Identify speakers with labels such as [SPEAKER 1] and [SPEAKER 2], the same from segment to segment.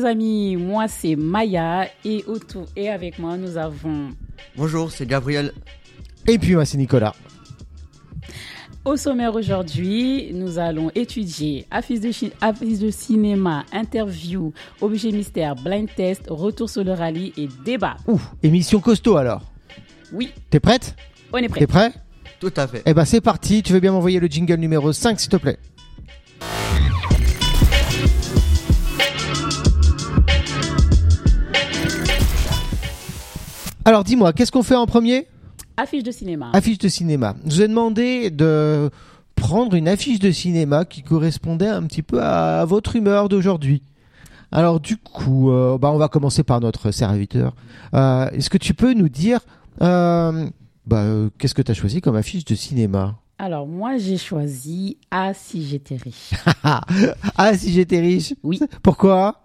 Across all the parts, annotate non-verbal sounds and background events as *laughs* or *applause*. [SPEAKER 1] famille, moi c'est Maya et autour et avec moi nous avons
[SPEAKER 2] Bonjour, c'est Gabriel.
[SPEAKER 3] Et puis moi, c'est Nicolas.
[SPEAKER 1] au sommaire aujourd'hui, nous allons étudier affiches de, chi- affiches de cinéma, interview, objet mystère, blind test, retour sur le rallye et débat.
[SPEAKER 3] Ouh, émission costaud alors.
[SPEAKER 1] Oui,
[SPEAKER 3] T'es prête
[SPEAKER 1] on est
[SPEAKER 3] T'es
[SPEAKER 1] prêt.
[SPEAKER 3] prêt
[SPEAKER 2] Tout à fait.
[SPEAKER 3] Eh ben c'est parti, tu veux bien m'envoyer le jingle numéro 5 s'il te plaît. Alors dis-moi, qu'est-ce qu'on fait en premier
[SPEAKER 1] Affiches de cinéma.
[SPEAKER 3] Affiche de cinéma. Je vous ai demandé de prendre une affiche de cinéma qui correspondait un petit peu à votre humeur d'aujourd'hui. Alors du coup, euh, bah, on va commencer par notre serviteur. Euh, Est-ce que tu peux nous dire euh, bah, euh, qu'est-ce que tu as choisi comme affiche de cinéma
[SPEAKER 1] Alors moi j'ai choisi Ah si j'étais riche.
[SPEAKER 3] Ah si j'étais riche
[SPEAKER 1] Oui.
[SPEAKER 3] Pourquoi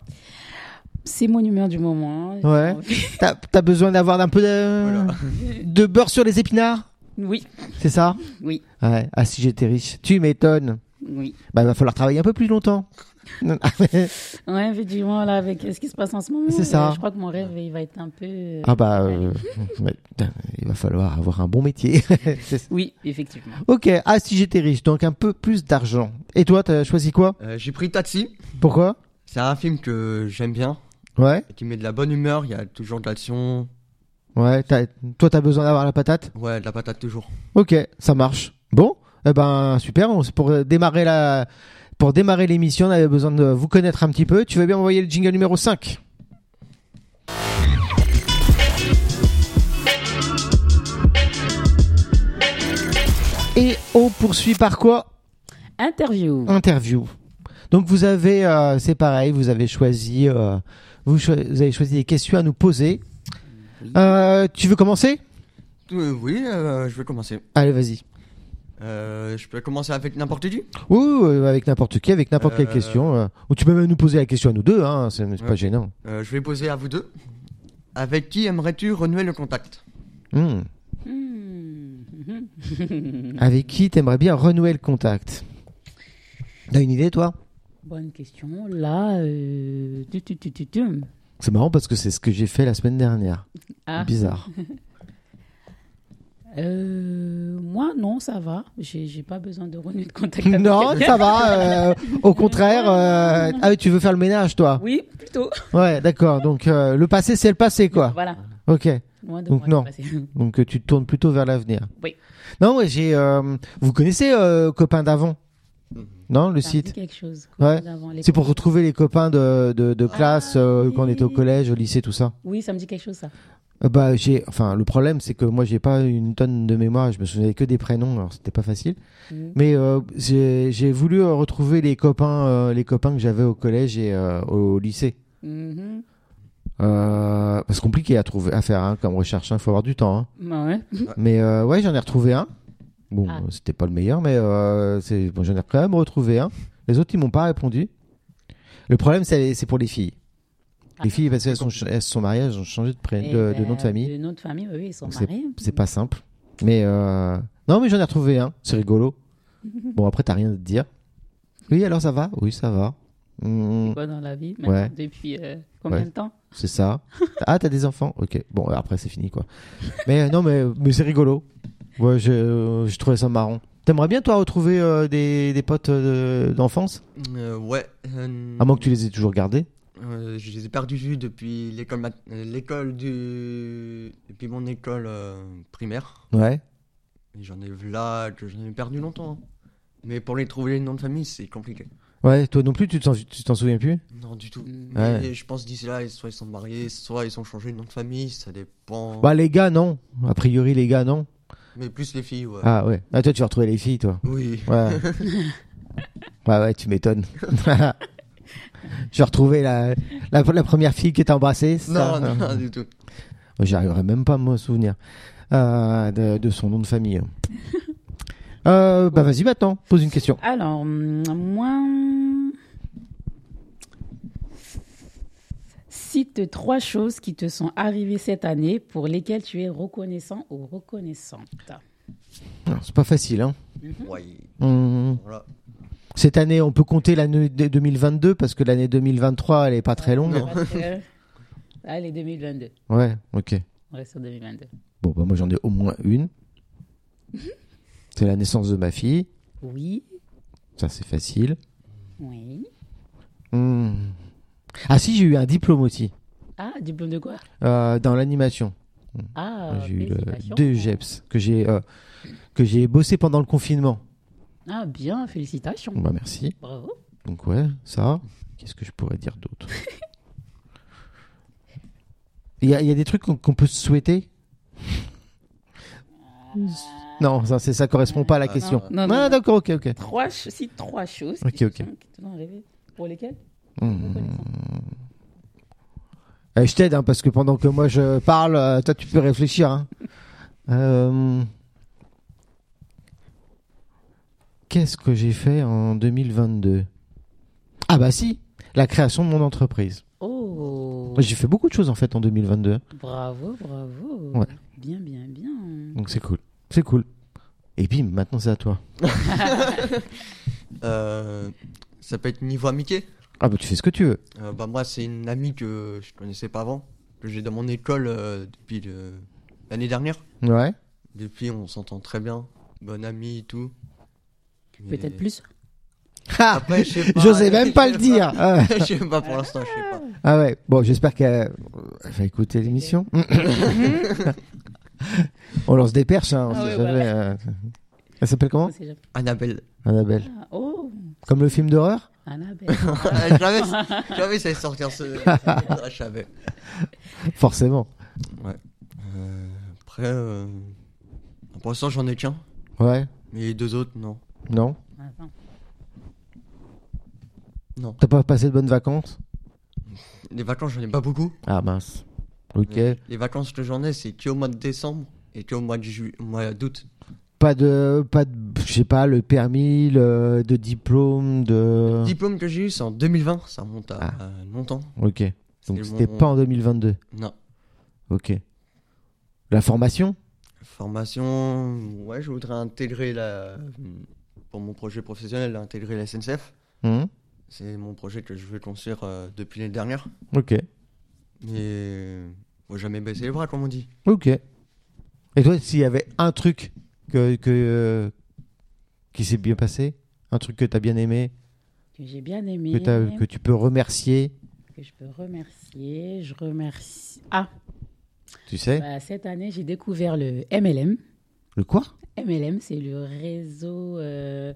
[SPEAKER 1] C'est mon humeur du moment. J'ai
[SPEAKER 3] Ouais.
[SPEAKER 1] envie-
[SPEAKER 3] T'as as besoin d'avoir un peu de...
[SPEAKER 2] Voilà.
[SPEAKER 3] de beurre sur les épinards
[SPEAKER 1] *laughs* Oui,
[SPEAKER 3] C'est ça
[SPEAKER 1] oui,
[SPEAKER 3] ouais. Ah si j'étais riche. Tu m'étonnes.
[SPEAKER 1] oui.
[SPEAKER 3] Bah, il va falloir travailler un peu plus longtemps.
[SPEAKER 1] Ouais, effectivement, là, avec ce qui se passe en ce moment,
[SPEAKER 3] C'est ça.
[SPEAKER 1] euh, je crois que mon rêve, il va être un peu... euh,
[SPEAKER 3] Ah bah,
[SPEAKER 1] ouais.
[SPEAKER 3] euh, *laughs* ouais, putain, il va falloir avoir un bon métier. *laughs* C'est ça.
[SPEAKER 1] Oui, effectivement.
[SPEAKER 3] ok, ah si j'étais riche, donc un peu plus d'argent. Et toi, t'as choisi quoi
[SPEAKER 2] Euh, J'ai pris Taxi.
[SPEAKER 3] Pourquoi
[SPEAKER 2] C'est un film que j'aime bien,
[SPEAKER 3] Ouais,
[SPEAKER 2] qui met de la bonne humeur. Il y a toujours de l'action.
[SPEAKER 3] ouais. t'as- toi, t'as besoin d'avoir la patate.
[SPEAKER 2] Ouais, de la patate toujours.
[SPEAKER 3] Ok, ça marche. Bon, eh ben super. on- pour démarrer la, pour démarrer l'émission, on avait besoin de vous connaître un petit peu. Tu veux bien envoyer le jingle numéro 5 Et on poursuit par quoi
[SPEAKER 1] Interview.
[SPEAKER 3] Interview. Donc vous avez, euh, c'est pareil, vous avez choisi, euh, vous, cho- vous avez choisi des questions à nous poser. Euh, tu veux commencer
[SPEAKER 2] Euh, oui, euh, je vais commencer.
[SPEAKER 3] Allez, vas-y.
[SPEAKER 2] Euh, je peux commencer avec n'importe qui
[SPEAKER 3] Oui, oui, oui, avec n'importe qui, avec n'importe quelle
[SPEAKER 2] Euh,
[SPEAKER 3] question. euh. ou tu peux même nous poser la question à nous deux, hein, c'est c'est pas
[SPEAKER 2] Ouais.
[SPEAKER 3] gênant.
[SPEAKER 2] Euh, Je vais poser à vous deux. Avec qui aimerais-tu renouer le contact
[SPEAKER 3] Hmm.
[SPEAKER 1] Hmm.
[SPEAKER 3] Avec qui t'aimerais bien renouer le contact T'as une idée, toi
[SPEAKER 1] Bonne question. Là, euh... tu, tu, tu, tu, tu.
[SPEAKER 3] C'est marrant parce que c'est ce que j'ai fait la semaine dernière.
[SPEAKER 1] Ah. *laughs*
[SPEAKER 3] Bizarre.
[SPEAKER 1] Euh, moi, non, ça va. J'ai j'ai pas besoin de renouer de contact.
[SPEAKER 3] *laughs*
[SPEAKER 1] avec
[SPEAKER 3] non,
[SPEAKER 1] quelqu'un. *laughs*
[SPEAKER 3] ça va. euh, au contraire, euh, ah oui, tu veux faire le ménage, toi
[SPEAKER 1] Oui, plutôt.
[SPEAKER 3] Ouais, d'accord. Donc euh, le passé, c'est le passé, quoi.
[SPEAKER 1] Voilà.
[SPEAKER 3] Ok.
[SPEAKER 1] Loin de
[SPEAKER 3] Donc
[SPEAKER 1] moi,
[SPEAKER 3] non.
[SPEAKER 1] c'est passé.
[SPEAKER 3] Donc euh, tu te tournes plutôt vers l'avenir.
[SPEAKER 1] Oui.
[SPEAKER 3] Non, ouais, j'ai. euh, vous connaissez euh, copains d'avant, non le
[SPEAKER 1] Ça me dit
[SPEAKER 3] site.
[SPEAKER 1] quelque chose.
[SPEAKER 3] Ouais.
[SPEAKER 1] Avant les-
[SPEAKER 3] C'est pour retrouver les copains de, de, de classe euh, quand on était au collège, au lycée, tout ça.
[SPEAKER 1] Oui, ça me dit quelque chose, ça.
[SPEAKER 3] Euh, bah j'ai. Enfin, le problème c'est que moi j'ai pas une tonne de mémoire. Je me souvenais que des prénoms, alors c'était pas facile.
[SPEAKER 1] Mhm.
[SPEAKER 3] Mais euh, j'ai j'ai voulu euh, retrouver les copains, euh, les copains que j'avais au collège et euh, au lycée.
[SPEAKER 1] Mhm.
[SPEAKER 3] Euh, c'est compliqué à trouver, à faire hein, comme recherche. Il faut avoir du temps. hein.
[SPEAKER 1] Bah ouais.
[SPEAKER 3] Mais euh, ouais, j'en ai retrouvé un. Bon,
[SPEAKER 1] Ah.
[SPEAKER 3] euh, c'était pas le meilleur, mais euh, c'est- bon, j'en ai quand même retrouvé un. Les autres, ils m'ont pas répondu. Le problème, c'est c'est pour les filles.
[SPEAKER 1] Ah.
[SPEAKER 3] Les filles, parce qu'elles sont, elles se sont mariées, elles ont changé de, pré-
[SPEAKER 1] Eh
[SPEAKER 3] de, de
[SPEAKER 1] ben,
[SPEAKER 3] nom de
[SPEAKER 1] De
[SPEAKER 3] famille.
[SPEAKER 1] nom de famille, bah oui, ils sont
[SPEAKER 3] Donc,
[SPEAKER 1] mariés.
[SPEAKER 3] C'est pas simple. Mais euh, non, mais j'en ai retrouvé un.
[SPEAKER 1] *laughs*
[SPEAKER 3] C'est rigolo. bon, après, t'as rien à te dire. Oui, alors ça va Oui, ça va. Hmm,
[SPEAKER 1] Quoi dans la vie
[SPEAKER 3] Ouais.
[SPEAKER 1] maintenant, Depuis euh, combien
[SPEAKER 3] Ouais.
[SPEAKER 1] de temps
[SPEAKER 3] c'est ça. ah, t'as des enfants Ok. Bon, euh, après, c'est fini, quoi. Mais euh, non, mais, mais c'est rigolo. Ouais, je, euh, je trouvais ça marrant. T'aimerais bien, toi, retrouver euh, des, des potes euh, de- d'enfance
[SPEAKER 2] Euh, Ouais. euh,
[SPEAKER 3] À moins que tu les aies toujours gardés.
[SPEAKER 2] euh, je les ai perdus de vue depuis l'école mat- euh, l'école du depuis mon école euh, primaire.
[SPEAKER 3] Ouais.
[SPEAKER 2] Et J'en ai là que j'en ai perdu longtemps. hein. Mais pour les trouver les noms de famille, c'est compliqué.
[SPEAKER 3] Ouais, toi non plus, tu t'en tu t'en souviens plus
[SPEAKER 2] Non, du tout.
[SPEAKER 1] Mm.
[SPEAKER 2] Mais
[SPEAKER 3] Ouais.
[SPEAKER 2] je pense d'ici là, soit ils sont mariés, soit ils ont changé de nom de famille, ça dépend.
[SPEAKER 3] Bah, les gars, non. A priori, les gars, non.
[SPEAKER 2] Mais plus les filles, ouais.
[SPEAKER 3] Ah, ouais. Ah, toi, tu vas retrouver les filles, toi.
[SPEAKER 2] Oui. *laughs*
[SPEAKER 3] Ouais. ouais, ouais, tu m'étonnes. *laughs* Je vais retrouver la, la, la première fille qui t'a embrassée. c'est ça euh.
[SPEAKER 2] Non, non, du tout.
[SPEAKER 3] J'arriverai même pas à me souvenir euh, de, de son nom
[SPEAKER 1] *laughs*
[SPEAKER 3] de famille. Euh, bah vas-y maintenant, pose une question.
[SPEAKER 1] Alors, hum, moi. hum, Cite trois choses qui te sont arrivées cette année pour lesquelles tu es reconnaissant ou reconnaissante.
[SPEAKER 3] Non, C'est pas facile, hein.
[SPEAKER 2] Ouais.
[SPEAKER 3] Hum,
[SPEAKER 2] Voilà.
[SPEAKER 3] Cette année, on peut compter l'année de- 2022 parce que l'année 2023, elle est pas très longue.
[SPEAKER 2] Non.
[SPEAKER 1] *laughs* Allez, 2022.
[SPEAKER 3] Ouais, ok.
[SPEAKER 1] On reste sur 2022.
[SPEAKER 3] Bon, bah, moi, j'en ai au moins
[SPEAKER 1] *laughs*
[SPEAKER 3] une. C'est la naissance de ma fille.
[SPEAKER 1] Oui.
[SPEAKER 3] Ça, c'est facile.
[SPEAKER 1] Oui.
[SPEAKER 3] Hmm. Ah, si, j'ai eu un diplôme aussi
[SPEAKER 1] Ah, diplôme de quoi
[SPEAKER 3] euh, dans l'animation.
[SPEAKER 1] Ah,
[SPEAKER 3] j'ai eu le
[SPEAKER 1] félicitations.
[SPEAKER 3] deux GEPS que j'ai euh, que j'ai bossé pendant le confinement.
[SPEAKER 1] Ah, bien, félicitations.
[SPEAKER 3] Bah, merci.
[SPEAKER 1] Bravo.
[SPEAKER 3] Donc ouais, ça. Qu'est-ce que je pourrais dire d'autre Il y, a il y a des trucs qu'on qu'on peut se souhaiter Non, ça, c'est- ça correspond pas à la
[SPEAKER 2] Non,
[SPEAKER 3] question.
[SPEAKER 1] non, non,
[SPEAKER 3] ah,
[SPEAKER 1] non.
[SPEAKER 3] d'accord, ok, ok.
[SPEAKER 1] Trois, ch- cite trois choses
[SPEAKER 3] Ok,
[SPEAKER 1] qui te
[SPEAKER 3] ok.
[SPEAKER 1] sont- qui te sont arrivées. Pour lesquelles
[SPEAKER 3] Hmm.
[SPEAKER 1] Mm.
[SPEAKER 3] Eh, je t'aide, hein, parce que pendant que moi je parle, euh, toi tu peux réfléchir. hein. Euh, Qu'est-ce que j'ai fait en 2022 Ah bah si, la création de mon entreprise.
[SPEAKER 1] Oh,
[SPEAKER 3] J'ai fait beaucoup de choses en fait en 2022,
[SPEAKER 1] bravo, bravo.
[SPEAKER 3] Ouais.
[SPEAKER 1] Bien, bien, bien.
[SPEAKER 3] donc c'est cool. C'est cool. Et puis maintenant c'est à toi.
[SPEAKER 2] Euh, ça peut être niveau amitié.
[SPEAKER 3] Ah bah tu fais ce que tu veux.
[SPEAKER 2] Euh, bah, moi, c'est une amie que je connaissais pas avant, que j'ai dans mon école euh, depuis le- l'année dernière.
[SPEAKER 3] Ouais.
[SPEAKER 2] Depuis, on s'entend très bien. Bonne amie et tout. Mais-
[SPEAKER 1] Peut-être plus.
[SPEAKER 3] *laughs* Ah,
[SPEAKER 2] Après, je sais pas.
[SPEAKER 3] J'osais même pas
[SPEAKER 2] Je
[SPEAKER 3] le
[SPEAKER 2] sais
[SPEAKER 3] dire. Ah,
[SPEAKER 2] *laughs* Je sais pas pour l'instant, je sais pas.
[SPEAKER 3] ah ouais. Bon, j'espère qu'elle elle va écouter l'émission. on lance des perches. Hein, on
[SPEAKER 1] Ah
[SPEAKER 3] sait
[SPEAKER 1] ouais,
[SPEAKER 3] jamais, euh. Elle s'appelle comment
[SPEAKER 1] On sait jamais.
[SPEAKER 2] Annabelle.
[SPEAKER 3] Annabelle.
[SPEAKER 1] Ah, Oh,
[SPEAKER 3] Comme le film d'horreur *laughs*
[SPEAKER 1] Annabelle.
[SPEAKER 2] je l'avais, je l'avais, ça allait sortir ce. je savais.
[SPEAKER 3] Forcément.
[SPEAKER 2] Euh, après, euh, pour l'instant, j'en ai qu'un.
[SPEAKER 3] Ouais.
[SPEAKER 2] Mais les deux autres, non.
[SPEAKER 3] Non.
[SPEAKER 1] Attends.
[SPEAKER 2] Non.
[SPEAKER 3] T'as pas passé de bonnes vacances
[SPEAKER 2] Les vacances, j'en ai pas beaucoup.
[SPEAKER 3] Ah mince. Ok.
[SPEAKER 2] Les- Les vacances que j'en ai, c'est que au mois de décembre et que au mois de ju- au mois d'août.
[SPEAKER 3] Pas de, pas de, je sais pas, le permis, le, de diplôme, de.
[SPEAKER 2] Diplôme que j'ai eu, c'est en 2020. Ça remonte à à longtemps.
[SPEAKER 3] Ok. Donc
[SPEAKER 2] C'est
[SPEAKER 3] c'était
[SPEAKER 2] mon-
[SPEAKER 3] pas en 2022.
[SPEAKER 2] Non.
[SPEAKER 3] Ok. La formation
[SPEAKER 2] Formation, ouais, je voudrais intégrer la. Pour mon projet professionnel, intégrer la SNCF.
[SPEAKER 3] Hum,
[SPEAKER 2] C'est mon projet que je veux construire euh, depuis l'année dernière.
[SPEAKER 3] Ok.
[SPEAKER 2] Mais. Faut jamais baisser les bras, comme on dit.
[SPEAKER 3] Ok. Et toi, s'il y avait un truc que, que, euh, qui s'est bien passé, un truc que t'as bien aimé,
[SPEAKER 1] Que j'ai bien aimé.
[SPEAKER 3] que, t'as- que tu peux remercier,
[SPEAKER 1] que je peux remercier. Je remercie. Ah,
[SPEAKER 3] tu sais
[SPEAKER 1] bah, cette année, j'ai découvert le MLM.
[SPEAKER 3] Le quoi
[SPEAKER 1] MLM, c'est le réseau euh,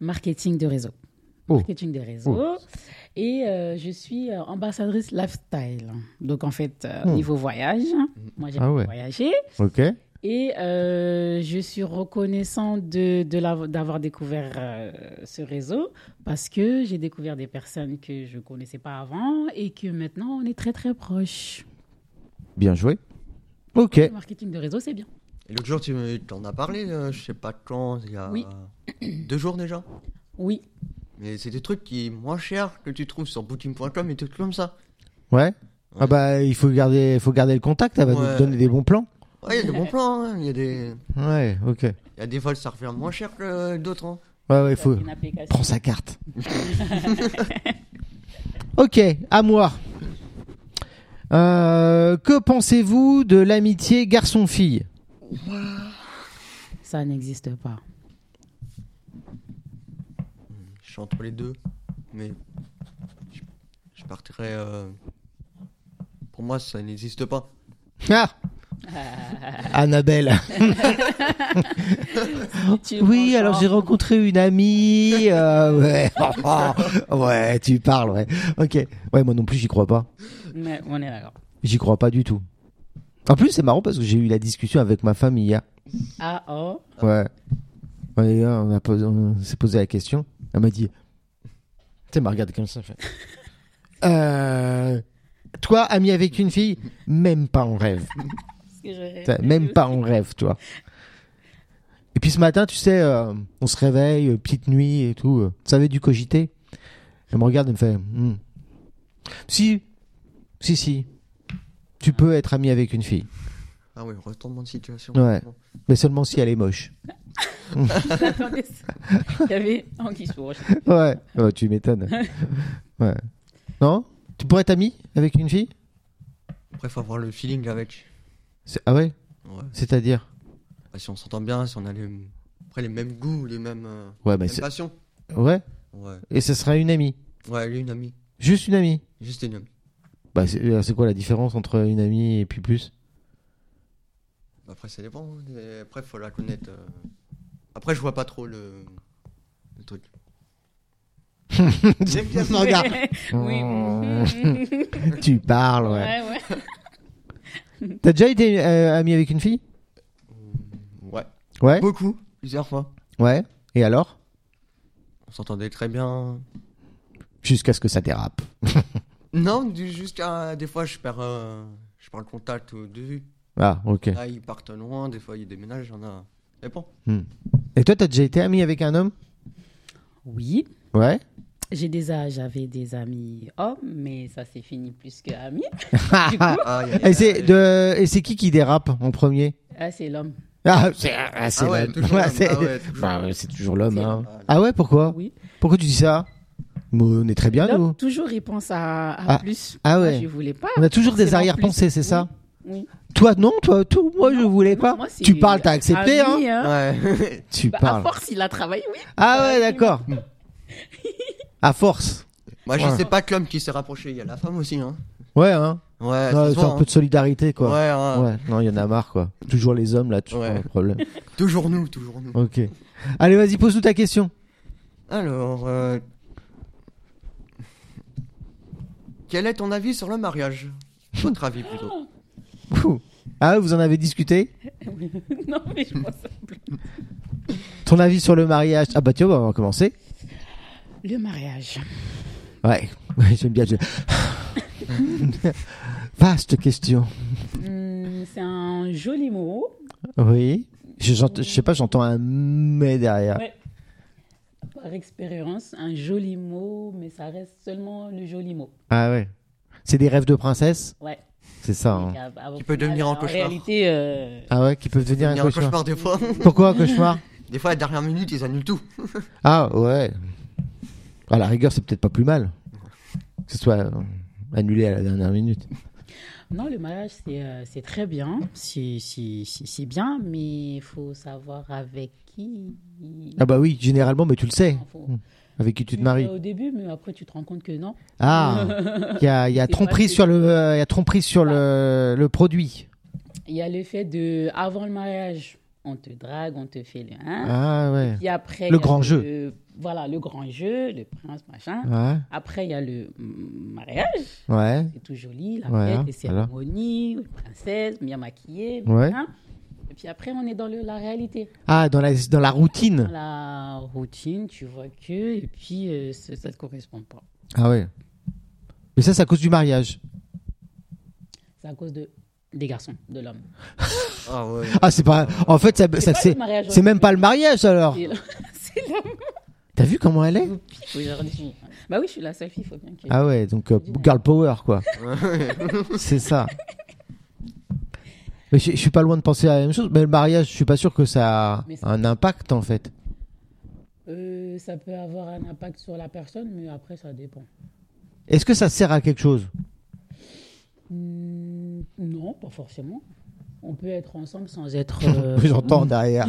[SPEAKER 1] marketing de réseau.
[SPEAKER 3] Oh.
[SPEAKER 1] Marketing de réseau. Et euh, je suis euh, ambassadrice lifestyle. Donc, en fait, euh,
[SPEAKER 3] Oh.
[SPEAKER 1] niveau voyage, moi, j'aime
[SPEAKER 3] Ah ouais.
[SPEAKER 1] voyager.
[SPEAKER 3] Ok.
[SPEAKER 1] Et euh, je suis reconnaissante de, de l'av- d'avoir découvert euh, ce réseau parce que j'ai découvert des personnes que je ne connaissais pas avant et que maintenant, on est très, très proches.
[SPEAKER 3] Bien joué. Ok.
[SPEAKER 1] Le marketing de réseau, c'est bien.
[SPEAKER 2] Et l'autre jour, tu me- t'en as parlé, euh, je sais pas quand, il y a
[SPEAKER 1] Oui.
[SPEAKER 2] *clears throat* deux jours déjà.
[SPEAKER 1] Oui,
[SPEAKER 2] Mais c'est des trucs qui sont moins chers que tu trouves sur booking.com et tout comme ça.
[SPEAKER 3] Ouais. Ah bah il faut garder, il faut garder le contact. Elle va
[SPEAKER 2] Ouais.
[SPEAKER 3] nous donner des bons plans.
[SPEAKER 2] Ouais, il y a des bons plans, hein, il y a des.
[SPEAKER 3] Ouais. Ok. Ouais,
[SPEAKER 2] Il y a des vols, ça revient moins cher que euh, d'autres. hein.
[SPEAKER 3] ouais. Il faut
[SPEAKER 1] une application.
[SPEAKER 3] prends sa carte. *laughs* ok. À moi. Euh, que pensez-vous de l'amitié garçon-fille
[SPEAKER 1] Ça n'existe pas.
[SPEAKER 2] Je suis entre les deux. Mais. Je, je partirais. euh, Pour moi, ça n'existe pas.
[SPEAKER 3] Ah Annabelle. Oh. Oui, alors j'ai rencontré une amie. euh, ouais. *laughs* ouais, tu parles, ouais. Ok. Ouais, moi non plus, j'y crois pas.
[SPEAKER 1] Mais on est d'accord.
[SPEAKER 3] J'y crois pas du tout. En plus, c'est marrant parce que j'ai eu la discussion avec ma femme hier.
[SPEAKER 1] Ah oh.
[SPEAKER 3] Ouais. Ouais, on a posé- on s'est posé la question. Elle m'a dit. Tu sais, elle m'a regardé comme ça. elle fait, Euh, toi, ami avec une fille, même pas en rêve. T'as- Même pas en rêve, toi. Et puis ce matin, tu sais, euh, on se réveille, euh, petite nuit et tout. euh, ça avait du cogiter. Elle me regarde et me fait Hmm. Si, si, si. Tu peux être ami avec une fille,
[SPEAKER 2] Ah oui, retournement de situation.
[SPEAKER 3] Ouais. mais seulement si elle est moche.
[SPEAKER 1] J'attendais ça. Il y avait
[SPEAKER 3] *laughs*
[SPEAKER 1] Anguille sous roche.
[SPEAKER 3] Ouais, Ouais, Oh, tu *laughs* m'étonnes. Ouais. Non Tu pourrais être ami avec une fille
[SPEAKER 2] Après, faut avoir le feeling avec.
[SPEAKER 3] C'est- Ah ouais
[SPEAKER 2] Ouais.
[SPEAKER 3] C'est-à-dire
[SPEAKER 2] Bah, Si on s'entend bien, si on a les... Après, les mêmes goûts, les mêmes, euh,
[SPEAKER 3] Ouais, mais
[SPEAKER 2] mêmes
[SPEAKER 3] c'est-
[SPEAKER 2] passions.
[SPEAKER 3] Ouais.
[SPEAKER 2] Ouais.
[SPEAKER 3] Et ce sera une amie
[SPEAKER 2] ouais, elle est une amie.
[SPEAKER 3] Juste une amie
[SPEAKER 2] Juste une amie.
[SPEAKER 3] Bah, c'est euh, c'est quoi la différence entre une amie et puis *laughs* plus
[SPEAKER 2] Après, ça dépend. hein. Et Après, faut la connaître. euh. Après, je vois pas trop le, le *laughs* truc.
[SPEAKER 3] J'aime bien ce *laughs* regard.
[SPEAKER 1] *laughs* oui. mhm.
[SPEAKER 3] tu parles, Oh.
[SPEAKER 1] *laughs*
[SPEAKER 3] ouais.
[SPEAKER 1] ouais, ouais.
[SPEAKER 3] T'as déjà été euh, ami avec une fille
[SPEAKER 2] Ouais. *laughs*
[SPEAKER 3] Ouais.
[SPEAKER 2] Beaucoup. Plusieurs fois.
[SPEAKER 3] Ouais. Et alors
[SPEAKER 2] On s'entendait très bien.
[SPEAKER 3] Jusqu'à ce que ça dérape.
[SPEAKER 2] Non, du- jusqu'à. Des fois, je perds, euh, je perds le contact euh, de vue.
[SPEAKER 3] Ah, ok.
[SPEAKER 2] Là, ils partent loin, des fois, ils déménagent. On a. Ça dépend.
[SPEAKER 3] Et toi, t'as déjà été ami avec un homme
[SPEAKER 1] Oui.
[SPEAKER 3] Ouais.
[SPEAKER 1] J'ai déjà, j'avais des amis hommes, mais ça s'est fini plus que amis.
[SPEAKER 2] Aïe, aïe,
[SPEAKER 3] *laughs* Et Ah, c'est
[SPEAKER 2] aïe.
[SPEAKER 3] de... et c'est qui qui dérape en premier
[SPEAKER 1] Ah, c'est l'homme.
[SPEAKER 3] Ah, c'est ah, c'est
[SPEAKER 2] Ah ouais,
[SPEAKER 3] l'homme.
[SPEAKER 2] toujours
[SPEAKER 3] Ouais,
[SPEAKER 2] l'homme.
[SPEAKER 3] c'est-
[SPEAKER 2] Ah ouais, toujours
[SPEAKER 3] Bah. Enfin,
[SPEAKER 2] l'homme.
[SPEAKER 3] ouais, c'est toujours l'homme.
[SPEAKER 1] C'est
[SPEAKER 3] hein.
[SPEAKER 2] l'homme.
[SPEAKER 3] Ah ouais, pourquoi
[SPEAKER 1] Oui.
[SPEAKER 3] Pourquoi tu dis ça Mais On est très bien, Ah, nous.
[SPEAKER 1] L'homme, toujours, il pense à, à
[SPEAKER 3] Ah.
[SPEAKER 1] plus.
[SPEAKER 3] Ah ouais.
[SPEAKER 1] Moi, je voulais pas.
[SPEAKER 3] On a toujours des
[SPEAKER 1] forcément
[SPEAKER 3] arrière-pensées,
[SPEAKER 1] plus.
[SPEAKER 3] c'est ça
[SPEAKER 1] Oui.
[SPEAKER 3] Toi, non, toi, tout. Moi, je voulais
[SPEAKER 1] Non,
[SPEAKER 3] pas.
[SPEAKER 1] moi, c'est
[SPEAKER 3] tu parles, t'as accepté, hein
[SPEAKER 1] ami,
[SPEAKER 2] Ouais.
[SPEAKER 3] Tu
[SPEAKER 1] Bah, à
[SPEAKER 3] parles.
[SPEAKER 1] force, il a travaillé, oui.
[SPEAKER 3] Ah ouais, d'accord. *laughs* à force.
[SPEAKER 2] *laughs* Moi, je
[SPEAKER 3] Ouais.
[SPEAKER 2] sais pas que l'homme qui s'est rapproché, il y a la femme aussi, hein.
[SPEAKER 3] Ouais, hein.
[SPEAKER 2] Ouais, ça
[SPEAKER 3] Ouais,
[SPEAKER 2] se
[SPEAKER 3] faire
[SPEAKER 2] voit,
[SPEAKER 3] un
[SPEAKER 2] hein.
[SPEAKER 3] peu de solidarité, quoi.
[SPEAKER 2] Ouais, hein.
[SPEAKER 3] Ouais, non, il y en a marre, quoi. Toujours les hommes, là, toujours
[SPEAKER 2] Ouais.
[SPEAKER 3] le problème.
[SPEAKER 2] Toujours nous, toujours nous.
[SPEAKER 3] Ok. Allez, vas-y, pose-nous ta question.
[SPEAKER 2] Alors, euh, quel est ton avis sur le mariage Votre avis plutôt.
[SPEAKER 3] Ouh. Ah, vous en avez discuté
[SPEAKER 1] *laughs* non, mais je pense à plus.
[SPEAKER 3] Ton avis sur le mariage Ah bah tiens, bah, on va commencer.
[SPEAKER 1] Le mariage.
[SPEAKER 3] Ouais, *laughs* Ouais, j'aime bien. je- Vaste question.
[SPEAKER 1] Hmm, c'est un joli mot.
[SPEAKER 3] Oui. Je, j'ent- je sais pas, j'entends un mais derrière.
[SPEAKER 1] Ouais. Par expérience, un joli mot, mais ça reste seulement le joli mot.
[SPEAKER 3] Ah ouais. C'est des rêves de princesse
[SPEAKER 1] Ouais.
[SPEAKER 3] C'est ça. hein.
[SPEAKER 1] Tu
[SPEAKER 2] Qui peut devenir un
[SPEAKER 1] en
[SPEAKER 2] cauchemar.
[SPEAKER 1] réalité, euh,
[SPEAKER 3] Ah ouais, qui peuvent devenir
[SPEAKER 2] Il y a
[SPEAKER 3] un
[SPEAKER 2] un
[SPEAKER 3] cauchemar.
[SPEAKER 2] cauchemar des fois.
[SPEAKER 3] Pourquoi un cauchemar
[SPEAKER 2] Des fois, à la dernière minute, ils annulent tout.
[SPEAKER 3] *laughs* Ah ouais. À la rigueur, c'est peut-être pas plus mal. Que ce soit euh, annulé à la dernière minute.
[SPEAKER 1] Non, le mariage, c'est euh, c'est très bien. C'est- C'est c'est- c'est bien, mais il faut savoir avec qui.
[SPEAKER 3] Ah bah oui, généralement, mais tu le sais,
[SPEAKER 1] Faut-
[SPEAKER 3] avec qui tu te
[SPEAKER 1] le
[SPEAKER 3] maries.
[SPEAKER 1] fais Au début, mais après, tu te rends compte que non.
[SPEAKER 3] Ah, il y a, il y a
[SPEAKER 1] C'est
[SPEAKER 3] tromperie
[SPEAKER 1] vrai
[SPEAKER 3] sur le, euh, il y a tromperie sur le, le produit.
[SPEAKER 1] Il y a le fait de, avant le mariage, on te drague, on te fait le. Hein
[SPEAKER 3] Ah ouais.
[SPEAKER 1] Puis après.
[SPEAKER 3] Le
[SPEAKER 1] il y a
[SPEAKER 3] grand jeu.
[SPEAKER 1] Voilà, le grand jeu, le prince, machin.
[SPEAKER 3] Ouais,
[SPEAKER 1] Après, il y a le mm, mariage.
[SPEAKER 3] ouais,
[SPEAKER 1] C'est tout joli, la
[SPEAKER 3] Voilà,
[SPEAKER 1] fête, les
[SPEAKER 3] voilà.
[SPEAKER 1] cérémonies, les princesses, bien maquillées.
[SPEAKER 3] Ouais.
[SPEAKER 1] machin. Et puis après, on est dans le- la réalité.
[SPEAKER 3] Ah, dans la, dans la
[SPEAKER 1] Dans
[SPEAKER 3] routine.
[SPEAKER 1] la routine, tu vois que, et puis euh, ça ne te correspond pas.
[SPEAKER 3] Ah ouais. Mais ça, c'est à cause du mariage.
[SPEAKER 1] C'est à cause de, des garçons, de l'homme.
[SPEAKER 2] Ah ouais.
[SPEAKER 3] Ah, c'est pas. En fait, ça, ça-
[SPEAKER 1] pas
[SPEAKER 3] c'est,
[SPEAKER 1] le mariage,
[SPEAKER 3] c'est même pas le mariage alors.
[SPEAKER 1] C'est l'homme- *laughs* c'est l'homme
[SPEAKER 3] T'as vu comment elle est
[SPEAKER 1] qui pique aujourd'hui. Bah oui, je suis la seule fille, il faut bien que.
[SPEAKER 3] Ah ouais, donc euh, girl power quoi. c'est ça. Mais je, je suis pas loin de penser à la même chose. Mais le mariage, je suis pas sûr que ça a
[SPEAKER 1] Mais c'est-
[SPEAKER 3] un impact en fait.
[SPEAKER 1] Euh, ça peut avoir un impact sur la personne, mais après, ça dépend.
[SPEAKER 3] Est-ce que ça sert à quelque chose
[SPEAKER 1] Hmm, non, pas forcément. On peut être ensemble sans
[SPEAKER 3] *laughs*
[SPEAKER 1] être. euh, *laughs*
[SPEAKER 3] J'entends derrière.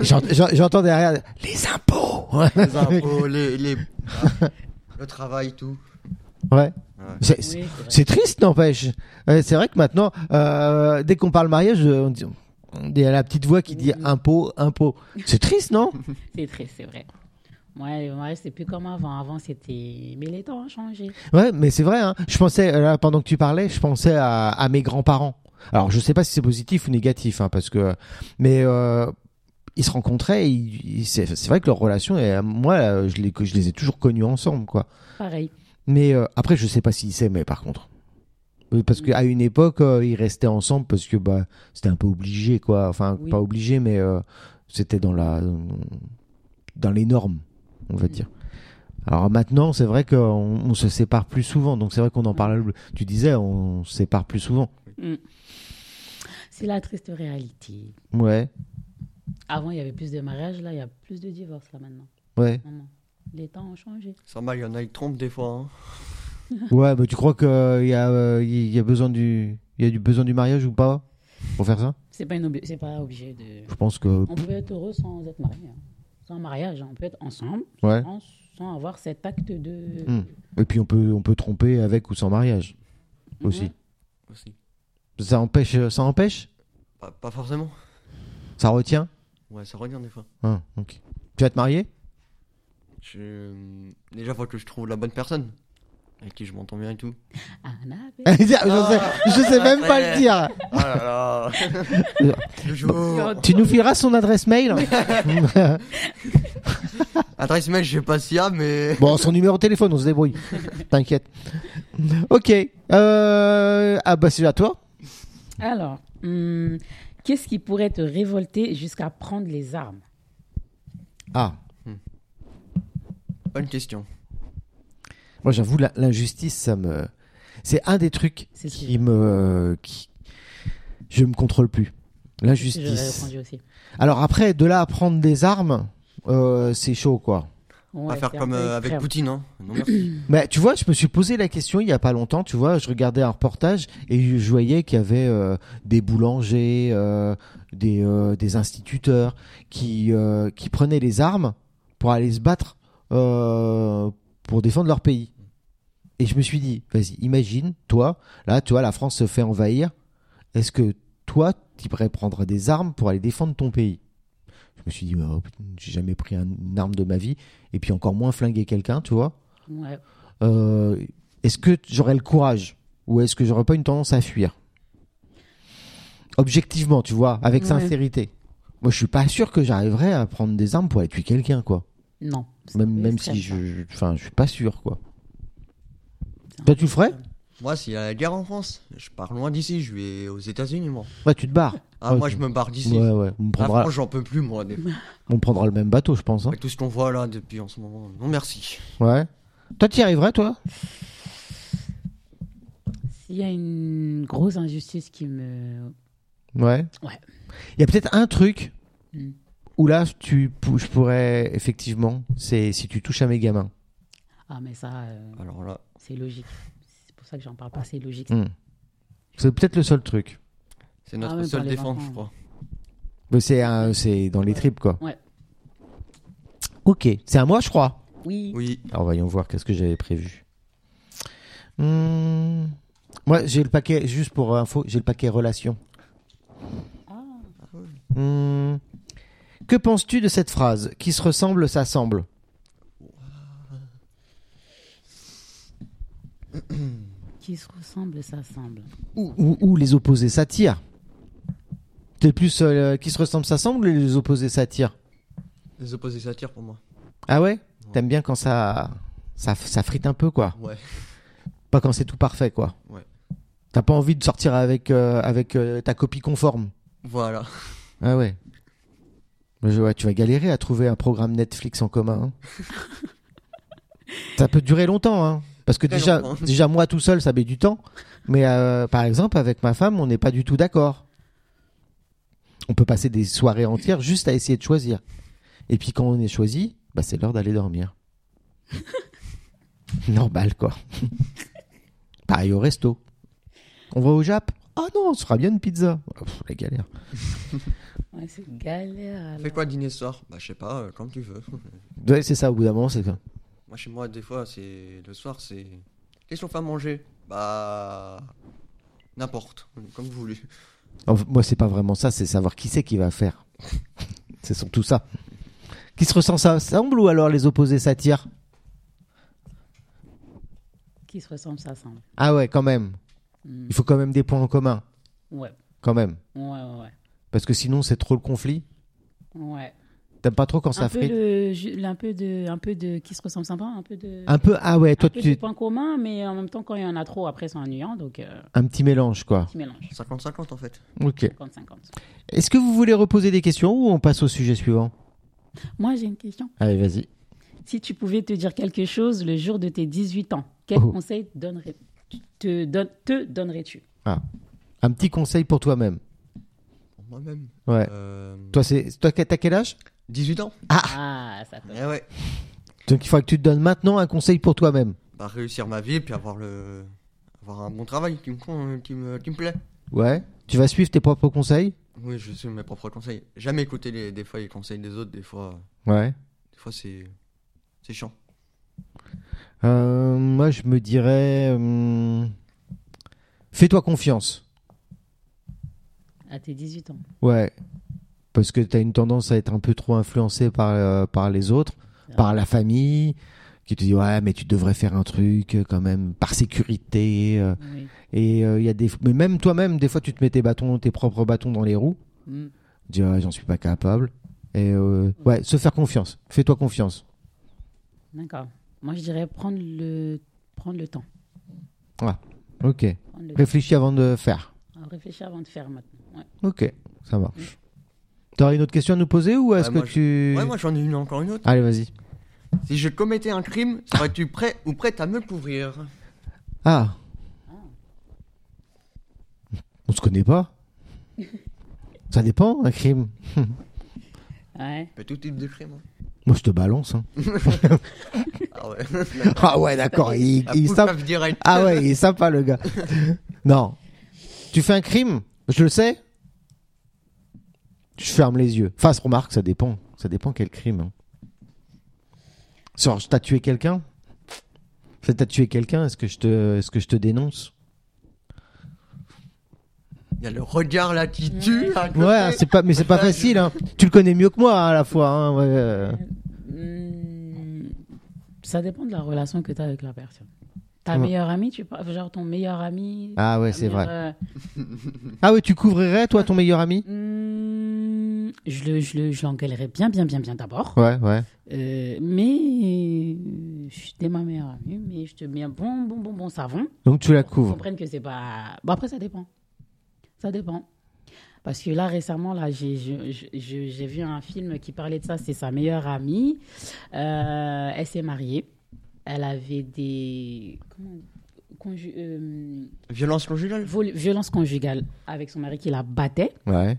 [SPEAKER 3] J'ent- j'en- J'entends derrière les impôts.
[SPEAKER 2] *laughs*
[SPEAKER 3] *laughs*
[SPEAKER 2] Les *laughs* impôts, les. les- ah, le travail, tout.
[SPEAKER 3] Ouais.
[SPEAKER 2] Ouais.
[SPEAKER 3] C'est-
[SPEAKER 1] oui, c'est
[SPEAKER 3] C'est
[SPEAKER 1] vrai.
[SPEAKER 3] c'est triste, n'empêche. Ouais, C'est vrai que maintenant, euh, dès qu'on parle mariage, euh, on dit, on dit à la petite voix qui dit impôt, impôt. C'est triste, non
[SPEAKER 1] C'est triste, c'est vrai. Ouais, le mariage, c'est plus comme avant. Avant, c'était. Mais les temps ont changé.
[SPEAKER 3] Ouais, mais c'est vrai. hein. Je pensais, euh, là, pendant que tu parlais, je pensais à, à mes grands-parents. Alors, je sais pas si c'est positif ou négatif, hein, parce que, mais euh, ils se rencontraient. et ils- ils- C'est c'est vrai que leur relation, et moi, euh, je les, que je les ai toujours connus ensemble, quoi.
[SPEAKER 1] Pareil.
[SPEAKER 3] Mais euh, après, je sais pas s'ils s'aimaient par contre. Euh, Parce qu'à une époque, euh, ils restaient ensemble parce que bah, c'était un peu obligé, quoi. Enfin,
[SPEAKER 1] Oui.
[SPEAKER 3] pas obligé, mais euh, c'était dans, la, dans les normes, on va
[SPEAKER 1] Mm.
[SPEAKER 3] dire. Alors maintenant, c'est vrai qu'on on se sépare plus souvent. Donc c'est vrai qu'on en parle. Tu disais, on se sépare plus souvent.
[SPEAKER 1] Mm. C'est la triste réalité.
[SPEAKER 3] Ouais.
[SPEAKER 1] Avant, il y avait plus de mariages, là, il y a plus de divorces, là, maintenant.
[SPEAKER 3] Ouais.
[SPEAKER 1] Maman, Les temps ont changé.
[SPEAKER 2] Ça va, il y en a, ils trompent des fois. hein.
[SPEAKER 3] Ouais, mais tu crois qu'il y, a, euh, y y a besoin du, il y a du besoin du mariage ou pas pour faire ça
[SPEAKER 1] C'est pas, une obli- c'est pas obligé de.
[SPEAKER 3] Je pense que
[SPEAKER 1] On peut être heureux sans être marié. hein. Sans mariage, hein. on peut être ensemble
[SPEAKER 3] ouais.
[SPEAKER 1] sans, sans avoir cet acte de.
[SPEAKER 3] Hmm. Et puis on peut, on peut tromper avec ou sans mariage aussi.
[SPEAKER 1] Ouais.
[SPEAKER 2] Aussi.
[SPEAKER 3] Ça empêche, ça empêche,
[SPEAKER 2] Pas, pas forcément.
[SPEAKER 3] ça retient.
[SPEAKER 2] Ouais, ça revient des fois.
[SPEAKER 3] Ah, ok. Tu vas te marier *laughs*
[SPEAKER 2] Je... euh, Déjà, faut que je trouve la bonne personne. Avec qui je m'entends bien et tout.
[SPEAKER 1] Annabelle.
[SPEAKER 3] je, sais, je sais même pas le dire.
[SPEAKER 2] Ah là *laughs* là Toujours
[SPEAKER 3] Tu nous fileras son adresse mail
[SPEAKER 2] Adresse mail, je sais pas s'il y a, mais...
[SPEAKER 3] *laughs* Bon, son numéro de téléphone, on se débrouille. T'inquiète. Ok. Euh, Ah bah c'est à toi.
[SPEAKER 1] Alors, hum, qu'est-ce qui pourrait te révolter jusqu'à prendre les armes
[SPEAKER 3] Ah,
[SPEAKER 2] Bonne question.
[SPEAKER 3] moi j'avoue la- l'injustice, ça me, c'est un des trucs
[SPEAKER 1] C'est ce que
[SPEAKER 3] qui me, qui, je me contrôle plus.
[SPEAKER 1] J'aurais
[SPEAKER 3] L'injustice.
[SPEAKER 1] répondu aussi.
[SPEAKER 3] Alors après, de là à prendre des armes, euh, c'est chaud quoi.
[SPEAKER 1] Ouais,
[SPEAKER 2] à faire
[SPEAKER 1] c'est un
[SPEAKER 2] comme
[SPEAKER 1] peu
[SPEAKER 2] euh, avec
[SPEAKER 1] extrême. *clears throat*
[SPEAKER 2] Poutine, hein. Non, merci.
[SPEAKER 3] Mais tu vois, je me suis posé la question il y a pas longtemps. Tu vois, je regardais un reportage et je voyais qu'il y avait euh, des boulangers, euh, des, euh, des instituteurs qui euh, qui prenaient les armes pour aller se battre euh, pour défendre leur pays. Et je me suis dit, vas-y, imagine, toi, là, tu vois, la France se fait envahir. Est-ce que toi, tu pourrais prendre des armes pour aller défendre ton pays Je me suis dit, oh, putain, j'ai jamais pris un- une arme de ma vie, et puis encore moins flinguer quelqu'un, tu vois.
[SPEAKER 1] Ouais.
[SPEAKER 3] Euh, est-ce que t- j'aurais le courage ou est-ce que j'aurais pas une tendance à fuir Objectivement, tu vois, avec
[SPEAKER 1] Ouais.
[SPEAKER 3] sincérité. Moi, je suis pas sûr que j'arriverais à prendre des armes pour aller tuer quelqu'un, quoi.
[SPEAKER 1] Non. c'est
[SPEAKER 3] Même,
[SPEAKER 1] un peu
[SPEAKER 3] même
[SPEAKER 1] extrême,
[SPEAKER 3] si
[SPEAKER 1] ça.
[SPEAKER 3] je, je- enfin, je suis pas sûr, quoi.
[SPEAKER 1] C'est un
[SPEAKER 3] Toi,
[SPEAKER 1] peu
[SPEAKER 3] tu le ferais
[SPEAKER 1] extrême.
[SPEAKER 2] Moi, s'il y a la guerre en France, je pars loin d'ici, je vais aux États-Unis, moi.
[SPEAKER 3] Ouais, tu te barres.
[SPEAKER 2] Ah,
[SPEAKER 3] Ok.
[SPEAKER 2] moi, je me Ah, barre d'ici.
[SPEAKER 3] Ouais, ouais. On
[SPEAKER 2] La
[SPEAKER 3] prendra,
[SPEAKER 2] France, j'en peux plus, moi. Des...
[SPEAKER 3] on prendra le même bateau, je pense. hein.
[SPEAKER 2] Avec tout ce qu'on voit là depuis en ce moment. Non, merci.
[SPEAKER 3] Ouais. Toi, tu y arriverais, toi
[SPEAKER 1] S'il y a une grosse injustice qui me.
[SPEAKER 3] Ouais.
[SPEAKER 1] Ouais.
[SPEAKER 3] Il y a peut-être un truc
[SPEAKER 1] Mm.
[SPEAKER 3] où là, tu, pou- je pourrais effectivement, c'est si tu touches à mes gamins.
[SPEAKER 1] Ah, mais ça, euh,
[SPEAKER 2] Alors là,
[SPEAKER 1] c'est logique. C'est pour ça que j'en parle pas, c'est logique.
[SPEAKER 3] Mm. C'est peut-être le seul truc.
[SPEAKER 2] c'est notre
[SPEAKER 1] Ah, même par
[SPEAKER 2] seule
[SPEAKER 1] les
[SPEAKER 2] défense,
[SPEAKER 1] enfants.
[SPEAKER 2] je crois.
[SPEAKER 3] Mais c'est un- c'est dans les
[SPEAKER 1] Ouais.
[SPEAKER 3] tripes, quoi.
[SPEAKER 1] Ouais.
[SPEAKER 3] Ok, c'est à moi, je crois.
[SPEAKER 1] Oui.
[SPEAKER 2] Oui,
[SPEAKER 3] Alors, voyons voir qu'est-ce que j'avais prévu. Hmm. Moi, j'ai le paquet, juste pour info, j'ai le paquet relations.
[SPEAKER 1] Ah,
[SPEAKER 3] Hmm. Que penses-tu de cette phrase Qui se ressemble, s'assemble
[SPEAKER 1] qui se ressemble, s'assemble.
[SPEAKER 3] ou, ou- ou les opposés s'attirent T'es plus euh, qui se ressemble, s'assemble ou les opposés s'attirent
[SPEAKER 2] les opposés s'attirent pour moi.
[SPEAKER 3] Ah ouais T'aimes bien quand ça, ça, ça frite un peu, quoi
[SPEAKER 2] Ouais. *laughs*
[SPEAKER 3] Pas quand c'est tout parfait, quoi.
[SPEAKER 2] Ouais.
[SPEAKER 3] T'as pas envie de sortir avec, euh, avec euh, ta copie conforme.
[SPEAKER 2] Voilà.
[SPEAKER 3] Ah ouais. Mais je- ouais, tu vas galérer à trouver un programme Netflix en commun.
[SPEAKER 2] *laughs*
[SPEAKER 3] hein. ça peut durer longtemps, hein. Parce que
[SPEAKER 2] Très
[SPEAKER 3] déjà,
[SPEAKER 2] longtemps. *laughs*
[SPEAKER 3] déjà, moi tout seul, ça met du temps. Mais euh, par exemple, avec ma femme, on n'est pas du tout d'accord. On peut passer des soirées entières juste à essayer de choisir. Et puis quand on est choisi, bah, c'est l'heure d'aller
[SPEAKER 2] *laughs*
[SPEAKER 3] dormir. Normal, quoi. Pareil au resto. On va au Jap. Ah non, on se fera bien une pizza. Pff, la galère.
[SPEAKER 1] Ouais, c'est galère. alors.
[SPEAKER 2] Fais quoi dîner ce soir Bah, je sais pas, euh, quand tu veux. *laughs*
[SPEAKER 3] Ouais, c'est ça, au bout d'un moment, c'est ça.
[SPEAKER 2] Moi, chez moi, des fois, c'est le soir, c'est. Qu'est-ce qu'on fait à manger Bah. N'importe, comme vous voulez.
[SPEAKER 3] Enfin, moi, c'est pas vraiment ça, c'est savoir qui c'est qui va faire. *laughs* c'est surtout ça. Qui se ressent ça semble ou alors les opposés s'attirent
[SPEAKER 1] Qui se ressemble, s'assemble.
[SPEAKER 3] Ah ouais, quand même.
[SPEAKER 1] Mm.
[SPEAKER 3] Il faut quand même des points en commun,
[SPEAKER 1] Ouais.
[SPEAKER 3] quand même.
[SPEAKER 1] Ouais, ouais, ouais.
[SPEAKER 3] Parce que sinon, c'est trop le conflit.
[SPEAKER 1] Ouais.
[SPEAKER 3] T'aimes pas trop quand ça
[SPEAKER 1] Un peu,
[SPEAKER 3] frite
[SPEAKER 1] le, ju- un, peu de, un peu de qui se ressemble sympa, un peu de.
[SPEAKER 3] Un peu, ah ouais,
[SPEAKER 1] un
[SPEAKER 3] toi,
[SPEAKER 1] peu
[SPEAKER 3] tu
[SPEAKER 1] de points communs, mais en même temps, quand il y en a trop, après, c'est ennuyant. Donc, euh,
[SPEAKER 3] un petit mélange, quoi.
[SPEAKER 1] petit mélange.
[SPEAKER 2] 50-50 en fait.
[SPEAKER 3] Ok.
[SPEAKER 1] 50-50.
[SPEAKER 3] Est-ce que vous voulez reposer des questions ou on passe au sujet suivant
[SPEAKER 1] Moi, j'ai une question.
[SPEAKER 3] Allez, vas-y.
[SPEAKER 1] Si tu pouvais te dire quelque chose le jour de tes 18 ans, quel
[SPEAKER 3] Oh.
[SPEAKER 1] conseil donnerais- tu- te, don- te donnerais-tu
[SPEAKER 3] Un petit conseil pour toi-même.
[SPEAKER 2] Pour moi-même.
[SPEAKER 3] Ouais.
[SPEAKER 2] Euh,
[SPEAKER 3] Toi, c'est toi, t'as quel âge
[SPEAKER 2] 18 ans
[SPEAKER 1] Ah, ça tombe.
[SPEAKER 2] Eh ouais.
[SPEAKER 3] Donc il faudrait que tu te donnes maintenant un conseil pour toi-même.
[SPEAKER 2] Bah, réussir ma vie et puis avoir, le... avoir un bon travail qui me, con- qui me... qui me plaît.
[SPEAKER 3] Ouais. Tu vas suivre tes propres conseils.
[SPEAKER 2] Oui, je suis mes propres conseils. Jamais écouter les... des fois les conseils des autres, des fois,
[SPEAKER 3] Ouais.
[SPEAKER 2] des fois c'est c'est chiant.
[SPEAKER 3] Euh, moi, je me dirais, hum, fais-toi confiance.
[SPEAKER 1] À tes 18 ans.
[SPEAKER 3] Ouais. Parce que t'as une tendance à être un peu trop influencé par euh, par les autres,
[SPEAKER 1] Ouais.
[SPEAKER 3] par la famille, qui te dit ouais, mais tu devrais faire un truc euh, quand même par sécurité. euh.
[SPEAKER 1] Oui.
[SPEAKER 3] et euh, il y a des, mais même toi-même, des fois, tu te mets tes bâtons, tes propres bâtons dans les roues.
[SPEAKER 1] Mm.
[SPEAKER 3] Tu dis ah, j'en suis pas capable. Et euh, ouais, se faire confiance. Fais-toi confiance.
[SPEAKER 1] D'accord. Moi, je dirais prendre le, prendre le temps.
[SPEAKER 3] Ok.
[SPEAKER 1] Prendre le
[SPEAKER 3] Réfléchis avant de faire.
[SPEAKER 1] temps. Réfléchir avant de faire maintenant. Ouais.
[SPEAKER 3] Ok, ça marche. T'aurais une autre question à nous poser ou est-ce
[SPEAKER 2] Ouais,
[SPEAKER 3] que
[SPEAKER 2] moi, je-
[SPEAKER 3] tu.
[SPEAKER 2] Ouais, moi j'en ai une encore une autre.
[SPEAKER 3] Allez, vas-y.
[SPEAKER 2] Si je commettais un crime, serais-tu prêt ou prête à me le couvrir
[SPEAKER 3] Ah. On se connaît *laughs* pas. ça dépend, un crime.
[SPEAKER 1] Ouais.
[SPEAKER 2] Pas tout type de crime. hein.
[SPEAKER 3] Moi, je te balance. hein.
[SPEAKER 2] Ah
[SPEAKER 3] *laughs*
[SPEAKER 2] ouais.
[SPEAKER 3] Ah ouais, d'accord. Il,
[SPEAKER 2] La
[SPEAKER 3] il est
[SPEAKER 2] poule
[SPEAKER 3] sympa.
[SPEAKER 2] paf direct.
[SPEAKER 3] Ah ouais, il est sympa, le *laughs* gars. non. Tu fais un crime, je le sais. Je ferme les yeux. Enfin, remarque, ça dépend. Ça dépend quel crime. hein. Genre, je t'as tué quelqu'un Si t'as tué quelqu'un, est-ce que, je te, est-ce que je te dénonce
[SPEAKER 2] Il y a le regard là qui tue. là, que-
[SPEAKER 3] Ouais, c'est pas, mais c'est pas facile. hein. Tu le connais mieux que moi hein, à la fois. hein, ouais, euh.
[SPEAKER 1] Mm. Ça dépend de la relation que tu as avec la personne. Ta
[SPEAKER 3] Ouais.
[SPEAKER 1] meilleure amie, tu parles, genre ton meilleur ami.
[SPEAKER 3] Ah ouais,
[SPEAKER 1] ta
[SPEAKER 3] c'est vrai.
[SPEAKER 1] meilleure,
[SPEAKER 3] Ah ouais, tu couvrirais, toi, ton meilleur ami
[SPEAKER 1] euh, mm, je le, je le, je l'engueulerais bien, bien, bien, bien d'abord.
[SPEAKER 3] Ouais, ouais.
[SPEAKER 1] Euh, mais euh, je- t'es ma meilleure amie, mais je te mets un bon, bon, bon, bon savon.
[SPEAKER 3] Donc tu la
[SPEAKER 1] Pour
[SPEAKER 3] couvres.
[SPEAKER 1] comprennent que c'est pas. Bon, après, ça dépend. Ça dépend. Parce que là, récemment, là, j'ai, je- je- je- j'ai vu un film qui parlait de ça. C'est sa meilleure amie. Euh, elle s'est mariée. Elle avait des. Comment conju- euh,
[SPEAKER 2] Violence conjugale
[SPEAKER 1] vol- violence conjugale avec son mari qui la battait.
[SPEAKER 3] Ouais.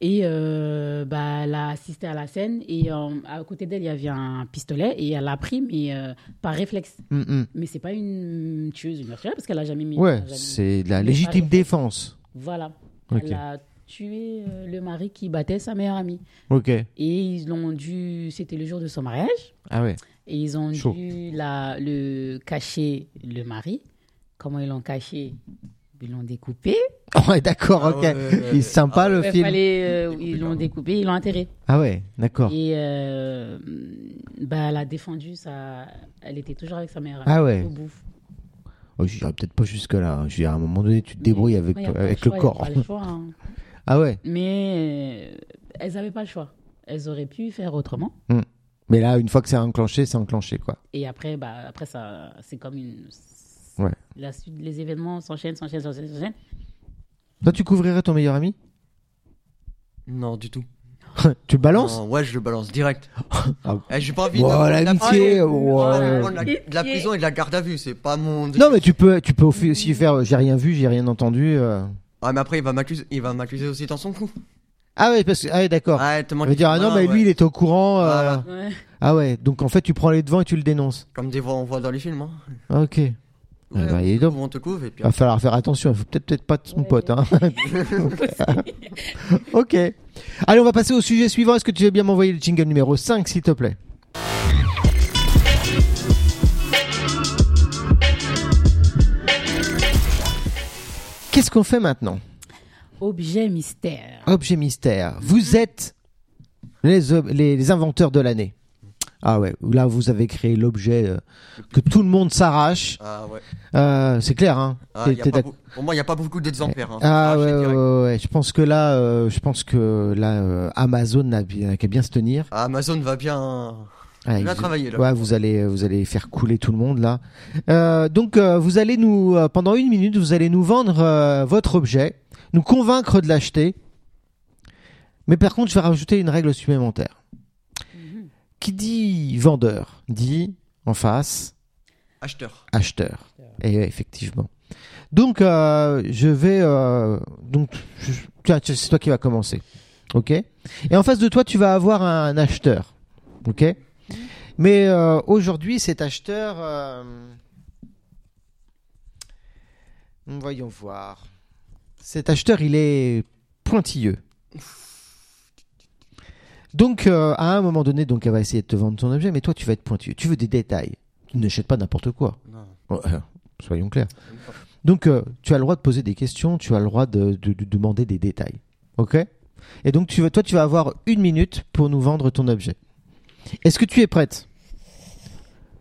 [SPEAKER 1] Et euh, bah, elle a assisté à la scène. Et euh, à côté d'elle, il y avait un pistolet. Et elle l'a pris, mais euh, par réflexe.
[SPEAKER 3] Mm, mm.
[SPEAKER 1] Mais c'est pas une tueuse, une meurtrière, parce qu'elle a jamais mis. elle
[SPEAKER 3] Ouais,
[SPEAKER 1] a jamais-
[SPEAKER 3] c'est de la
[SPEAKER 1] Mais
[SPEAKER 3] légitime
[SPEAKER 1] pareil.
[SPEAKER 3] défense.
[SPEAKER 1] Voilà.
[SPEAKER 3] Ok.
[SPEAKER 1] Elle a tué euh, le mari qui battait sa meilleure amie.
[SPEAKER 3] Ok.
[SPEAKER 1] Et ils l'ont dû. C'était le jour de son mariage.
[SPEAKER 3] Ah ouais.
[SPEAKER 1] Et ils ont
[SPEAKER 3] Chaud.
[SPEAKER 1] dû la, le cacher, le mari. Comment ils l'ont caché Ils l'ont découpé.
[SPEAKER 3] *laughs* Ouais, d'accord,
[SPEAKER 2] Ah
[SPEAKER 3] ok.
[SPEAKER 2] ouais, ouais, ouais.
[SPEAKER 3] Il est sympa le
[SPEAKER 1] Ouais,
[SPEAKER 3] film.
[SPEAKER 1] fallait, euh,
[SPEAKER 2] Découpé,
[SPEAKER 1] ils l'ont
[SPEAKER 2] pardon.
[SPEAKER 1] découpé, ils l'ont enterré.
[SPEAKER 3] Ah ouais, d'accord.
[SPEAKER 1] Et euh, bah, elle a défendu ça. Elle était toujours avec sa meilleure amie.
[SPEAKER 3] Ah ouais.
[SPEAKER 1] au bout.
[SPEAKER 3] Oh, J'irai peut-être pas jusque-là. hein. Je dirais, à un moment donné, tu te débrouilles avec,
[SPEAKER 1] Ouais, y a pas
[SPEAKER 3] avec
[SPEAKER 1] choix,
[SPEAKER 3] le
[SPEAKER 1] y a
[SPEAKER 3] corps.
[SPEAKER 1] pas le choix, hein.
[SPEAKER 3] *laughs* Ah ouais.
[SPEAKER 1] Mais euh, elles n'avaient pas le choix. Elles auraient pu faire autrement.
[SPEAKER 3] Mais là, une fois que c'est enclenché, c'est enclenché, quoi.
[SPEAKER 1] Et après, bah, après ça, c'est comme une.
[SPEAKER 3] Ouais.
[SPEAKER 1] La suite, les événements s'enchaînent, s'enchaînent, s'enchaînent, s'enchaînent.
[SPEAKER 3] Toi, tu couvrirais ton meilleur ami *laughs*
[SPEAKER 2] Non, du tout.
[SPEAKER 3] Tu le balances
[SPEAKER 2] Non, Ouais, je le balance direct.
[SPEAKER 3] *laughs* Ah.
[SPEAKER 2] Eh, J'ai pas envie
[SPEAKER 3] Oh,
[SPEAKER 2] de-
[SPEAKER 3] l'amitié,
[SPEAKER 2] de-
[SPEAKER 3] oh,
[SPEAKER 2] de-
[SPEAKER 1] euh,
[SPEAKER 2] de- de- de la prison et de la garde à vue, c'est pas mon.
[SPEAKER 3] Non, mais tu peux, tu peux aussi faire. euh, J'ai rien vu, j'ai rien entendu. euh.
[SPEAKER 2] Ah, mais après, il va m'accuser, il va m'accuser aussi dans son coup.
[SPEAKER 3] Ah ouais, parce que ah ouais, d'accord.
[SPEAKER 2] Ah, te
[SPEAKER 3] On va dire ah non, mais lui, il est au courant. euh,
[SPEAKER 2] Voilà.
[SPEAKER 1] Ouais.
[SPEAKER 3] Ah ouais. Donc en fait, tu prends les devants et tu le dénonces.
[SPEAKER 2] Comme des fois, on voit dans les films. Hein.
[SPEAKER 3] Ah, Ok. Ah bah, dis donc.
[SPEAKER 2] on te couvre et puis.
[SPEAKER 3] Il va falloir faire attention, il faut peut-être peut-être pas de son
[SPEAKER 1] Ouais.
[SPEAKER 3] pote. Hein. *laughs* ok. Allez, on va passer au sujet suivant. Est-ce que tu veux bien m'envoyer le jingle numéro 5, s'il te plaît Qu'est-ce qu'on fait maintenant
[SPEAKER 1] Objet mystère.
[SPEAKER 3] Objet mystère. Vous êtes les, ob- les, les inventeurs de l'année. Ah ouais, là vous avez créé l'objet euh, que tout le monde s'arrache.
[SPEAKER 2] Ah ouais.
[SPEAKER 3] Euh, c'est clair, hein
[SPEAKER 2] Ah,
[SPEAKER 3] T'es-
[SPEAKER 2] y a
[SPEAKER 3] t'es
[SPEAKER 2] pas
[SPEAKER 3] d'ac-
[SPEAKER 2] beaucoup- Pour moi, il n'y a pas beaucoup d'exemplaires. Hein.
[SPEAKER 3] Ah
[SPEAKER 2] je
[SPEAKER 3] ouais,
[SPEAKER 2] l'ai
[SPEAKER 3] ouais,
[SPEAKER 2] direct.
[SPEAKER 3] ouais, ouais. je pense que là, euh, je pense que là, euh, Amazon n'a bien, qu'à bien se tenir.
[SPEAKER 2] Ah, Amazon va bien.
[SPEAKER 3] Ah,
[SPEAKER 2] bien
[SPEAKER 3] ils-
[SPEAKER 2] travailler là.
[SPEAKER 3] ouais, vous allez, vous allez faire couler tout le monde là. Euh, donc, euh, vous allez nous, euh, pendant une minute, vous allez nous vendre euh, votre objet, nous convaincre de l'acheter. Mais par contre, je vais rajouter une règle supplémentaire.
[SPEAKER 1] Mhm.
[SPEAKER 3] Qui dit vendeur dit en face
[SPEAKER 2] Acheteur.
[SPEAKER 3] acheteur. Et ouais, effectivement. Donc, euh, je vais. euh, donc, je- tiens, tiens, c'est toi qui vas commencer. Ok Et en face de toi, tu vas avoir un acheteur. OK Mais euh, aujourd'hui, cet acheteur. euh, hmm, Voyons voir. Cet acheteur, il est pointilleux. Donc, euh, à un moment donné, donc, elle va essayer de te vendre ton objet, mais toi, tu vas être pointilleux. Tu veux des détails. Tu n'achètes pas n'importe quoi.
[SPEAKER 2] Non.
[SPEAKER 3] Ouais, euh, soyons clairs. Donc, euh, tu as le droit de poser des questions, tu as le droit de, de- de demander des détails. OK Et donc, tu vas- toi, tu vas avoir une minute pour nous vendre ton objet. Est-ce que tu es prête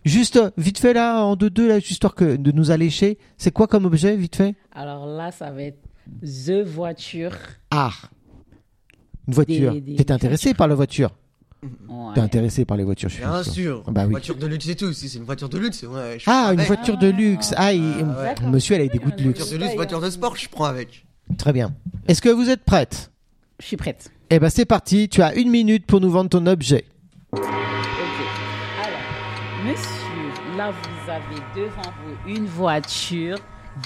[SPEAKER 3] Juste, euh, vite fait, là, en deux-deux, là, juste histoire que de nous allécher. C'est quoi comme objet, vite fait
[SPEAKER 1] Alors là, ça va être The Voiture.
[SPEAKER 3] Ah Une voiture.
[SPEAKER 1] Des- des-
[SPEAKER 3] T'es intéressé par la voiture
[SPEAKER 1] Ouais.
[SPEAKER 3] T'es intéressé par les voitures, je suis
[SPEAKER 2] Bien
[SPEAKER 3] sûr.
[SPEAKER 2] sûr.
[SPEAKER 3] Ah bah oui.
[SPEAKER 2] Voiture de luxe et tout. Si c'est une voiture de luxe, ouais, je prends
[SPEAKER 3] Ah, une
[SPEAKER 2] avec.
[SPEAKER 3] voiture de luxe. Ah, il-
[SPEAKER 1] ouais.
[SPEAKER 3] monsieur, elle a des goûts de
[SPEAKER 2] Voiture
[SPEAKER 3] luxe.
[SPEAKER 2] de luxe, voiture de sport, je prends avec.
[SPEAKER 3] Très bien. Est-ce que vous êtes prête
[SPEAKER 1] Je suis prête.
[SPEAKER 3] Eh ben, c'est parti. Tu as une minute pour nous vendre ton objet.
[SPEAKER 1] Ok. Alors, monsieur, là, vous avez devant vous une voiture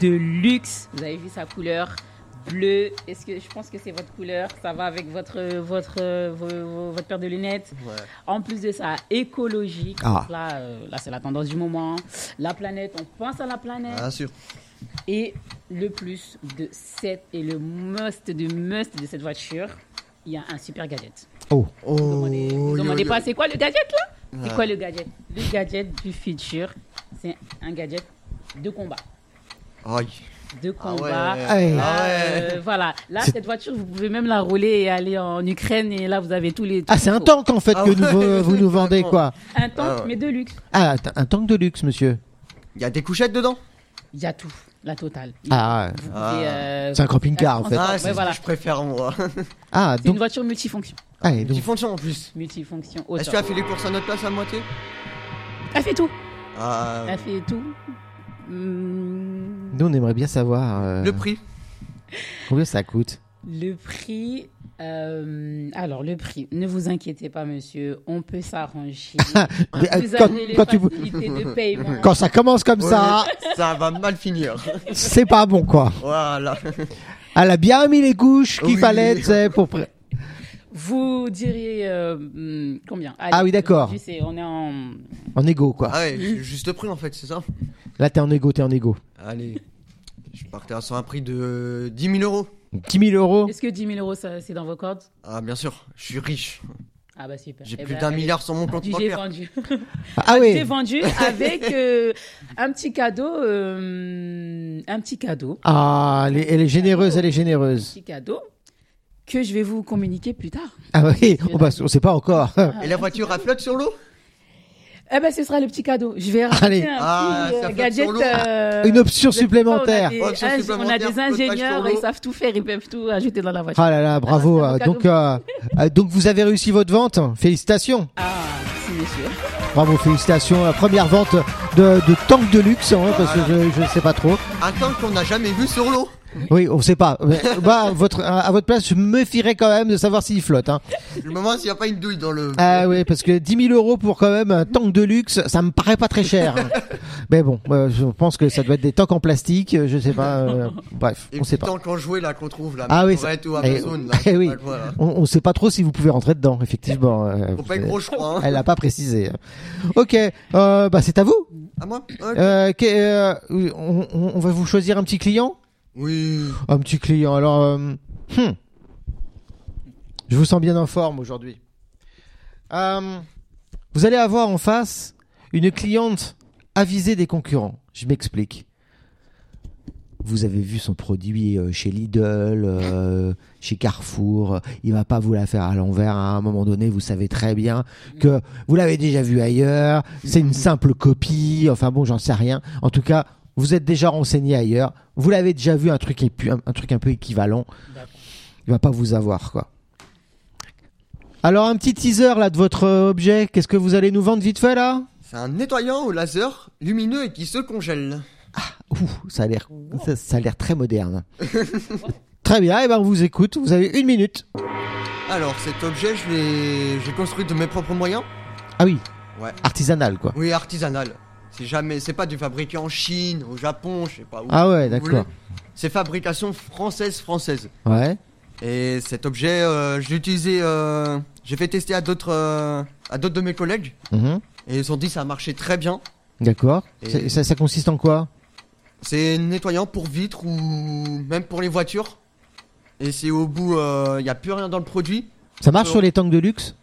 [SPEAKER 1] de luxe. Vous avez vu sa couleur bleue. Est-ce que je pense que c'est votre couleur Ça va avec votre votre vos- vos- votre paire de lunettes.
[SPEAKER 2] Ouais.
[SPEAKER 1] En plus de ça, écologique.
[SPEAKER 3] Ah.
[SPEAKER 1] Donc Là, euh, là c'est la tendance du moment. La planète, on pense à la planète.
[SPEAKER 2] Bien sûr.
[SPEAKER 1] Et le plus de cette et le must de must de cette voiture, il y a un super gadget.
[SPEAKER 3] Oh.
[SPEAKER 1] Vous demandez, vous
[SPEAKER 2] Oh, yo,
[SPEAKER 1] demandez
[SPEAKER 2] yo.
[SPEAKER 1] pas c'est quoi le gadget là
[SPEAKER 2] Ouais.
[SPEAKER 1] C'est quoi le gadget Le gadget du futur, c'est un gadget de combat.
[SPEAKER 2] Aïe.
[SPEAKER 1] De
[SPEAKER 2] Ah ouais.
[SPEAKER 1] combat.
[SPEAKER 3] Aïe.
[SPEAKER 1] Là,
[SPEAKER 2] Ah ouais.
[SPEAKER 1] euh, voilà, là
[SPEAKER 3] C'est-
[SPEAKER 1] cette voiture vous pouvez même la rouler et aller en Ukraine et là vous avez tous les
[SPEAKER 3] Ah, c'est un
[SPEAKER 1] temps
[SPEAKER 3] tank en fait
[SPEAKER 2] Ah
[SPEAKER 3] que
[SPEAKER 2] ouais.
[SPEAKER 3] nous- euh, vous
[SPEAKER 1] *laughs*
[SPEAKER 3] nous vendez quoi
[SPEAKER 1] un tank
[SPEAKER 2] Ah ouais.
[SPEAKER 1] mais de luxe.
[SPEAKER 3] Ah, t- un tank de luxe, monsieur.
[SPEAKER 2] Il y a des couchettes dedans
[SPEAKER 1] Il y a tout, la totale.
[SPEAKER 3] Ah,
[SPEAKER 1] Vous
[SPEAKER 2] Ah.
[SPEAKER 1] pouvez, euh,
[SPEAKER 3] c'est un camping-car en
[SPEAKER 1] Ah,
[SPEAKER 3] fait.
[SPEAKER 1] ouais,
[SPEAKER 2] Ah, c'est
[SPEAKER 1] voilà.
[SPEAKER 2] ce que je préfère, moi.
[SPEAKER 3] Ah,
[SPEAKER 1] C'est une
[SPEAKER 3] donc,
[SPEAKER 1] voiture multifonction.
[SPEAKER 3] ah, et
[SPEAKER 2] Ils
[SPEAKER 3] donc-
[SPEAKER 2] font de ça en plus.
[SPEAKER 1] Multifonction.
[SPEAKER 2] Est-ce que
[SPEAKER 1] auteur.
[SPEAKER 2] tu as fait les courses à notre place à moitié
[SPEAKER 1] Elle fait tout.
[SPEAKER 2] Ah,
[SPEAKER 1] Elle fait tout. Hmm,
[SPEAKER 3] nous on aimerait bien savoir euh,
[SPEAKER 2] Le prix
[SPEAKER 3] combien ça coûte.
[SPEAKER 1] Le prix. euh, alors, le prix. Ne vous inquiétez pas, monsieur. On peut s'arranger.
[SPEAKER 3] *laughs* Mais, euh,
[SPEAKER 1] Ah, vous
[SPEAKER 3] quand,
[SPEAKER 1] avez les
[SPEAKER 3] quand tu-
[SPEAKER 1] facilités
[SPEAKER 3] *laughs*
[SPEAKER 1] de paiement.
[SPEAKER 3] quand ça commence comme ça,
[SPEAKER 2] Ça va mal finir. *laughs*
[SPEAKER 3] c'est pas bon quoi.
[SPEAKER 2] Voilà.
[SPEAKER 3] Elle a bien mis les couches qu'il
[SPEAKER 2] Oui.
[SPEAKER 3] fallait tu sais, pour. pré-
[SPEAKER 1] Vous diriez euh, hmm, combien Allez,
[SPEAKER 3] Ah oui, d'accord.
[SPEAKER 1] aujourd'hui, c'est- On est en.
[SPEAKER 3] En égo quoi.
[SPEAKER 2] Ah ouais, ju- juste le prix en fait, c'est ça
[SPEAKER 3] Là t'es en égo, t'es en égo.
[SPEAKER 2] Allez. Je partais à- sur un prix de 10 000 euros.
[SPEAKER 3] 10 000 euros.
[SPEAKER 1] Est-ce que 10 000 euros, ça, c'est dans vos cordes
[SPEAKER 2] Ah, bien sûr, je suis riche.
[SPEAKER 1] Ah, bah super.
[SPEAKER 2] J'ai
[SPEAKER 1] Eh
[SPEAKER 2] plus
[SPEAKER 1] ben,
[SPEAKER 2] d'un
[SPEAKER 1] allez.
[SPEAKER 2] milliard sur mon
[SPEAKER 1] Ah,
[SPEAKER 2] compte
[SPEAKER 1] du j'ai
[SPEAKER 2] bancaire.
[SPEAKER 1] vendu.
[SPEAKER 3] Ah
[SPEAKER 1] J'ai
[SPEAKER 3] *laughs* oui.
[SPEAKER 1] vendu avec euh, un petit cadeau. euh, un petit cadeau.
[SPEAKER 3] Ah, elle est, elle est généreuse, elle est
[SPEAKER 1] Un
[SPEAKER 3] généreuse.
[SPEAKER 1] petit cadeau que je vais vous communiquer plus tard.
[SPEAKER 3] Ah oui, on, passe- on sait pas encore.
[SPEAKER 1] Ah
[SPEAKER 2] Et la voiture, elle flotte sur l'eau
[SPEAKER 1] Eh ben, ce sera le petit cadeau. Je vais rajouter
[SPEAKER 3] Allez.
[SPEAKER 1] un
[SPEAKER 2] Ah,
[SPEAKER 1] petit euh,
[SPEAKER 2] ça flotte
[SPEAKER 1] gadget.
[SPEAKER 2] sur l'eau.
[SPEAKER 1] euh,
[SPEAKER 3] Une option
[SPEAKER 1] je sais pas,
[SPEAKER 3] supplémentaire.
[SPEAKER 1] On a des,
[SPEAKER 2] Option
[SPEAKER 1] ing- on a
[SPEAKER 2] supplémentaire,
[SPEAKER 1] des
[SPEAKER 2] flottage sur
[SPEAKER 1] ingénieurs,
[SPEAKER 2] l'eau.
[SPEAKER 1] ils savent tout faire, ils peuvent tout ajouter dans la voiture.
[SPEAKER 3] Ah là là, bravo.
[SPEAKER 1] Ah, c'est un
[SPEAKER 3] donc, euh, euh, donc vous avez réussi votre vente. Félicitations.
[SPEAKER 1] Ah, si monsieur.
[SPEAKER 3] Bravo, félicitations. La première vente de, de tank de luxe, hein, parce que je- je ne sais pas trop.
[SPEAKER 2] Un tank qu'on n'a jamais vu sur l'eau.
[SPEAKER 3] Oui, on sait pas.
[SPEAKER 1] *laughs*
[SPEAKER 3] Mais, bah, votre, à à votre place, je me fierais quand même de savoir s'il flotte. Hein.
[SPEAKER 2] Je me demande s'il n'y a pas une douille dans le.
[SPEAKER 3] Ah oui, parce que 10 000 euros pour quand même un tank de luxe, ça me paraît pas très cher.
[SPEAKER 1] *laughs*
[SPEAKER 3] hein. Mais bon, euh, je pense que ça doit être des tanks en plastique. euh, Je sais
[SPEAKER 1] *laughs*
[SPEAKER 3] pas. euh, bref,
[SPEAKER 2] Et
[SPEAKER 3] on sait
[SPEAKER 2] puis
[SPEAKER 3] pas.
[SPEAKER 2] tant qu'en jouer là qu'on trouve là.
[SPEAKER 3] Ah oui,
[SPEAKER 2] Tourette
[SPEAKER 3] ça-
[SPEAKER 2] ou
[SPEAKER 3] eh,
[SPEAKER 2] Amazon là.
[SPEAKER 3] *laughs* eh
[SPEAKER 2] je sais
[SPEAKER 3] oui.
[SPEAKER 2] pas quoi, là.
[SPEAKER 3] On, on sait pas trop si vous pouvez rentrer dedans,
[SPEAKER 1] *laughs*
[SPEAKER 3] effectivement. euh,
[SPEAKER 2] Faut pas être
[SPEAKER 3] vous-
[SPEAKER 2] gros, je crois. hein.
[SPEAKER 3] Elle l'a pas précisé. Ok, euh, bah c'est à vous.
[SPEAKER 2] À moi Ouais.
[SPEAKER 3] Euh, que- euh, on, on- on va vous choisir un petit client.
[SPEAKER 2] Oui.
[SPEAKER 3] Un petit client. Alors, euh, hmm. je vous sens bien en forme aujourd'hui. Euh, vous allez avoir en face une cliente avisée des concurrents. Je m'explique. Vous avez vu son produit euh, chez Lidl, euh, chez Carrefour. Il va pas vous la faire à l'envers. À un moment donné, vous savez très bien que vous l'avez déjà vu ailleurs. C'est une simple copie. Enfin bon, j'en sais rien. En tout cas, vous êtes déjà renseigné ailleurs. Vous l'avez déjà vu un truc épu- un, un truc un peu équivalent. Il va pas vous avoir quoi. Alors un petit teaser là de votre euh, objet. Qu'est-ce que vous allez nous vendre vite fait là
[SPEAKER 2] C'est un nettoyant au laser lumineux et qui se congèle.
[SPEAKER 3] Ouh, ça a l'air, ça, ça a l'air très moderne. très bien, et ben on vous écoute. Vous avez une minute.
[SPEAKER 2] Alors cet objet, je l'ai, j'ai construit de mes propres moyens.
[SPEAKER 3] Ah oui.
[SPEAKER 2] Ouais.
[SPEAKER 3] Artisanal quoi.
[SPEAKER 2] Oui, artisanal. C'est jamais, c'est pas du fabriqué en Chine, au Japon, je sais pas où.
[SPEAKER 3] Ah ouais,
[SPEAKER 2] vous
[SPEAKER 3] d'accord.
[SPEAKER 2] voulez. C'est fabrication française française.
[SPEAKER 3] Ouais.
[SPEAKER 2] Et cet objet, euh, je l'ai utilisé, euh, j'ai fait tester à d'autres euh, à d'autres de mes collègues.
[SPEAKER 3] Mhm.
[SPEAKER 2] Et ils ont dit que ça a marché très bien.
[SPEAKER 3] D'accord.
[SPEAKER 2] Et-
[SPEAKER 3] Ça- Ça, ça consiste en quoi
[SPEAKER 2] C'est nettoyant pour vitres ou même pour les voitures. Et si au bout, il n'y a plus rien dans le produit,
[SPEAKER 3] Ça marche
[SPEAKER 2] Euh,
[SPEAKER 3] sur les tanks de luxe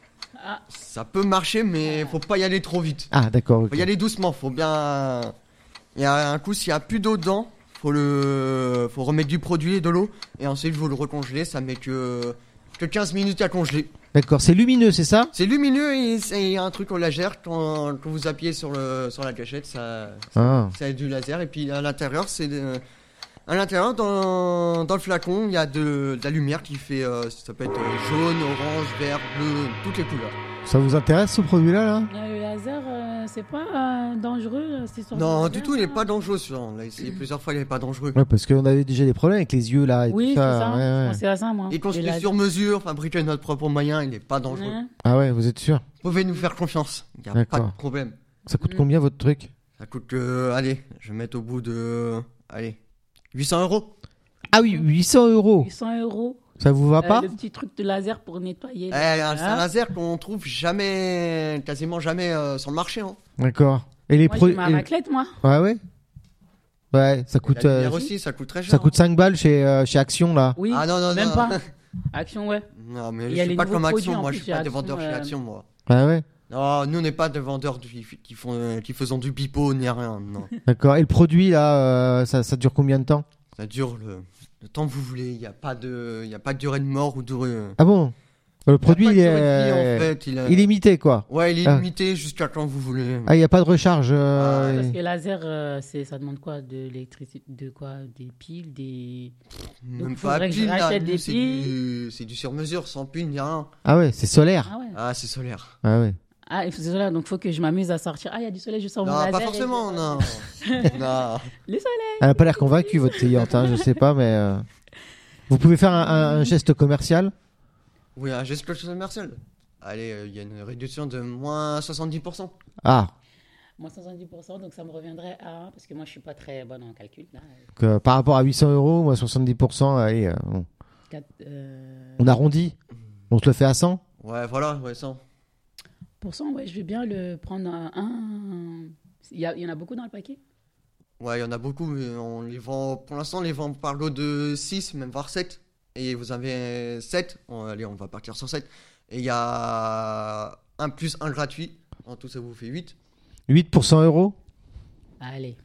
[SPEAKER 2] ça peut marcher, mais faut pas y aller trop vite.
[SPEAKER 3] Ah, d'accord. ok.
[SPEAKER 2] Faut y aller doucement, faut bien. Il y a un coup, s'il y a plus d'eau dedans, faut le, faut remettre du produit et de l'eau, et ensuite vous le recongeler. Ça met que que 15 minutes à congeler.
[SPEAKER 3] D'accord. C'est lumineux, c'est ça
[SPEAKER 2] C'est lumineux et c'est un truc au laser quand, quand vous appuyez sur le sur la gâchette, ça
[SPEAKER 3] Ah.
[SPEAKER 2] ça a du laser et puis à l'intérieur c'est de- à l'intérieur dans, dans le flacon il y a de, de la lumière qui fait euh, ça peut être euh, jaune, orange, vert, bleu, toutes les couleurs.
[SPEAKER 3] Ça vous intéresse ce produit-là là
[SPEAKER 1] Le laser, euh, c'est pas euh, dangereux cette histoire de
[SPEAKER 2] Non,
[SPEAKER 1] laser,
[SPEAKER 2] du tout, il n'est
[SPEAKER 1] ça
[SPEAKER 2] pas dangereux. celui-là. On l'a essayé plusieurs fois, il n'est pas dangereux.
[SPEAKER 3] Ouais, parce qu'on avait déjà des problèmes avec les yeux là. Et
[SPEAKER 1] Oui,
[SPEAKER 3] tout
[SPEAKER 1] c'est
[SPEAKER 3] Ah, ça.
[SPEAKER 1] ça.
[SPEAKER 3] ouais,
[SPEAKER 1] Je
[SPEAKER 3] ouais.
[SPEAKER 1] pensais à ça, moi.
[SPEAKER 2] Il est construit
[SPEAKER 1] Le laser.
[SPEAKER 2] sur mesure, fabriqué de notre propre moyen, il n'est pas dangereux.
[SPEAKER 1] Hein.
[SPEAKER 3] Ah ouais, vous êtes sûr
[SPEAKER 2] Vous pouvez nous faire confiance, il n'y a
[SPEAKER 3] D'accord.
[SPEAKER 2] pas de problème.
[SPEAKER 3] Ça coûte
[SPEAKER 1] Mm.
[SPEAKER 3] combien votre truc
[SPEAKER 2] Ça coûte que, allez, je vais mettre au bout de, allez, 800 euros.
[SPEAKER 3] Ah oui, 800 euros.
[SPEAKER 1] 800 euros.
[SPEAKER 3] Ça vous va
[SPEAKER 1] Euh,
[SPEAKER 3] pas
[SPEAKER 1] le petit truc de laser pour nettoyer.
[SPEAKER 2] Eh,
[SPEAKER 1] là.
[SPEAKER 2] C'est un
[SPEAKER 1] Ah.
[SPEAKER 2] laser qu'on trouve jamais, quasiment jamais euh, sur le marché. Hein.
[SPEAKER 3] D'accord. Et les
[SPEAKER 1] Moi,
[SPEAKER 3] pro-
[SPEAKER 1] j'ai ma
[SPEAKER 3] et-
[SPEAKER 1] raclette, moi.
[SPEAKER 3] Ouais, ouais. Ouais, ça coûte,
[SPEAKER 2] la
[SPEAKER 3] euh,
[SPEAKER 2] lumière aussi, ça coûte très cher.
[SPEAKER 3] ça
[SPEAKER 2] hein.
[SPEAKER 3] coûte 5 balles chez, euh, chez Action là.
[SPEAKER 1] Oui,
[SPEAKER 2] Ah non, non,
[SPEAKER 1] même
[SPEAKER 2] non. *laughs*
[SPEAKER 1] pas. Action, ouais.
[SPEAKER 2] Non, mais
[SPEAKER 1] Il y
[SPEAKER 2] je
[SPEAKER 1] a
[SPEAKER 2] suis
[SPEAKER 1] les
[SPEAKER 2] pas
[SPEAKER 1] nouveaux
[SPEAKER 2] comme
[SPEAKER 1] produits,
[SPEAKER 2] Action,
[SPEAKER 1] en
[SPEAKER 2] moi,
[SPEAKER 1] plus,
[SPEAKER 2] je suis pas
[SPEAKER 1] chez
[SPEAKER 2] des vendeurs
[SPEAKER 1] Action,
[SPEAKER 2] chez
[SPEAKER 1] euh,
[SPEAKER 2] Action, moi.
[SPEAKER 3] Ah ouais,
[SPEAKER 2] Non, nous, on n'est pas des vendeurs qui, qui font, euh, qui faisons du pipeau ni rien,
[SPEAKER 1] *laughs*
[SPEAKER 2] non.
[SPEAKER 3] d'accord. Et le produit là, euh, ça, ça dure combien de temps
[SPEAKER 2] Ça dure le, le temps que vous voulez, il n'y a, pas de- il y a pas de durée de mort ou de... euh, Le
[SPEAKER 3] Ah bon Le produit il est,
[SPEAKER 1] euh,
[SPEAKER 2] il,
[SPEAKER 3] il
[SPEAKER 2] est...
[SPEAKER 3] est limité quoi.
[SPEAKER 2] Ouais, il est
[SPEAKER 3] Ah.
[SPEAKER 2] limité jusqu'à quand vous voulez.
[SPEAKER 3] Ah, il n'y a pas de recharge. euh,
[SPEAKER 1] Ah, Parce
[SPEAKER 3] et-
[SPEAKER 1] que laser, euh, c'est- ça demande quoi De l'électricité De quoi Des piles Des.
[SPEAKER 2] Même
[SPEAKER 1] donc,
[SPEAKER 2] pas
[SPEAKER 1] faudrait que je
[SPEAKER 2] pile, là,
[SPEAKER 1] rachète
[SPEAKER 2] nous,
[SPEAKER 1] des
[SPEAKER 2] c'est du, c'est du sur-mesure, sans pile, ni rien.
[SPEAKER 3] Ah ouais, c'est solaire.
[SPEAKER 1] Ah ouais.
[SPEAKER 2] Ah, c'est solaire.
[SPEAKER 3] Ah ouais.
[SPEAKER 1] Ah, il faut- voilà, donc faut que je m'amuse à sortir. Ah, il y a du soleil, je sors
[SPEAKER 2] Non,
[SPEAKER 1] mon laser.
[SPEAKER 2] pas
[SPEAKER 1] et-
[SPEAKER 2] forcément,
[SPEAKER 1] *laughs*
[SPEAKER 2] non. non.
[SPEAKER 1] Le soleil
[SPEAKER 3] Elle n'a pas l'air convaincue, votre cliente, hein, je sais pas, mais. euh, Vous pouvez faire un, un- un geste commercial
[SPEAKER 2] Oui, un geste commercial. Allez, euh, il y a une réduction de moins 70%.
[SPEAKER 3] Ah,
[SPEAKER 1] Moi, 70%, donc ça me reviendrait à. Parce que moi, je suis pas très bonne en calcul. là.
[SPEAKER 3] donc, euh, par rapport à 800 euros, moi 70%, allez, euh, on-
[SPEAKER 1] Quatre- euh,
[SPEAKER 3] on arrondit, on se le fait à 100
[SPEAKER 2] Ouais, voilà, ouais, ça.
[SPEAKER 1] pour cent, ouais, je vais bien le prendre à un. Il y, a- il y en a beaucoup dans le paquet
[SPEAKER 2] Ouais, il y en a beaucoup, mais on les vend, pour l'instant, on les vend par lot de 6, même par 7. Et vous avez 7, on, allez, on va partir sur 7. Et il y a un plus un gratuit, en tout ça vous fait 8.
[SPEAKER 3] 8 pour 100 euros
[SPEAKER 1] Allez,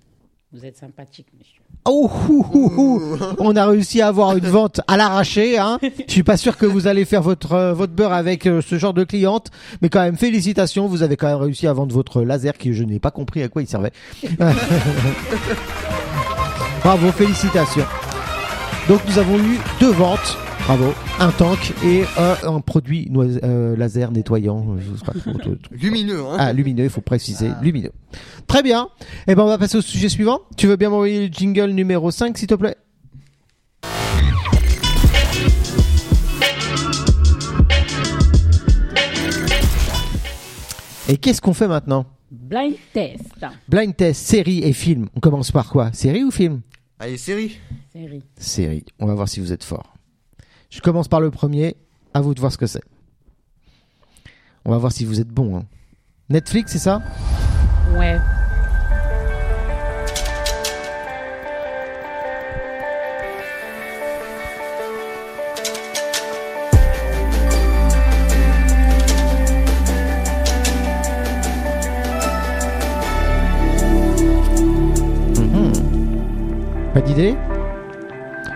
[SPEAKER 1] vous êtes sympathique, monsieur.
[SPEAKER 3] Oh, hou, hou, hou. on a réussi à avoir une vente à l'arraché. Hein. Je suis pas sûr que vous allez faire votre euh, votre beurre avec euh, ce genre de cliente, mais quand même félicitations, vous avez quand même réussi à vendre votre laser qui je n'ai pas compris à quoi il servait. Bravo, félicitations. Donc nous avons eu deux ventes. Bravo, un tank et euh, un produit noise- euh, laser nettoyant. Je sais pas trop, trop-
[SPEAKER 2] *laughs*
[SPEAKER 3] trop.
[SPEAKER 2] Lumineux, hein.
[SPEAKER 3] Ah, lumineux, il faut préciser, lumineux. Très bien. Eh ben, on va passer au sujet suivant. Tu veux bien m'envoyer le jingle numéro 5, s'il te plaît Et qu'est-ce qu'on fait maintenant
[SPEAKER 1] Blind test. hein,
[SPEAKER 3] Blind test, série et film. On commence par quoi Série ou film
[SPEAKER 2] Allez, série.
[SPEAKER 1] Série.
[SPEAKER 3] Série. On va voir si vous êtes fort. Je commence par le premier. À vous de voir ce que c'est. On va voir si vous êtes bon. hein. Netflix, c'est ça
[SPEAKER 1] Ouais.
[SPEAKER 3] Pas d'idée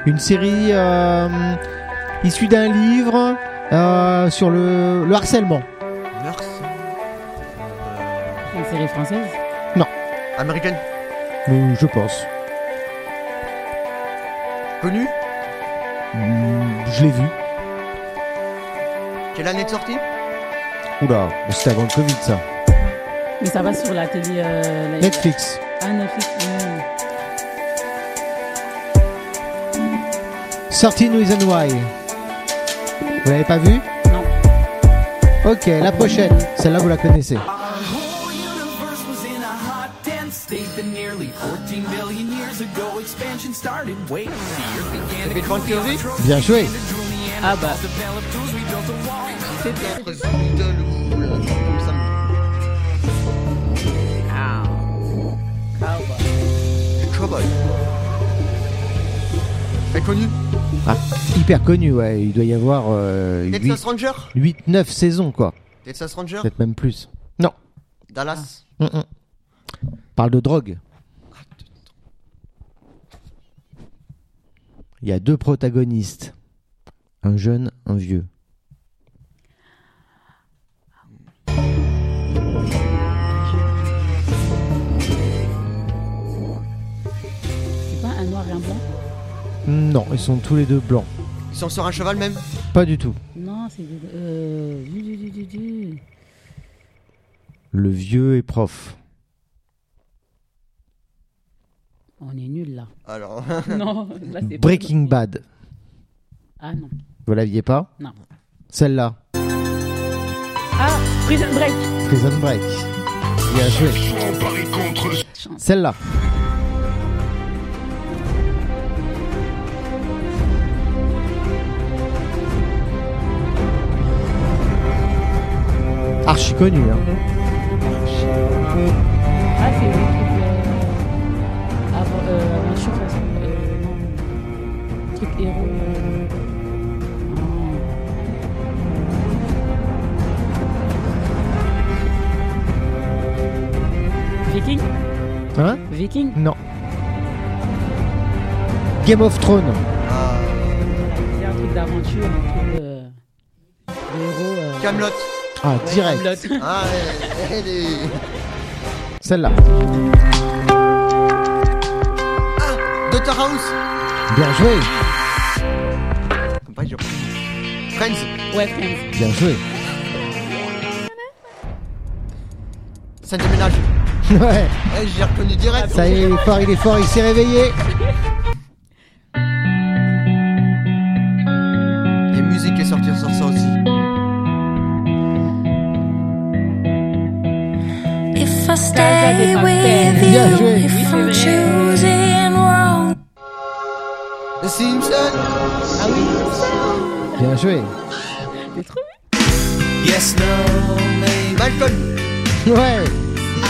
[SPEAKER 3] Une série euh, issue d'un livre euh, sur le, le harcèlement.
[SPEAKER 2] Merci. Euh,
[SPEAKER 1] Une série française
[SPEAKER 2] américaine.
[SPEAKER 3] Euh, Je pense.
[SPEAKER 2] Connue.
[SPEAKER 3] Mm, Je l'ai vu.
[SPEAKER 2] Quelle année de sortie
[SPEAKER 3] Oula, bon, c'était avant le Covid ça.
[SPEAKER 1] Mais ça va sur la télé. euh, la-
[SPEAKER 3] Netflix.
[SPEAKER 1] Ah, Netflix. mm.
[SPEAKER 3] Sortie Reason Why. Vous l'avez pas vu
[SPEAKER 1] Non.
[SPEAKER 3] Ok, la prochaine. Celle-là, vous la connaissez.
[SPEAKER 4] Our whole universe was in a hot, dense state that nearly 14 million years ago expansion started. Wait, the earth began to
[SPEAKER 2] Big Bang
[SPEAKER 4] cool the
[SPEAKER 2] Theory?
[SPEAKER 4] electro-
[SPEAKER 3] Bien joué.
[SPEAKER 4] and it drew the
[SPEAKER 1] Ah bah.
[SPEAKER 2] Après, c'est Little ou la- comme ça.
[SPEAKER 1] Ah. Ah bah.
[SPEAKER 2] Cowboy. Très connu.
[SPEAKER 3] Ah, hyper connu, ouais. Il doit y avoir euh,
[SPEAKER 2] Texas Ranger
[SPEAKER 3] 8-9 saisons, quoi.
[SPEAKER 2] Texas Ah. Ranger
[SPEAKER 3] Peut-être même plus.
[SPEAKER 2] Dallas
[SPEAKER 3] Hum, hum. Parle de drogue. Il y a deux protagonistes. Un jeune, un vieux.
[SPEAKER 1] C'est pas un noir et un blanc
[SPEAKER 3] Non, ils sont tous les deux blancs.
[SPEAKER 2] Ils sont sur un cheval même
[SPEAKER 3] Pas du tout.
[SPEAKER 1] Non, c'est. des- Euh. du- du- du- du- du.
[SPEAKER 3] Le vieux est prof.
[SPEAKER 1] On est nul là.
[SPEAKER 2] Alors,
[SPEAKER 1] *laughs*
[SPEAKER 2] *laughs*
[SPEAKER 1] non, là c'est pas-
[SPEAKER 3] Breaking Bad.
[SPEAKER 1] Ah non.
[SPEAKER 3] Vous l'aviez pas
[SPEAKER 1] Non.
[SPEAKER 3] Celle-là.
[SPEAKER 1] Ah, Prison Break
[SPEAKER 3] Prison Break. Bien joué.
[SPEAKER 1] Chance.
[SPEAKER 3] Celle-là. Archi connu, hein.
[SPEAKER 1] Ah, c'est le truc. euh, Avant. Euh. Avant Chouf, parce que, euh, non. Truc héros. euh, non. Viking
[SPEAKER 3] Hein
[SPEAKER 1] Viking
[SPEAKER 3] Non. Game of Thrones.
[SPEAKER 2] ah.
[SPEAKER 1] C'est un truc d'aventure, un truc de. de héros. euh,
[SPEAKER 2] Camelot.
[SPEAKER 3] Ah,
[SPEAKER 1] *laughs*
[SPEAKER 3] direct.
[SPEAKER 1] Camelot.
[SPEAKER 2] *laughs* Ah, elle, elle est-
[SPEAKER 3] Celle-là.
[SPEAKER 2] Ah, Dr House.
[SPEAKER 3] Bien joué.
[SPEAKER 2] Comme pas dire. Friends.
[SPEAKER 1] Ouais, Friends.
[SPEAKER 3] Bien joué. *laughs*
[SPEAKER 2] Scène de ménage.
[SPEAKER 3] Ouais.
[SPEAKER 2] Eh, j'ai reconnu direct.
[SPEAKER 3] Ça y est, il est fort, il est fort, il s'est réveillé.
[SPEAKER 2] Il y a musique qui est sortie sur ça aussi.
[SPEAKER 5] If I
[SPEAKER 1] Casa de
[SPEAKER 5] stay
[SPEAKER 1] Papel.
[SPEAKER 5] with
[SPEAKER 3] Bien
[SPEAKER 5] you,
[SPEAKER 3] joué.
[SPEAKER 1] Oui,
[SPEAKER 5] if
[SPEAKER 1] c'est
[SPEAKER 5] I'm
[SPEAKER 1] vrai.
[SPEAKER 5] choosing wrong,
[SPEAKER 2] Les Simpsons.
[SPEAKER 1] Ah oui,
[SPEAKER 3] Bien joué.
[SPEAKER 1] c'est trop
[SPEAKER 4] Yes, no, maybe.
[SPEAKER 2] Malcolm.
[SPEAKER 3] Ouais.
[SPEAKER 2] Ah,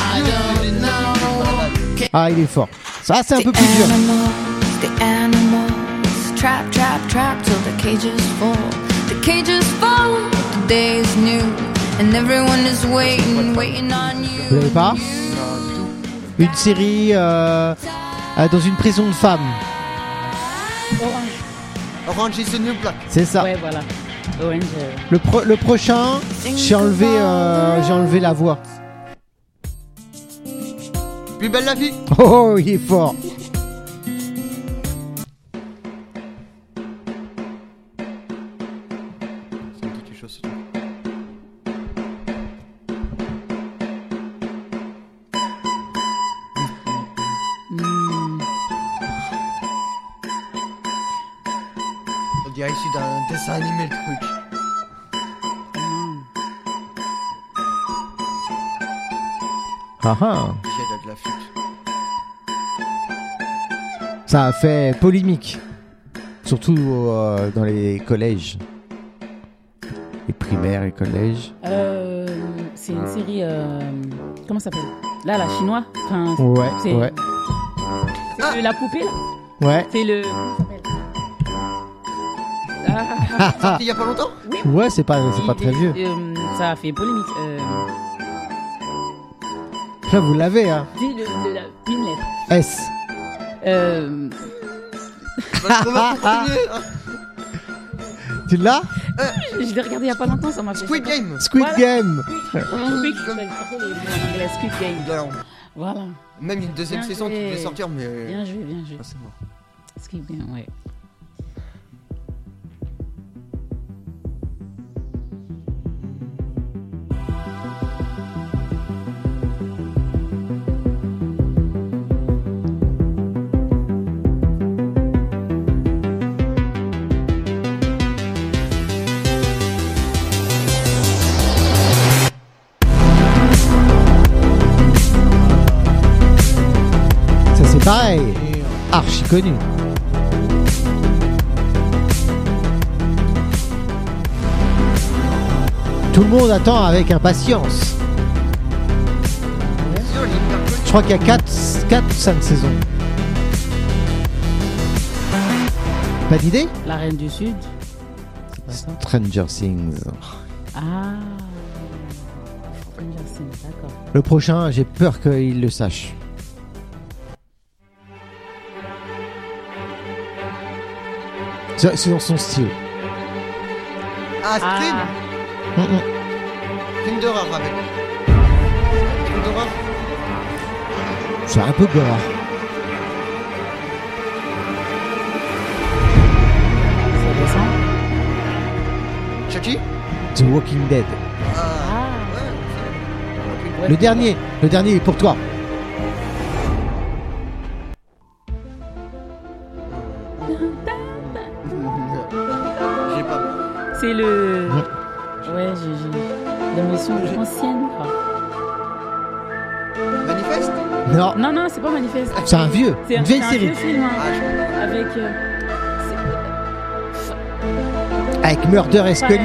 [SPEAKER 3] Ah, il est fort. Ça, c'est un peu plus dur.
[SPEAKER 5] animals, the animals, trap, trap, trap till the cages fall. The cages fall, the day is new, and everyone is waiting, waiting on you.
[SPEAKER 3] Vous l'avez pas Une série euh, euh, dans une prison de femmes.
[SPEAKER 1] Orange.
[SPEAKER 2] Orange is the New Black.
[SPEAKER 3] C'est ça.
[SPEAKER 1] Ouais, voilà. Orange. euh,
[SPEAKER 3] Le, pro- le prochain, j'ai enlevé, euh, j'ai enlevé la voix. *laughs*
[SPEAKER 2] Plus belle la vie.
[SPEAKER 3] Oh, il est fort.
[SPEAKER 2] Ça me dit quelque chose.
[SPEAKER 1] hmm,
[SPEAKER 2] On dirait issu d'un dessin animé le truc.
[SPEAKER 1] non.
[SPEAKER 3] Ah, ah.
[SPEAKER 2] J'ai de la flûte.
[SPEAKER 3] Ça a fait polémique. Surtout euh, dans les collèges. Les primaires et collèges.
[SPEAKER 1] Euh, c'est une série. euh, comment ça s'appelle Là, la chinois. Enfin,
[SPEAKER 3] Ouais,
[SPEAKER 1] c'est.
[SPEAKER 3] Euh. ouais.
[SPEAKER 1] c'est le- la poupée, là.
[SPEAKER 3] Ouais.
[SPEAKER 1] C'est le. comment ça s'appelle Ah,
[SPEAKER 2] Il y a pas longtemps
[SPEAKER 3] Ouais, c'est pas, c'est pas
[SPEAKER 1] il
[SPEAKER 3] très
[SPEAKER 1] est-
[SPEAKER 3] vieux.
[SPEAKER 1] euh, ça a fait polémique. Euh,
[SPEAKER 3] Là, vous l'avez, hein.
[SPEAKER 1] dis le, le- la Pinlet.
[SPEAKER 3] S.
[SPEAKER 1] Euh,
[SPEAKER 2] On va continuer, hein.
[SPEAKER 3] Tu l'as
[SPEAKER 1] je je l'ai regardé il y a pas longtemps, ça m'a fait.
[SPEAKER 2] Squid Game.
[SPEAKER 3] Squid
[SPEAKER 1] Voilà.
[SPEAKER 3] Game.
[SPEAKER 1] Squid Game. Squid Game.
[SPEAKER 2] Voilà.
[SPEAKER 1] Voilà.
[SPEAKER 2] Même une deuxième
[SPEAKER 1] Bien
[SPEAKER 2] saison qui
[SPEAKER 1] joué.
[SPEAKER 2] devait sortir, mais.
[SPEAKER 1] Bien joué, bien joué.
[SPEAKER 2] Ah, c'est mort.
[SPEAKER 1] Squid Game, ouais.
[SPEAKER 3] Ça, c'est pareil. Archi connu. Tout le monde attend avec impatience. Je crois qu'il y a 4 ou 5 saisons. Pas d'idée
[SPEAKER 1] La Reine du Sud. C'est pas ça
[SPEAKER 3] Stranger Things.
[SPEAKER 1] Ah. Stranger Things, D'accord.
[SPEAKER 3] Le prochain, j'ai peur qu'il le sache. C'est c'est dans son style.
[SPEAKER 2] Ah, Scream
[SPEAKER 1] Ah,
[SPEAKER 3] Mm, mm.
[SPEAKER 2] Film d'horreur avec. Film d'horreur
[SPEAKER 3] C'est un peu gore.
[SPEAKER 1] c'est récent.
[SPEAKER 2] Chucky
[SPEAKER 3] The Walking Dead.
[SPEAKER 2] Ah,
[SPEAKER 1] Ah.
[SPEAKER 2] ouais. c'est-
[SPEAKER 1] ouais,
[SPEAKER 3] Le dernier, le dernier est pour toi.
[SPEAKER 2] J'ai pas.
[SPEAKER 1] C'est le.
[SPEAKER 3] Ouais.
[SPEAKER 1] Ouais, j'ai. j'ai- L'émission
[SPEAKER 2] J'ai-
[SPEAKER 1] ancienne, quoi.
[SPEAKER 2] Manifeste
[SPEAKER 3] Non,
[SPEAKER 1] Non, non, c'est pas manifeste.
[SPEAKER 3] c'est un vieux,
[SPEAKER 1] C'est
[SPEAKER 3] une
[SPEAKER 1] un,
[SPEAKER 3] vieille
[SPEAKER 1] c'est un
[SPEAKER 3] série
[SPEAKER 1] vieux film, hein,
[SPEAKER 2] Ah, je
[SPEAKER 1] avec. euh,
[SPEAKER 3] avec Murder et
[SPEAKER 1] pas,
[SPEAKER 3] Scully.
[SPEAKER 1] euh,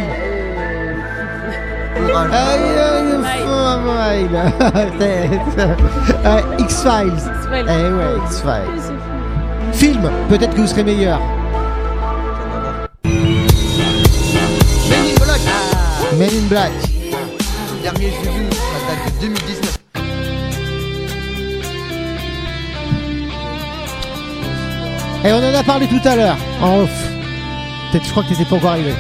[SPEAKER 2] Courage.
[SPEAKER 3] Aïe, aïe, aïe, aïe. *laughs* Euh, X-Files.
[SPEAKER 1] X-Files. Oh,
[SPEAKER 3] Eh ouais, X-Files.
[SPEAKER 1] Que ce film.
[SPEAKER 3] Film, peut-être que vous serez meilleur.
[SPEAKER 2] Ben in Black
[SPEAKER 3] Men in Black.
[SPEAKER 2] Le dernier que j'ai vu, ça date de 2019.
[SPEAKER 3] Et on en a parlé tout à l'heure, en off. Peut-être, je crois que t'étais pas encore arrivé.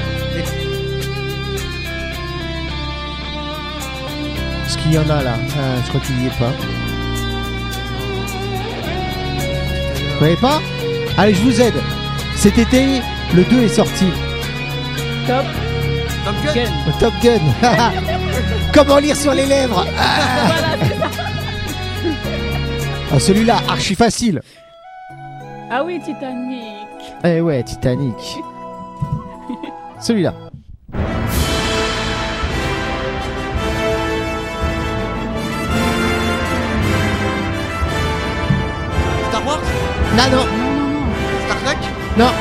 [SPEAKER 3] Ce qu'il y en a là, Euh, je crois qu'il y est pas. Vous voyez pas Allez, je vous aide. Cet été, le 2 est sorti.
[SPEAKER 1] Top
[SPEAKER 2] Top Gun
[SPEAKER 1] Gun.
[SPEAKER 3] Le Top Gun. *laughs* Comment lire sur les lèvres Ah Ah, Celui-là, archi facile.
[SPEAKER 1] Ah oui, Titanic.
[SPEAKER 3] Eh ouais, Titanic. Celui-là.
[SPEAKER 2] Star Wars
[SPEAKER 3] Non, non,
[SPEAKER 1] Non, non, non.
[SPEAKER 2] Star Trek
[SPEAKER 3] non.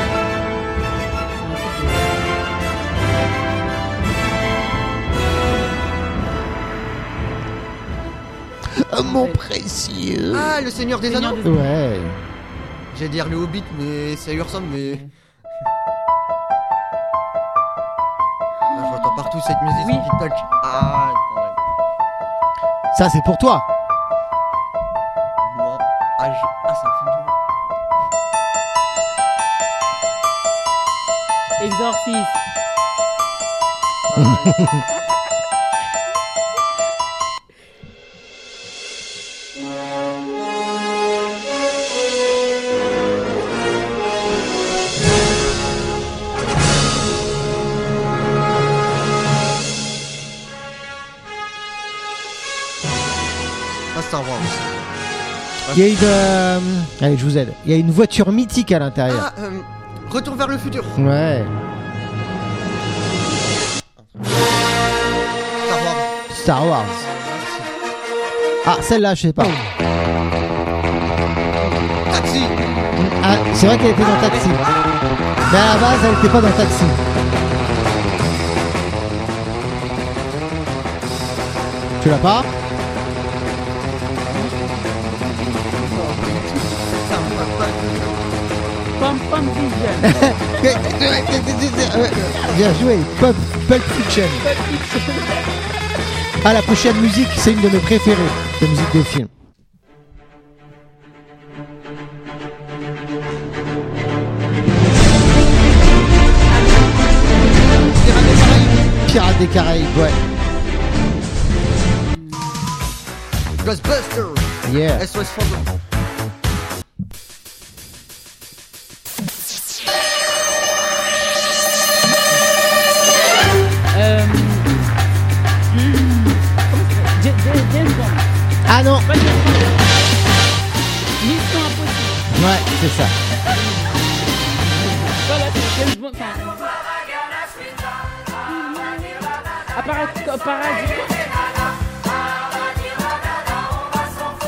[SPEAKER 3] Oh, mon précieux.
[SPEAKER 2] Ah, le Seigneur des Anneaux
[SPEAKER 3] Ouais.
[SPEAKER 2] J'allais dire le Hobbit, mais ça lui ressemble, mais. Ah, J'entends partout cette musique
[SPEAKER 1] Oui.
[SPEAKER 2] qui toque. Ah, ouais.
[SPEAKER 3] Ça, c'est pour toi.
[SPEAKER 2] Moi, ah, je... ah, c'est un film d'horreur.
[SPEAKER 1] Exorciste.
[SPEAKER 2] Pas Star Wars.
[SPEAKER 3] Il y a une. euh, Allez, je vous aide. Il y a une voiture mythique à l'intérieur.
[SPEAKER 2] Ah, euh, Retour vers le futur.
[SPEAKER 3] Ouais.
[SPEAKER 2] Star Wars.
[SPEAKER 3] Star Wars. Ah, celle-là, je sais pas.
[SPEAKER 2] Taxi.
[SPEAKER 3] Ah, c'est vrai qu'elle était dans Taxi. Mais à la base, elle était pas dans Taxi. Tu l'as pas
[SPEAKER 2] Ça me va pas.
[SPEAKER 1] Pom Pom Vision. *laughs*
[SPEAKER 3] Eh, Bien joué. Pulp, eh, Pulp Fiction. Ah, la prochaine musique, c'est une de mes préférées. La musique de film. Pirates des Caraïbes, ouais.
[SPEAKER 2] Ghostbusters.
[SPEAKER 3] Yeah.
[SPEAKER 2] SOS Fantôme.
[SPEAKER 1] Euh, hmm, J- J- James Bond.
[SPEAKER 3] Ah non,
[SPEAKER 1] Pas James Bond. Mission impossible.
[SPEAKER 3] ouais, c'est ça.
[SPEAKER 1] Voilà, c'est James Bond. Enfin, Apparat- Ah, paradis.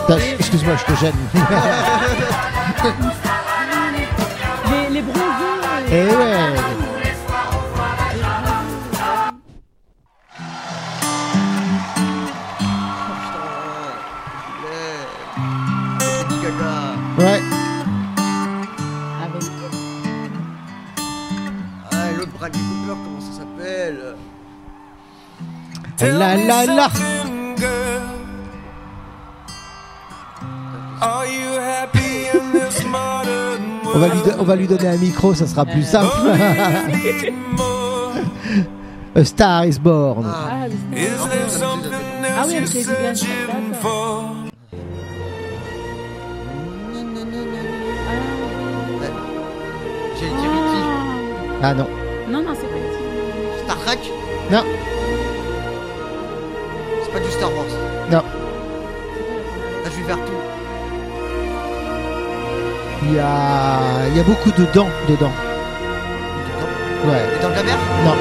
[SPEAKER 3] T'as- Excuse-moi, je te gêne. *laughs*
[SPEAKER 1] Les, les bronzés.
[SPEAKER 3] Eh ouais.
[SPEAKER 2] Ah,
[SPEAKER 3] La la la. On va, lui do- on va lui donner un micro, ça sera plus simple. *laughs* A Star is Born.
[SPEAKER 1] Ah, mais c'est-
[SPEAKER 6] Is there something
[SPEAKER 1] ah
[SPEAKER 6] else
[SPEAKER 1] oui,
[SPEAKER 6] you're
[SPEAKER 1] avec les images.
[SPEAKER 6] searching
[SPEAKER 1] d'accord.
[SPEAKER 6] for?
[SPEAKER 2] J'ai dit Ricky.
[SPEAKER 1] Ah.
[SPEAKER 3] Ah non.
[SPEAKER 1] Non, non, c'est pas utile.
[SPEAKER 2] Star Trek
[SPEAKER 3] Non.
[SPEAKER 2] C'est pas du Star Wars.
[SPEAKER 3] Non.
[SPEAKER 2] Là, je vais vers tout.
[SPEAKER 3] Il y a, il y a beaucoup de dents dedans. Ouais. *laughs*
[SPEAKER 2] Et dans la mer
[SPEAKER 3] Non.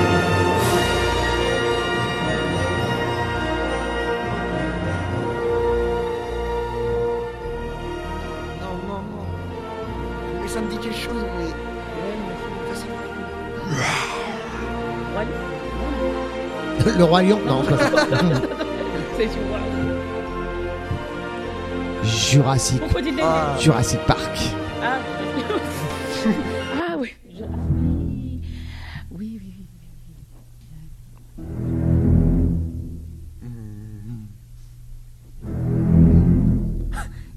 [SPEAKER 2] Non, non, non. Mais ça me dit quelque chose, mais.
[SPEAKER 1] Ouais.
[SPEAKER 3] Le roi lion Non.
[SPEAKER 1] C'est tu vois.
[SPEAKER 3] *laughs* Jurassic.
[SPEAKER 1] On peut dire des
[SPEAKER 2] Ah.
[SPEAKER 3] Jurassic Park.
[SPEAKER 1] Ah, ah oui. je- Oui, oui, oui.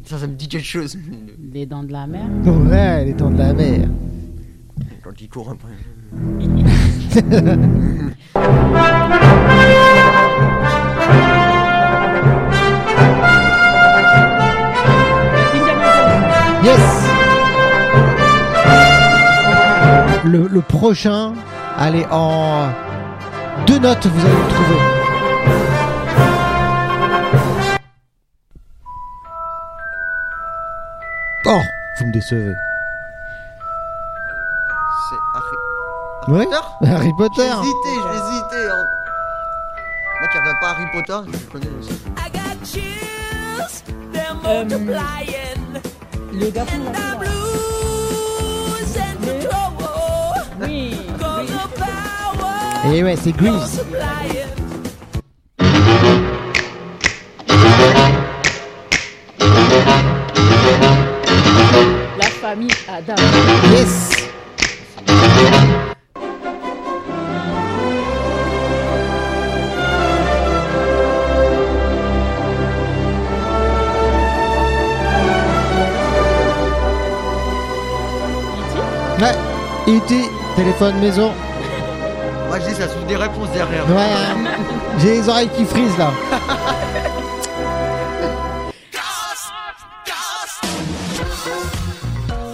[SPEAKER 2] Ça, ça me dit quelque chose. mais le-
[SPEAKER 1] Les dents de la mer.
[SPEAKER 3] Ouais, les dents de la mer.
[SPEAKER 2] Quand il court un peu.
[SPEAKER 1] Indiana Jones.
[SPEAKER 3] Yes le, le prochain, allez, en deux notes, vous allez le trouver. Oh, vous me décevez.
[SPEAKER 2] C'est Harry.
[SPEAKER 3] Oui
[SPEAKER 2] Potter
[SPEAKER 3] Harry
[SPEAKER 2] J'ai
[SPEAKER 3] Potter
[SPEAKER 2] hésité, j'ai hésité. Hein. Moi qui regarde pas Harry Potter, je connais aussi.
[SPEAKER 7] I got chills, they're multiplying.
[SPEAKER 1] Le gars qui
[SPEAKER 7] And
[SPEAKER 1] l'a
[SPEAKER 7] I'm
[SPEAKER 1] fait,
[SPEAKER 7] losing control.
[SPEAKER 1] là. Oui.
[SPEAKER 7] Cause
[SPEAKER 1] oui.
[SPEAKER 7] the power
[SPEAKER 3] Et Eh ouais, c'est Grease.
[SPEAKER 7] multiplying.
[SPEAKER 1] La famille Adam.
[SPEAKER 3] Yes
[SPEAKER 1] E.T.
[SPEAKER 3] Ouais, E.T., téléphone maison.
[SPEAKER 2] Moi je dis, ça se trouve des réponses derrière.
[SPEAKER 3] Ouais, hein. j'ai les oreilles qui frisent là.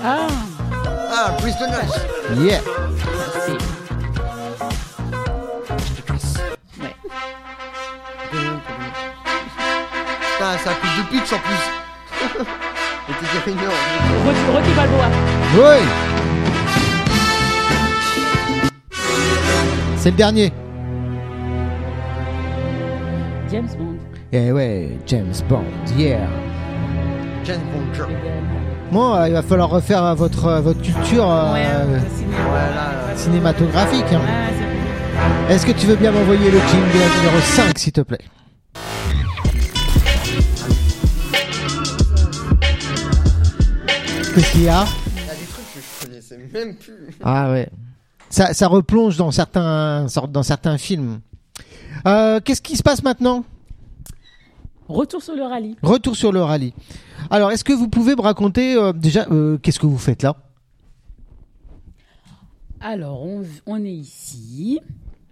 [SPEAKER 1] Ah.
[SPEAKER 2] Ah, Prisoners
[SPEAKER 3] Yeah
[SPEAKER 1] Merci. Ouais.
[SPEAKER 2] Putain, ça coupe de pitch en plus. *laughs* Et t'es gagnant.
[SPEAKER 1] Rocky, Rocky Balboa.
[SPEAKER 3] Oui C'est le dernier.
[SPEAKER 1] James Bond.
[SPEAKER 3] Eh ouais, James Bond, yeah.
[SPEAKER 2] James Bond.
[SPEAKER 1] Le
[SPEAKER 2] Ouais,
[SPEAKER 1] dernier.
[SPEAKER 3] Bon, euh, il va falloir refaire euh, votre, euh, votre culture euh,
[SPEAKER 1] Ouais, le cinéma.
[SPEAKER 2] là, là.
[SPEAKER 3] cinématographique. hein.
[SPEAKER 1] Ouais, c'est vrai.
[SPEAKER 3] Est-ce que tu veux bien m'envoyer le jingle numéro 5, s'il te plaît Qu'est-ce qu'il y a
[SPEAKER 2] Il y a des trucs que je connaissais même plus.
[SPEAKER 3] Ah ouais. Ça, ça replonge dans certains, sort- dans certains films. Euh, Qu'est-ce qui se passe maintenant
[SPEAKER 1] Retour sur le rallye.
[SPEAKER 3] Retour sur le rallye. Alors, est-ce que vous pouvez me raconter euh, déjà euh, qu'est-ce que vous faites là
[SPEAKER 1] Alors, on, v- on est ici.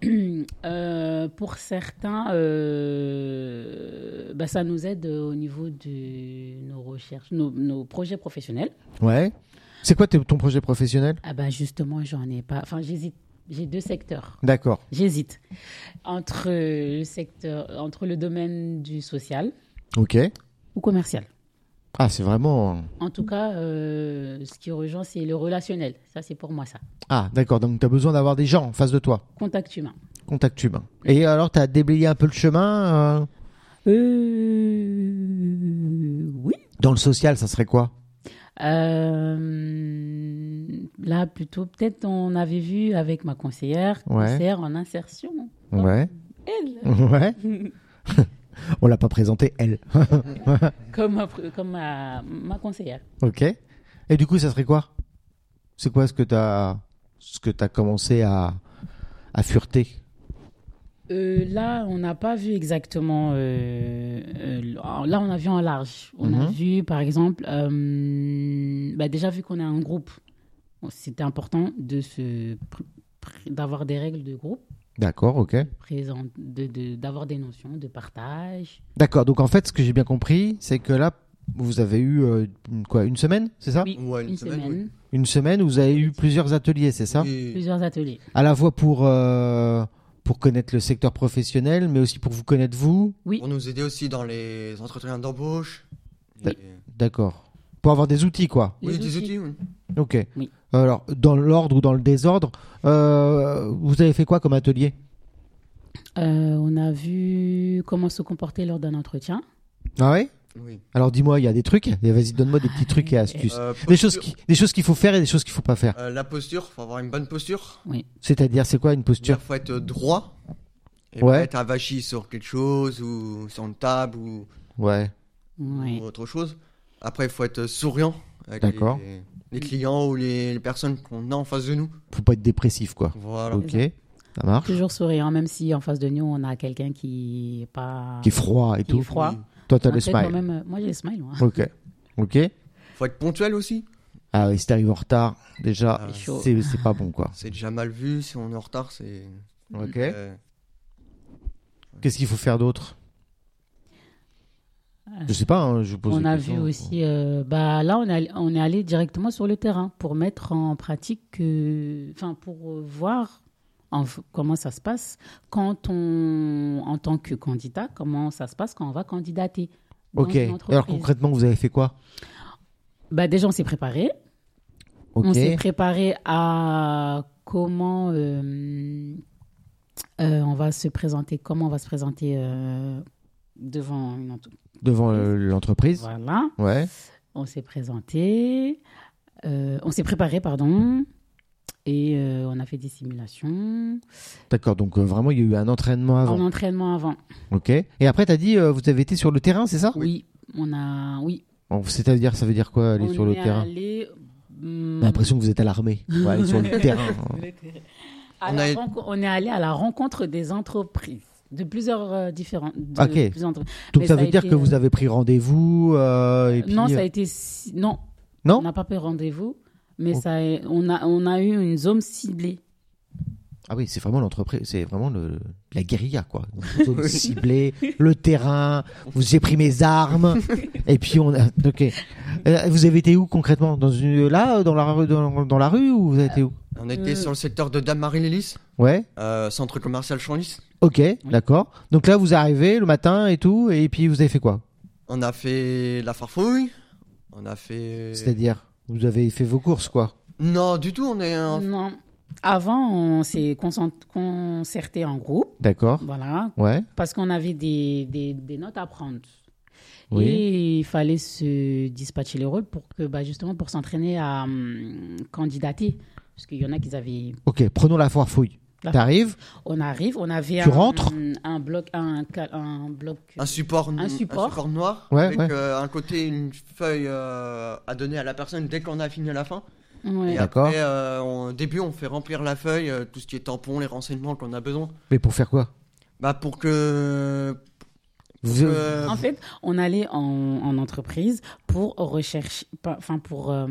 [SPEAKER 1] *clears throat* Euh, pour certains, euh, bah, ça nous aide euh, au niveau de nos recherches, nos, nos projets professionnels.
[SPEAKER 3] Ouais. C'est quoi t- ton projet professionnel
[SPEAKER 1] Ah bah justement, j'en ai pas. Enfin, j'hésite. J'ai deux secteurs.
[SPEAKER 3] D'accord.
[SPEAKER 1] J'hésite entre le secteur, entre le domaine du social
[SPEAKER 3] Ok.
[SPEAKER 1] ou commercial.
[SPEAKER 3] Ah, c'est vraiment.
[SPEAKER 1] En tout cas, euh, ce qui rejoint, c'est le relationnel. Ça, c'est pour moi ça.
[SPEAKER 3] Ah, d'accord. Donc, tu as besoin d'avoir des gens en face de toi.
[SPEAKER 1] Contact humain.
[SPEAKER 3] Contact humain. Et alors, tu as déblayé un peu le chemin. euh,
[SPEAKER 1] Euh, oui.
[SPEAKER 3] Dans le social, ça serait quoi
[SPEAKER 1] Euh, là, plutôt, peut-être on avait vu avec ma conseillère,
[SPEAKER 3] Ouais.
[SPEAKER 1] conseillère en insertion.
[SPEAKER 3] Ouais.
[SPEAKER 1] Elle,
[SPEAKER 3] *laughs* Ouais. On l'a pas présenté, elle.
[SPEAKER 1] comme, ma, pr- comme ma, ma conseillère.
[SPEAKER 3] ok. Et du coup, ça serait quoi C'est quoi ce que tu as... ce que tu as commencé à, à fureter
[SPEAKER 1] Euh, là, on n'a pas vu exactement. euh, euh, là, on a vu en large. On a
[SPEAKER 3] Mhm.
[SPEAKER 1] vu, par exemple, euh, bah, déjà vu qu'on est un groupe, bon, c'était important de se pr- pr- d'avoir des règles de groupe,
[SPEAKER 3] D'accord, ok.
[SPEAKER 1] présent- de- de- d'avoir des notions de partage.
[SPEAKER 3] D'accord, donc en fait, ce que j'ai bien compris, c'est que là, vous avez eu euh, une- quoi, une semaine, c'est ça
[SPEAKER 1] Oui,
[SPEAKER 2] Ouais,
[SPEAKER 1] une,
[SPEAKER 2] une
[SPEAKER 1] semaine,
[SPEAKER 2] semaine,
[SPEAKER 3] Une semaine, vous avez eu plusieurs ateliers, c'est ça
[SPEAKER 2] Et-
[SPEAKER 1] plusieurs ateliers.
[SPEAKER 3] À la fois pour, euh, pour connaître le secteur professionnel, mais aussi pour vous connaître vous.
[SPEAKER 1] Oui.
[SPEAKER 2] Pour nous aider aussi dans les entretiens d'embauche.
[SPEAKER 3] Bah,
[SPEAKER 2] Et-
[SPEAKER 3] D'accord. Pour avoir des outils, quoi.
[SPEAKER 1] Les
[SPEAKER 2] Oui, des outils. oui.
[SPEAKER 3] Ok.
[SPEAKER 1] Oui.
[SPEAKER 3] Alors, dans l'ordre ou dans le désordre, euh, vous avez fait quoi comme atelier
[SPEAKER 1] Euh, on a vu comment se comporter lors d'un entretien.
[SPEAKER 3] Ah ouais
[SPEAKER 2] Oui.
[SPEAKER 3] Alors dis-moi, il y a des trucs Et Vas-y, donne-moi des petits trucs et astuces.
[SPEAKER 2] Euh,
[SPEAKER 3] Des
[SPEAKER 2] posture-
[SPEAKER 3] choses qui- des choses qu'il faut faire et des choses qu'il faut pas faire.
[SPEAKER 2] euh, la posture, faut avoir une bonne posture.
[SPEAKER 3] C'est-à-dire, c'est quoi une posture
[SPEAKER 2] Il faut être droit. Et
[SPEAKER 3] Ouais.
[SPEAKER 2] pas être avachi sur quelque chose ou sur une table ou,
[SPEAKER 3] Ouais.
[SPEAKER 1] Ouais.
[SPEAKER 2] ou autre chose. Après, il faut être souriant avec les-
[SPEAKER 3] D'accord.
[SPEAKER 2] les, les clients ou les, les personnes qu'on a en face de nous.
[SPEAKER 3] Faut pas être dépressif, quoi.
[SPEAKER 2] Voilà.
[SPEAKER 3] Ok. Ça marche.
[SPEAKER 1] Toujours souriant, même si en face de nous, on a quelqu'un qui est pas.
[SPEAKER 3] Qui est froid et
[SPEAKER 1] qui est
[SPEAKER 3] tout.
[SPEAKER 1] froid.
[SPEAKER 2] Oui.
[SPEAKER 3] Toi, t'as le
[SPEAKER 1] Après, quand
[SPEAKER 3] smile.
[SPEAKER 1] même, euh, moi, j'ai le smile. moi.
[SPEAKER 3] Ok. Ok.
[SPEAKER 2] faut être ponctuel aussi.
[SPEAKER 3] Ah oui, si t'arrives en retard, déjà,
[SPEAKER 2] Ah ouais.
[SPEAKER 1] Chaud.
[SPEAKER 3] c'est c'est pas bon, quoi.
[SPEAKER 2] C'est déjà mal vu. Si on est en retard, c'est.
[SPEAKER 3] Ok.
[SPEAKER 2] euh,
[SPEAKER 3] Qu'est-ce qu'il faut faire d'autre Je sais pas, hein, je vous pose
[SPEAKER 1] Euh, On
[SPEAKER 3] des
[SPEAKER 1] a
[SPEAKER 3] questions.
[SPEAKER 1] vu aussi, euh, bah, là, on, est allé- on est allé directement sur le terrain pour mettre en pratique, euh, enfin, pour euh, voir en f- comment ça se passe quand on, en tant que candidat, comment ça se passe quand on va candidater. dans
[SPEAKER 3] Ok.
[SPEAKER 1] une
[SPEAKER 3] Alors
[SPEAKER 1] entreprise.
[SPEAKER 3] concrètement, vous avez fait quoi
[SPEAKER 1] bah, Déjà, on s'est préparé.
[SPEAKER 3] Ok.
[SPEAKER 1] On s'est préparé à comment euh, euh, on va se présenter, comment on va se présenter euh, devant une entreprise.
[SPEAKER 3] Devant euh, l'entreprise.
[SPEAKER 1] Voilà.
[SPEAKER 3] Ouais.
[SPEAKER 1] On s'est présenté, euh, on s'est préparé, pardon, et euh, on a fait des simulations.
[SPEAKER 3] D'accord. Donc euh, vraiment, il y a eu un entraînement avant.
[SPEAKER 1] En entraînement avant.
[SPEAKER 3] Ok. Et après, t'as dit, euh, vous avez été sur le terrain, c'est ça
[SPEAKER 1] Oui. on a, oui.
[SPEAKER 3] Bon, C'est-à-dire, ça veut dire quoi aller
[SPEAKER 1] on
[SPEAKER 3] sur le
[SPEAKER 1] est
[SPEAKER 3] terrain
[SPEAKER 1] allé, hum,
[SPEAKER 3] J'ai
[SPEAKER 1] *laughs*
[SPEAKER 3] l'impression que vous êtes à l'armée. Ouais, aller sur le terrain.
[SPEAKER 1] à
[SPEAKER 2] On
[SPEAKER 1] la
[SPEAKER 2] a-
[SPEAKER 1] renco- on est allé à la rencontre des entreprises de plusieurs euh, différentes. de
[SPEAKER 3] Ah, Ok.
[SPEAKER 1] plusieurs entreprises.
[SPEAKER 3] Donc
[SPEAKER 1] Mais
[SPEAKER 3] ça
[SPEAKER 1] ça
[SPEAKER 3] veut
[SPEAKER 1] a
[SPEAKER 3] dire
[SPEAKER 1] été,
[SPEAKER 3] que vous
[SPEAKER 1] euh,
[SPEAKER 3] avez pris rendez-vous euh, et puis
[SPEAKER 1] non, ça a
[SPEAKER 3] euh,
[SPEAKER 1] été si- non.
[SPEAKER 3] Non
[SPEAKER 1] on n'a pas pris rendez-vous, mais
[SPEAKER 3] Oh.
[SPEAKER 1] ça, a- on a, on a eu une zone ciblée.
[SPEAKER 3] ah oui, c'est vraiment l'entreprise, c'est vraiment le, la guérilla quoi. Vous *laughs* vous ciblez le terrain, vous j'ai pris mes *laughs* armes et puis on a OK. Euh, Vous avez été où concrètement Dans une là dans la rue dans, dans la rue ou vous avez été où
[SPEAKER 2] On était
[SPEAKER 1] Euh.
[SPEAKER 2] sur le secteur de Dame-Marie-Lélis,
[SPEAKER 3] Ouais.
[SPEAKER 2] euh, centre commercial Champs-Lys.
[SPEAKER 3] OK, d'accord. Donc là vous arrivez le matin et tout et puis vous avez fait quoi
[SPEAKER 2] On a fait la farfouille. On a fait.
[SPEAKER 3] C'est-à-dire vous avez fait vos courses quoi.
[SPEAKER 2] Non, du tout. On est. en-
[SPEAKER 1] Non. Avant, on s'est concent- concerté en groupe,
[SPEAKER 3] D'accord.
[SPEAKER 1] voilà,
[SPEAKER 3] Ouais.
[SPEAKER 1] parce qu'on avait des, des, des notes à prendre.
[SPEAKER 3] Oui.
[SPEAKER 1] Et il fallait se dispatcher les rôles pour que, bah, justement, pour s'entraîner à hum, candidater. Parce qu'il y en a qui avaient.
[SPEAKER 3] OK, prenons la foire fouille.
[SPEAKER 1] La-
[SPEAKER 3] T'arrives
[SPEAKER 1] On arrive, on avait
[SPEAKER 3] Tu
[SPEAKER 1] un,
[SPEAKER 3] rentres
[SPEAKER 1] un bloc, un, cal- un bloc.
[SPEAKER 2] Un support,
[SPEAKER 1] Un support.
[SPEAKER 2] noir
[SPEAKER 3] Ouais,
[SPEAKER 2] avec
[SPEAKER 3] ouais.
[SPEAKER 2] euh, un côté une feuille euh, à donner à la personne dès qu'on a fini à la fin.
[SPEAKER 1] Ouais.
[SPEAKER 2] Et
[SPEAKER 3] D'accord.
[SPEAKER 2] après, euh, on- au début, on fait remplir la feuille, euh, tout ce qui est tampon, les renseignements qu'on a besoin.
[SPEAKER 3] mais pour faire quoi
[SPEAKER 2] Bah pour que.
[SPEAKER 3] Vous-
[SPEAKER 2] euh,
[SPEAKER 1] En fait, on allait en, en entreprise pour recherche, pas- enfin pour, euh,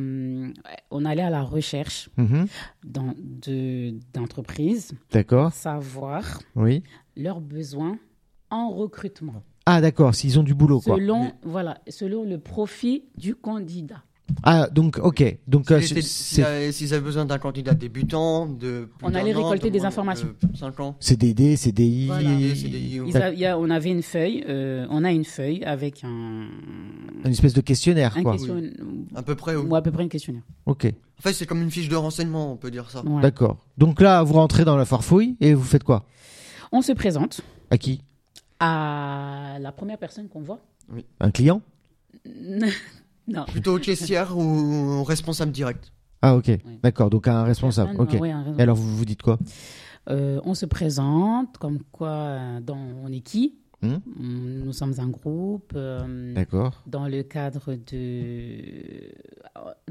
[SPEAKER 1] on allait à la recherche
[SPEAKER 3] Mhm.
[SPEAKER 1] dans- de- d'entreprises,
[SPEAKER 3] D'accord,
[SPEAKER 1] savoir
[SPEAKER 3] oui.
[SPEAKER 1] leurs besoins en recrutement,
[SPEAKER 3] Ah d'accord, s'ils ont du boulot quoi.
[SPEAKER 1] selon voilà, selon le profil du candidat.
[SPEAKER 3] Ah donc ok, donc euh,
[SPEAKER 2] S'ils
[SPEAKER 3] c'est-
[SPEAKER 2] étaient-
[SPEAKER 3] c'est
[SPEAKER 2] euh, s'ils avaient besoin d'un candidat débutant, de. plus
[SPEAKER 1] On
[SPEAKER 2] d'un
[SPEAKER 1] allait
[SPEAKER 2] an,
[SPEAKER 1] récolter
[SPEAKER 2] de
[SPEAKER 1] des
[SPEAKER 2] moins de
[SPEAKER 1] informations.
[SPEAKER 2] Cinq ans.
[SPEAKER 3] CDD, CDI.
[SPEAKER 1] Voilà.
[SPEAKER 2] Des CDI,
[SPEAKER 1] Ils
[SPEAKER 2] ouais.
[SPEAKER 1] a- il y a- on avait une feuille, euh, on a une feuille avec un,
[SPEAKER 3] Une espèce de questionnaire
[SPEAKER 1] un
[SPEAKER 3] quoi.
[SPEAKER 1] question-
[SPEAKER 2] À peu près. oui.
[SPEAKER 1] ou à peu près une questionnaire.
[SPEAKER 3] Ok,
[SPEAKER 2] En fait, c'est comme une fiche de renseignement, on peut dire ça.
[SPEAKER 1] Voilà.
[SPEAKER 3] d'accord. Donc là, vous rentrez dans la farfouille et vous faites quoi
[SPEAKER 1] On se présente
[SPEAKER 3] À qui
[SPEAKER 1] à la première personne qu'on voit. *laughs*
[SPEAKER 3] Un client
[SPEAKER 1] non.
[SPEAKER 2] Plutôt au caissière ou au responsable direct.
[SPEAKER 3] Ah ok, d'accord. Donc un responsable.
[SPEAKER 1] Personne,
[SPEAKER 3] Ok.
[SPEAKER 1] ouais, Ah un raison-
[SPEAKER 3] Et alors vous vous dites quoi
[SPEAKER 1] Euh, on se présente, comme quoi, euh, dans, on est qui
[SPEAKER 3] Hmm.
[SPEAKER 1] Mm, Nous sommes un groupe. euh,
[SPEAKER 3] D'accord.
[SPEAKER 1] dans le cadre de,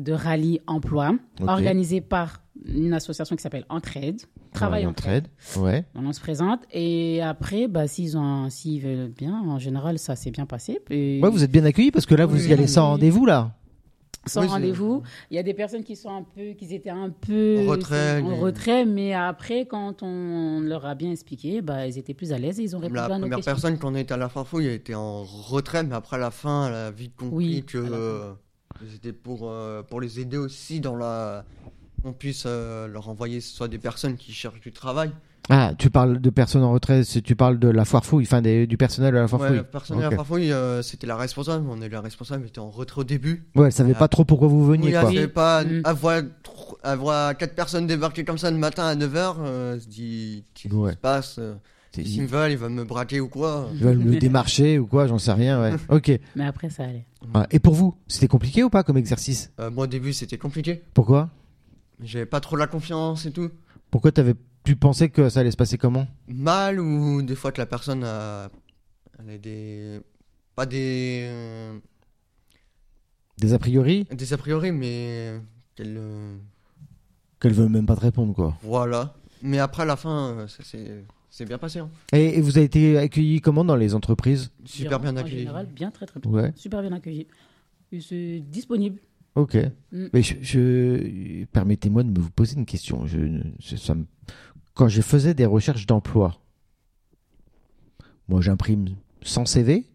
[SPEAKER 1] de rallye emploi
[SPEAKER 3] Ok.
[SPEAKER 1] organisé par une association qui s'appelle Entraide. Travail Entraide.
[SPEAKER 3] trade. Ouais.
[SPEAKER 1] On se présente et après, bah, s'ils ont- s'ils veulent bien, en général, ça s'est bien passé. Et
[SPEAKER 3] Ouais, vous êtes bien accueillis parce que là, vous
[SPEAKER 1] Oui,
[SPEAKER 3] y allez sans
[SPEAKER 1] oui.
[SPEAKER 3] rendez-vous, là.
[SPEAKER 1] Sans
[SPEAKER 2] Oui, c'est-
[SPEAKER 1] rendez-vous, il y a des personnes qui sont un peu, qui étaient un peu
[SPEAKER 2] En retrait,
[SPEAKER 1] en
[SPEAKER 2] les-
[SPEAKER 1] retrait, mais après, quand on leur a bien expliqué, bah, ils étaient plus à l'aise et ils ont répondu
[SPEAKER 2] La
[SPEAKER 1] à nos
[SPEAKER 2] première
[SPEAKER 1] questions.
[SPEAKER 2] personne qu'on était à la farfouille était en retrait, mais après à la fin, elle a vite compris
[SPEAKER 1] Oui,
[SPEAKER 2] que
[SPEAKER 1] à la fin.
[SPEAKER 2] euh, c'était pour, euh, pour les aider aussi dans la. On puisse euh, leur envoyer soit des personnes qui cherchent du travail,
[SPEAKER 3] Ah, tu parles de personnes en retrait, si tu parles de la foire fouille, enfin des- du personnel de la foire
[SPEAKER 2] Ouais,
[SPEAKER 3] fouille.
[SPEAKER 2] la personne à
[SPEAKER 3] Ok.
[SPEAKER 2] la farfouille, euh, c'était la responsable. On est la responsable, était en retrait au début.
[SPEAKER 3] Ouais, elle savait pas trop pourquoi vous veniez,
[SPEAKER 2] Oui,
[SPEAKER 3] quoi.
[SPEAKER 2] elle savait pas
[SPEAKER 1] Mm.
[SPEAKER 2] avoir, tr- avoir quatre personnes débarquer comme ça le matin à 9h, euh, elle se dit qu'est-ce qui
[SPEAKER 3] Ouais.
[SPEAKER 2] se passe euh,
[SPEAKER 3] C'est-
[SPEAKER 2] S'ils me
[SPEAKER 3] Ils
[SPEAKER 2] veulent, ils veulent me braquer ou quoi
[SPEAKER 1] *laughs*
[SPEAKER 3] veulent me démarcher ou quoi, j'en sais rien, ouais. Ok.
[SPEAKER 1] Mais après, ça allait.
[SPEAKER 3] Ah, Et pour vous, c'était compliqué ou pas comme exercice
[SPEAKER 2] Euh, Moi, au début, c'était compliqué.
[SPEAKER 3] Pourquoi
[SPEAKER 2] J'avais pas trop la confiance et tout.
[SPEAKER 3] Pourquoi t'avais, tu pensais que ça allait se passer comment
[SPEAKER 2] Mal ou des fois que la personne a. Elle a des. Pas des. euh,
[SPEAKER 3] Des a priori
[SPEAKER 2] Des a priori, mais. qu'elle, euh,
[SPEAKER 3] Qu'elles veulent même pas te répondre, quoi.
[SPEAKER 2] Voilà. Mais après, à la fin, euh, ça s'est- c'est bien passé. hein.
[SPEAKER 3] Et, et vous avez été accueillis comment dans les entreprises
[SPEAKER 2] Super bien
[SPEAKER 1] En
[SPEAKER 2] accueilli.
[SPEAKER 1] général, bien, très, très bien.
[SPEAKER 3] Ouais.
[SPEAKER 1] Super bien accueilli. Ils sont disponibles.
[SPEAKER 3] Ok.
[SPEAKER 1] Mm.
[SPEAKER 3] Mais je, je- permettez-moi de me vous poser une question. Je, je- ça me- quand je faisais des recherches d'emploi, moi j'imprime 100 CV,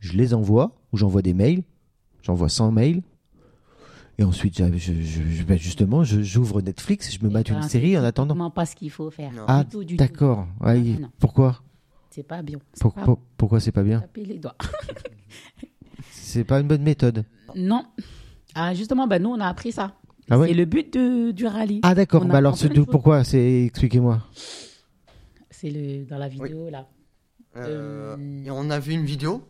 [SPEAKER 3] je les envoie ou j'envoie des mails, j'envoie 100 mails. Et ensuite, je- je- je- ben, justement, je- j'ouvre Netflix, je me
[SPEAKER 1] Eh
[SPEAKER 3] mate
[SPEAKER 1] ben,
[SPEAKER 3] une
[SPEAKER 1] c'est
[SPEAKER 3] série en attendant.
[SPEAKER 1] Comment pas ce qu'il faut faire.
[SPEAKER 2] Non.
[SPEAKER 3] Ah,
[SPEAKER 1] du tout, du tout.
[SPEAKER 3] d'accord. Ouais,
[SPEAKER 1] Non, non, non.
[SPEAKER 3] Pourquoi
[SPEAKER 1] C'est pas bien. C'est
[SPEAKER 3] Pour-
[SPEAKER 1] pas
[SPEAKER 3] pour- Pourquoi c'est pas bien
[SPEAKER 1] taper les doigts.
[SPEAKER 3] C'est pas une bonne méthode.
[SPEAKER 1] Non. Ah, justement, bah, nous, on a appris ça.
[SPEAKER 3] Ah ouais
[SPEAKER 1] C'est le but de- du rallye.
[SPEAKER 3] Ah d'accord.
[SPEAKER 1] On
[SPEAKER 3] Bah alors,
[SPEAKER 1] apprend
[SPEAKER 3] c'est
[SPEAKER 1] plein de choses.
[SPEAKER 3] pourquoi C'est expliquez-moi.
[SPEAKER 1] C'est le, dans la vidéo, là.
[SPEAKER 2] Euh,
[SPEAKER 1] Euh,
[SPEAKER 2] et on a vu une vidéo.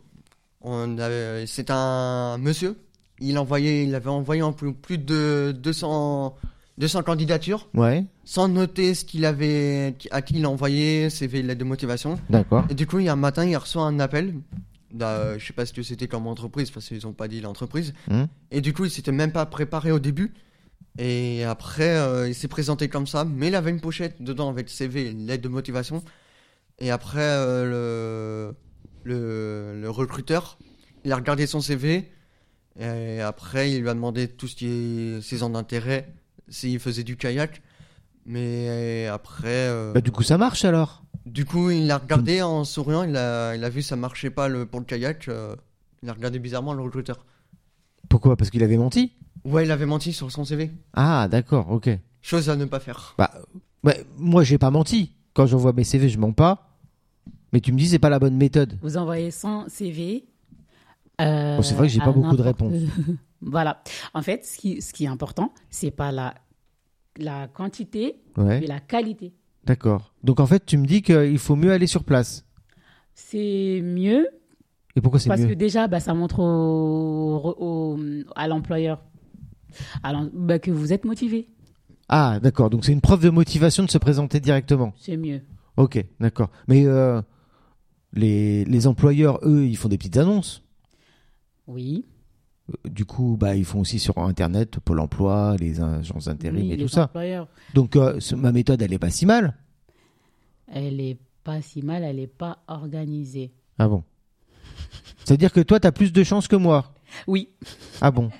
[SPEAKER 2] On avait- c'est un monsieur. Il envoyait, il avait envoyé en plus, plus de 200, 200 candidatures,
[SPEAKER 3] Ouais.
[SPEAKER 2] sans noter ce qu'il avait, à qui il envoyait, CV, lettre de motivation.
[SPEAKER 3] D'accord.
[SPEAKER 2] Et du coup, il y a un matin, il reçoit un appel. d'un- je sais pas ce que c'était comme entreprise, parce qu'ils ont pas dit l'entreprise.
[SPEAKER 3] Hmm.
[SPEAKER 2] Et du coup, il s'était même pas préparé au début. Et après, euh, il s'est présenté comme ça, mais il avait une pochette dedans avec CV et une lettre de motivation. Et après, euh, le, le, le recruteur, il a regardé son CV. Et après, il lui a demandé tout ce qui est ses ans d'intérêt, s'il faisait du kayak. Mais après. euh,
[SPEAKER 3] Bah du coup, ça marche alors.
[SPEAKER 2] du coup, il l'a
[SPEAKER 3] Mm.
[SPEAKER 2] regardé en souriant, il a, il a vu ça marchait pas le, pour le kayak. euh, il a regardé bizarrement le recruteur.
[SPEAKER 3] Pourquoi Parce qu'il avait menti
[SPEAKER 2] Ouais, il avait menti sur son CV.
[SPEAKER 3] Ah, d'accord, ok.
[SPEAKER 2] Chose à ne pas faire.
[SPEAKER 3] Bah, ouais, moi, j'ai pas menti. Quand j'envoie mes CV, je mens pas. Mais tu me dis, c'est pas la bonne méthode.
[SPEAKER 1] Vous envoyez 100 CV. euh,
[SPEAKER 3] Bon, c'est vrai que j'ai pas
[SPEAKER 1] à
[SPEAKER 3] beaucoup de
[SPEAKER 1] n'importe-
[SPEAKER 3] réponses.
[SPEAKER 1] *laughs* voilà. En fait, ce qui, ce qui est important, c'est pas la, la quantité, mais
[SPEAKER 3] Ouais,
[SPEAKER 1] la qualité.
[SPEAKER 3] d'accord. Donc, en fait, tu me dis qu'il faut mieux aller sur place.
[SPEAKER 1] C'est mieux
[SPEAKER 3] Et pourquoi c'est
[SPEAKER 1] Parce que
[SPEAKER 3] mieux
[SPEAKER 1] déjà, bah, ça montre au- au- à l'employeur à l'en- bah, que vous êtes motivé.
[SPEAKER 3] Ah, d'accord. Donc, c'est une preuve de motivation de se présenter directement.
[SPEAKER 1] C'est mieux.
[SPEAKER 3] Ok, d'accord. Mais euh, les, les employeurs, eux, ils font des petites annonces.
[SPEAKER 1] Oui.
[SPEAKER 3] Euh, Du coup, bah, ils font aussi sur Internet, Pôle emploi, les agences d'intérim
[SPEAKER 1] oui,
[SPEAKER 3] et
[SPEAKER 1] les
[SPEAKER 3] tout ça.
[SPEAKER 1] employeurs.
[SPEAKER 3] Donc, euh, ce- ma méthode, elle est pas si mal.
[SPEAKER 1] Elle est pas si mal, elle est pas organisée.
[SPEAKER 3] Ah bon C'est-à-dire que toi, t'as plus de chance que moi.
[SPEAKER 1] Oui. *laughs*
[SPEAKER 3] Ah bon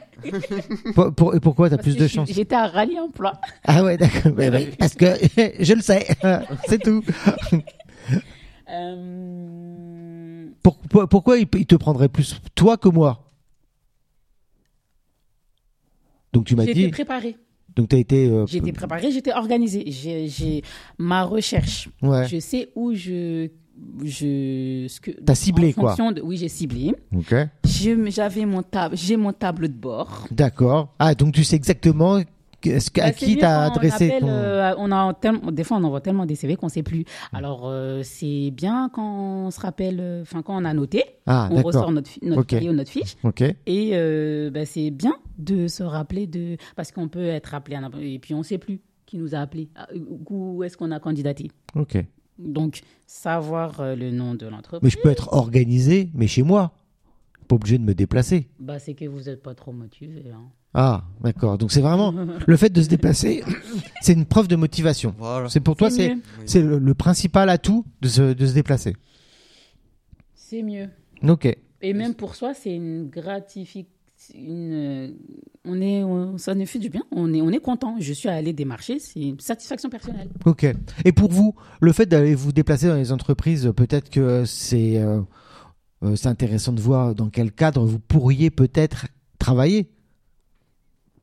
[SPEAKER 3] Pour- pour- Et pourquoi t'as
[SPEAKER 1] Parce
[SPEAKER 3] plus
[SPEAKER 1] que
[SPEAKER 3] de
[SPEAKER 1] je suis-
[SPEAKER 3] chance
[SPEAKER 1] J'étais à Rallye Emploi.
[SPEAKER 3] Ah ouais, d'accord. Ouais, ouais, parce que *laughs* je le sais. *laughs* C'est tout.
[SPEAKER 1] Euh,
[SPEAKER 3] Pour- pour- pourquoi il, il te prendrait plus toi que moi Donc tu m'as
[SPEAKER 1] J'étais
[SPEAKER 3] dit.
[SPEAKER 1] préparée.
[SPEAKER 3] Donc t'as été. euh,
[SPEAKER 1] J'étais préparée, j'étais organisée. J'ai j'ai- ma recherche.
[SPEAKER 3] Ouais.
[SPEAKER 1] Je sais où je. je ce que,
[SPEAKER 3] T'as ciblé,
[SPEAKER 1] en
[SPEAKER 3] quoi.
[SPEAKER 1] fonction de- oui, j'ai ciblé.
[SPEAKER 3] Ok.
[SPEAKER 1] Je- J'avais mon, table- j'ai mon tableau de bord.
[SPEAKER 3] D'accord. Ah donc tu sais exactement que- ce que- à
[SPEAKER 1] Bah, c'est
[SPEAKER 3] qui
[SPEAKER 1] mieux
[SPEAKER 3] t'as
[SPEAKER 1] quand on
[SPEAKER 3] adressé
[SPEAKER 1] appelle,
[SPEAKER 3] ton-
[SPEAKER 1] euh, on a tellement- des fois, on envoie tellement des CV qu'on sait plus. Alors, euh, c'est bien quand on se rappelle, euh, enfin, quand on a noté,
[SPEAKER 3] Ah
[SPEAKER 1] on ressort
[SPEAKER 3] d'accord.
[SPEAKER 1] notre, fi- notre
[SPEAKER 3] Ok.
[SPEAKER 1] cahier ou notre fiche.
[SPEAKER 3] Ok.
[SPEAKER 1] Et euh, bah, c'est bien de se rappeler de. Parce qu'on peut être appelé à n'importe- et puis on sait plus qui nous a appelé, à- où est-ce qu'on a candidaté.
[SPEAKER 3] Ok.
[SPEAKER 1] Donc, savoir euh, le nom de
[SPEAKER 3] Mais
[SPEAKER 1] l'entreprise,
[SPEAKER 3] je peux être organisé, mais chez moi. Pas obligé de me déplacer.
[SPEAKER 1] bah, c'est que vous n'êtes pas trop motivé. hein.
[SPEAKER 3] Ah, d'accord. Donc c'est vraiment le fait de se déplacer, *coughs* c'est une preuve de motivation.
[SPEAKER 2] Voilà.
[SPEAKER 3] C'est pour toi,
[SPEAKER 1] C'est
[SPEAKER 3] c'est
[SPEAKER 1] mieux.
[SPEAKER 2] Oui.
[SPEAKER 3] c'est le, le principal atout de se, de se déplacer.
[SPEAKER 1] C'est mieux.
[SPEAKER 3] Ok.
[SPEAKER 1] Et même pour soi, c'est une gratification. Une... euh, On est, on- ça nous fait du bien. On est, on est content. Je suis allé démarcher. C'est une satisfaction personnelle.
[SPEAKER 3] Ok. Et pour vous, le fait d'aller vous déplacer dans les entreprises, peut-être que c'est euh, euh, c'est intéressant de voir dans quel cadre vous pourriez peut-être travailler.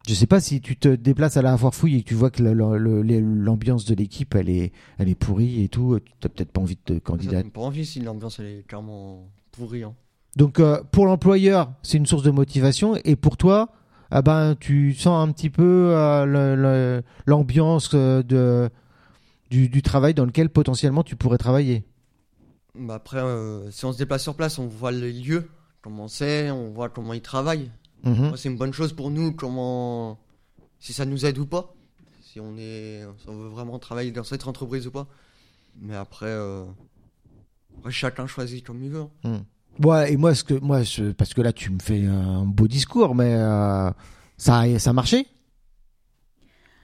[SPEAKER 3] Je sais pas si tu te déplaces à la foire-fouille et que tu vois que le- le- le- les- l'ambiance de l'équipe elle est elle est pourrie et tout, tu n'as peut-être pas envie de te
[SPEAKER 2] Ça
[SPEAKER 3] candidater.
[SPEAKER 2] donne pas envie si l'ambiance elle est clairement pourrie. hein.
[SPEAKER 3] Donc euh, pour l'employeur, c'est une source de motivation et pour toi, ah ben tu sens un petit peu euh, le- le- l'ambiance euh, de du, du travail dans lequel potentiellement tu pourrais travailler.
[SPEAKER 2] Bah après, euh, si on se déplace sur place, on voit les lieux, comment c'est, on voit comment ils travaillent.
[SPEAKER 3] Mhm.
[SPEAKER 2] Moi, C'est une bonne chose pour nous, comment. Si ça nous aide ou pas. Si on, est... si on veut vraiment travailler dans cette entreprise ou pas. Mais après, euh, après, chacun choisit comme il veut. hein.
[SPEAKER 3] Ouais, et moi, ce que, moi ce- parce que là, tu me fais un beau discours, mais euh, ça, a- ça a marché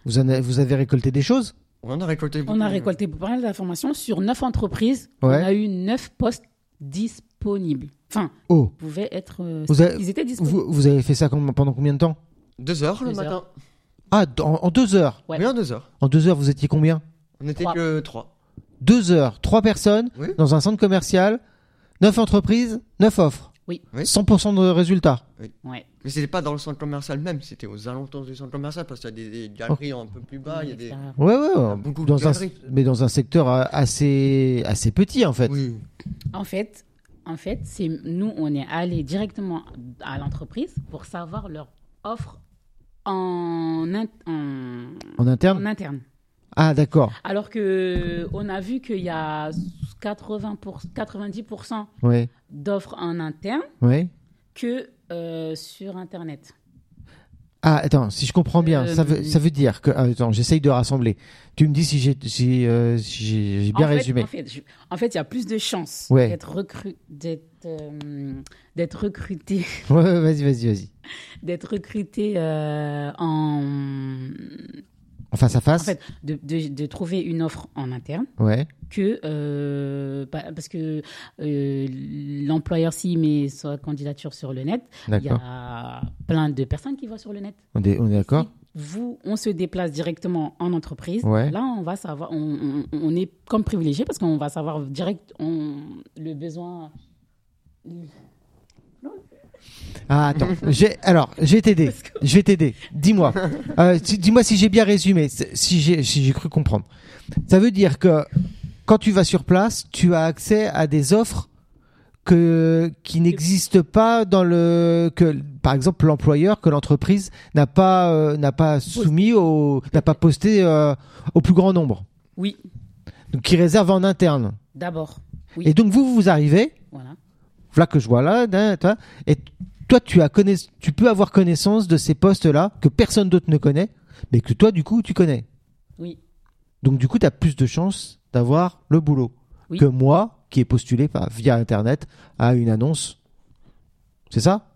[SPEAKER 3] vous, en avez, vous avez récolté des choses
[SPEAKER 2] On en a récolté euh,
[SPEAKER 1] On a
[SPEAKER 2] beaucoup.
[SPEAKER 1] récolté pas mal d'informations sur neuf entreprises. On
[SPEAKER 3] Ouais.
[SPEAKER 1] a eu neuf postes disponibles. Enfin,
[SPEAKER 3] Oh,
[SPEAKER 1] pouvaient être. euh,
[SPEAKER 3] Vous avez-
[SPEAKER 1] Ils étaient disponibles.
[SPEAKER 3] vous, vous avez fait ça com- pendant combien de temps
[SPEAKER 2] Deux heures le
[SPEAKER 1] Deux
[SPEAKER 2] matin.
[SPEAKER 3] Ah, d- en, en deux heures
[SPEAKER 1] Ouais.
[SPEAKER 2] Bien deux heures.
[SPEAKER 3] En deux heures, vous étiez combien
[SPEAKER 2] On était
[SPEAKER 1] Trois.
[SPEAKER 2] que trois.
[SPEAKER 3] Deux heures, trois personnes,
[SPEAKER 2] Oui.
[SPEAKER 3] dans un centre commercial, neuf entreprises, neuf offres.
[SPEAKER 1] Oui.
[SPEAKER 2] Oui.
[SPEAKER 3] 100% de résultats.
[SPEAKER 1] Ouais.
[SPEAKER 2] Mais c'était pas dans le centre commercial même, c'était aux alentours du centre commercial parce qu'il y a des, des galeries un peu plus
[SPEAKER 3] Ah,
[SPEAKER 2] bas, il y a des.
[SPEAKER 1] Ça-
[SPEAKER 3] Ouais, ouais, ouais.
[SPEAKER 2] beaucoup de
[SPEAKER 3] dans un,
[SPEAKER 2] galeries.
[SPEAKER 3] mais dans un secteur euh, assez, assez petit, en fait.
[SPEAKER 2] Oui.
[SPEAKER 1] En fait, en fait, c'est nous, on est allé directement à l'entreprise pour savoir leur offre en, in- en-
[SPEAKER 3] En
[SPEAKER 1] en
[SPEAKER 3] interne
[SPEAKER 1] interne.
[SPEAKER 3] Ah, d'accord.
[SPEAKER 1] Alors que on a vu qu'il y a 80 pour- 90%
[SPEAKER 3] Oui.
[SPEAKER 1] d'offres en interne
[SPEAKER 3] Oui.
[SPEAKER 1] que euh, sur Internet.
[SPEAKER 3] Ah, attends, si je comprends bien,
[SPEAKER 1] Euh,
[SPEAKER 3] ça, veut, ça veut dire que. ah, Attends, j'essaye de rassembler. Tu me dis si j'ai si, euh, si j'ai- j'ai bien
[SPEAKER 1] En fait-
[SPEAKER 3] résumé.
[SPEAKER 1] En fait, je- en fait, il y a plus de chances
[SPEAKER 3] Ouais.
[SPEAKER 1] d'être recru- d'être, euh, d'être recruté, *laughs*
[SPEAKER 3] Ouais, ouais, vas-y, vas-y, vas-y.
[SPEAKER 1] d'être recruté euh, en,
[SPEAKER 3] En face à face
[SPEAKER 1] en fait, de, de- de trouver une offre en interne
[SPEAKER 3] Ouais.
[SPEAKER 1] que euh, pa- parce que euh, l'employeur s'il met sa candidature sur le net, il y
[SPEAKER 3] D'accord.
[SPEAKER 1] a plein de personnes qui voient sur le net.
[SPEAKER 3] On est, on est d'accord
[SPEAKER 1] Vous, on se déplace directement en entreprise.
[SPEAKER 3] Ouais.
[SPEAKER 1] Là, on va savoir, on, on- on est comme privilégié parce qu'on va savoir direct on- le besoin.
[SPEAKER 3] Ah, attends. j'ai- Alors, je vais t'aider. Je vais t'aider. Dis-moi. Euh, si- Dis-moi si j'ai bien résumé, si j'ai si j'ai cru comprendre. Ça veut dire que quand tu vas sur place, tu as accès à des offres que, qui n'existent pas dans le que par exemple l'employeur que l'entreprise n'a pas euh, n'a pas soumis au n'a pas posté euh, au plus grand nombre
[SPEAKER 1] Oui,
[SPEAKER 3] donc qui réserve en interne
[SPEAKER 1] d'abord. Oui.
[SPEAKER 3] et donc vous vous arrivez
[SPEAKER 1] Voilà.
[SPEAKER 3] voilà que je vois là, hein, toi, et toi tu as connaiss- tu peux avoir connaissance de ces postes là que personne d'autre ne connaît, mais que toi du coup tu connais.
[SPEAKER 1] Oui.
[SPEAKER 3] Donc du coup tu as plus de chances d'avoir le boulot
[SPEAKER 1] Oui.
[SPEAKER 3] que moi qui ai postulé par- via internet à une annonce. C'est ça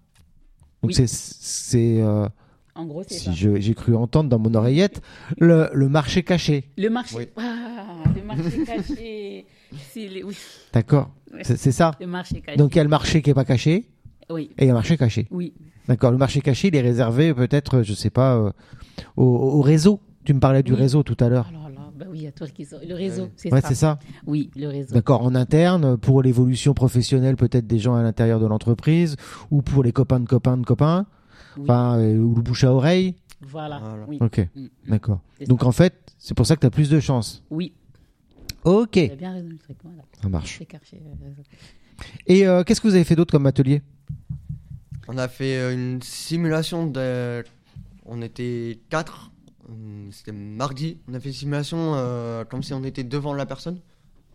[SPEAKER 3] Donc
[SPEAKER 1] Oui.
[SPEAKER 3] c'est c'est euh,
[SPEAKER 1] En gros, c'est ça.
[SPEAKER 3] si je- j'ai cru entendre dans mon oreillette le, le marché caché.
[SPEAKER 1] Le marché,
[SPEAKER 2] Oui.
[SPEAKER 1] Ah, le
[SPEAKER 3] *laughs*
[SPEAKER 1] marché caché, c'est les- oui,
[SPEAKER 3] D'accord.
[SPEAKER 1] Ouais.
[SPEAKER 3] C'est c'est ça.
[SPEAKER 1] le marché caché.
[SPEAKER 3] Donc il y a le marché qui est pas caché
[SPEAKER 1] oui,
[SPEAKER 3] et il y a le marché caché.
[SPEAKER 1] oui,
[SPEAKER 3] D'accord, le marché caché, il est réservé peut-être, je sais pas, euh, au, au réseau. Tu me parlais du
[SPEAKER 1] Oui.
[SPEAKER 3] réseau tout à l'heure.
[SPEAKER 1] Oh là là, bah oui, il y a toi qui sort. Le réseau,
[SPEAKER 2] Ouais.
[SPEAKER 1] c'est
[SPEAKER 3] Ouais,
[SPEAKER 1] ça.
[SPEAKER 3] c'est ça.
[SPEAKER 1] Oui, le réseau.
[SPEAKER 3] D'accord, en interne, pour l'évolution professionnelle peut-être des gens à l'intérieur de l'entreprise, ou pour les copains de copains de copains,
[SPEAKER 1] Oui.
[SPEAKER 3] enfin, euh, ou le bouche à oreille.
[SPEAKER 1] Voilà.
[SPEAKER 2] Voilà.
[SPEAKER 1] Oui.
[SPEAKER 3] Ok,
[SPEAKER 1] Mm.
[SPEAKER 3] d'accord.
[SPEAKER 1] C'est
[SPEAKER 3] Donc en fait, c'est pour ça que tu as plus de chance.
[SPEAKER 1] Oui,
[SPEAKER 3] Ok,
[SPEAKER 1] tu as bien raison le truc. Voilà.
[SPEAKER 3] ça marche.
[SPEAKER 1] C'est caché. euh, le réseau.
[SPEAKER 3] Et euh, qu'est-ce que vous avez fait d'autre comme atelier
[SPEAKER 2] On a fait euh, une simulation de. On était quatre. Hum, C'était mardi. On a fait une simulation euh, comme si on était devant la personne.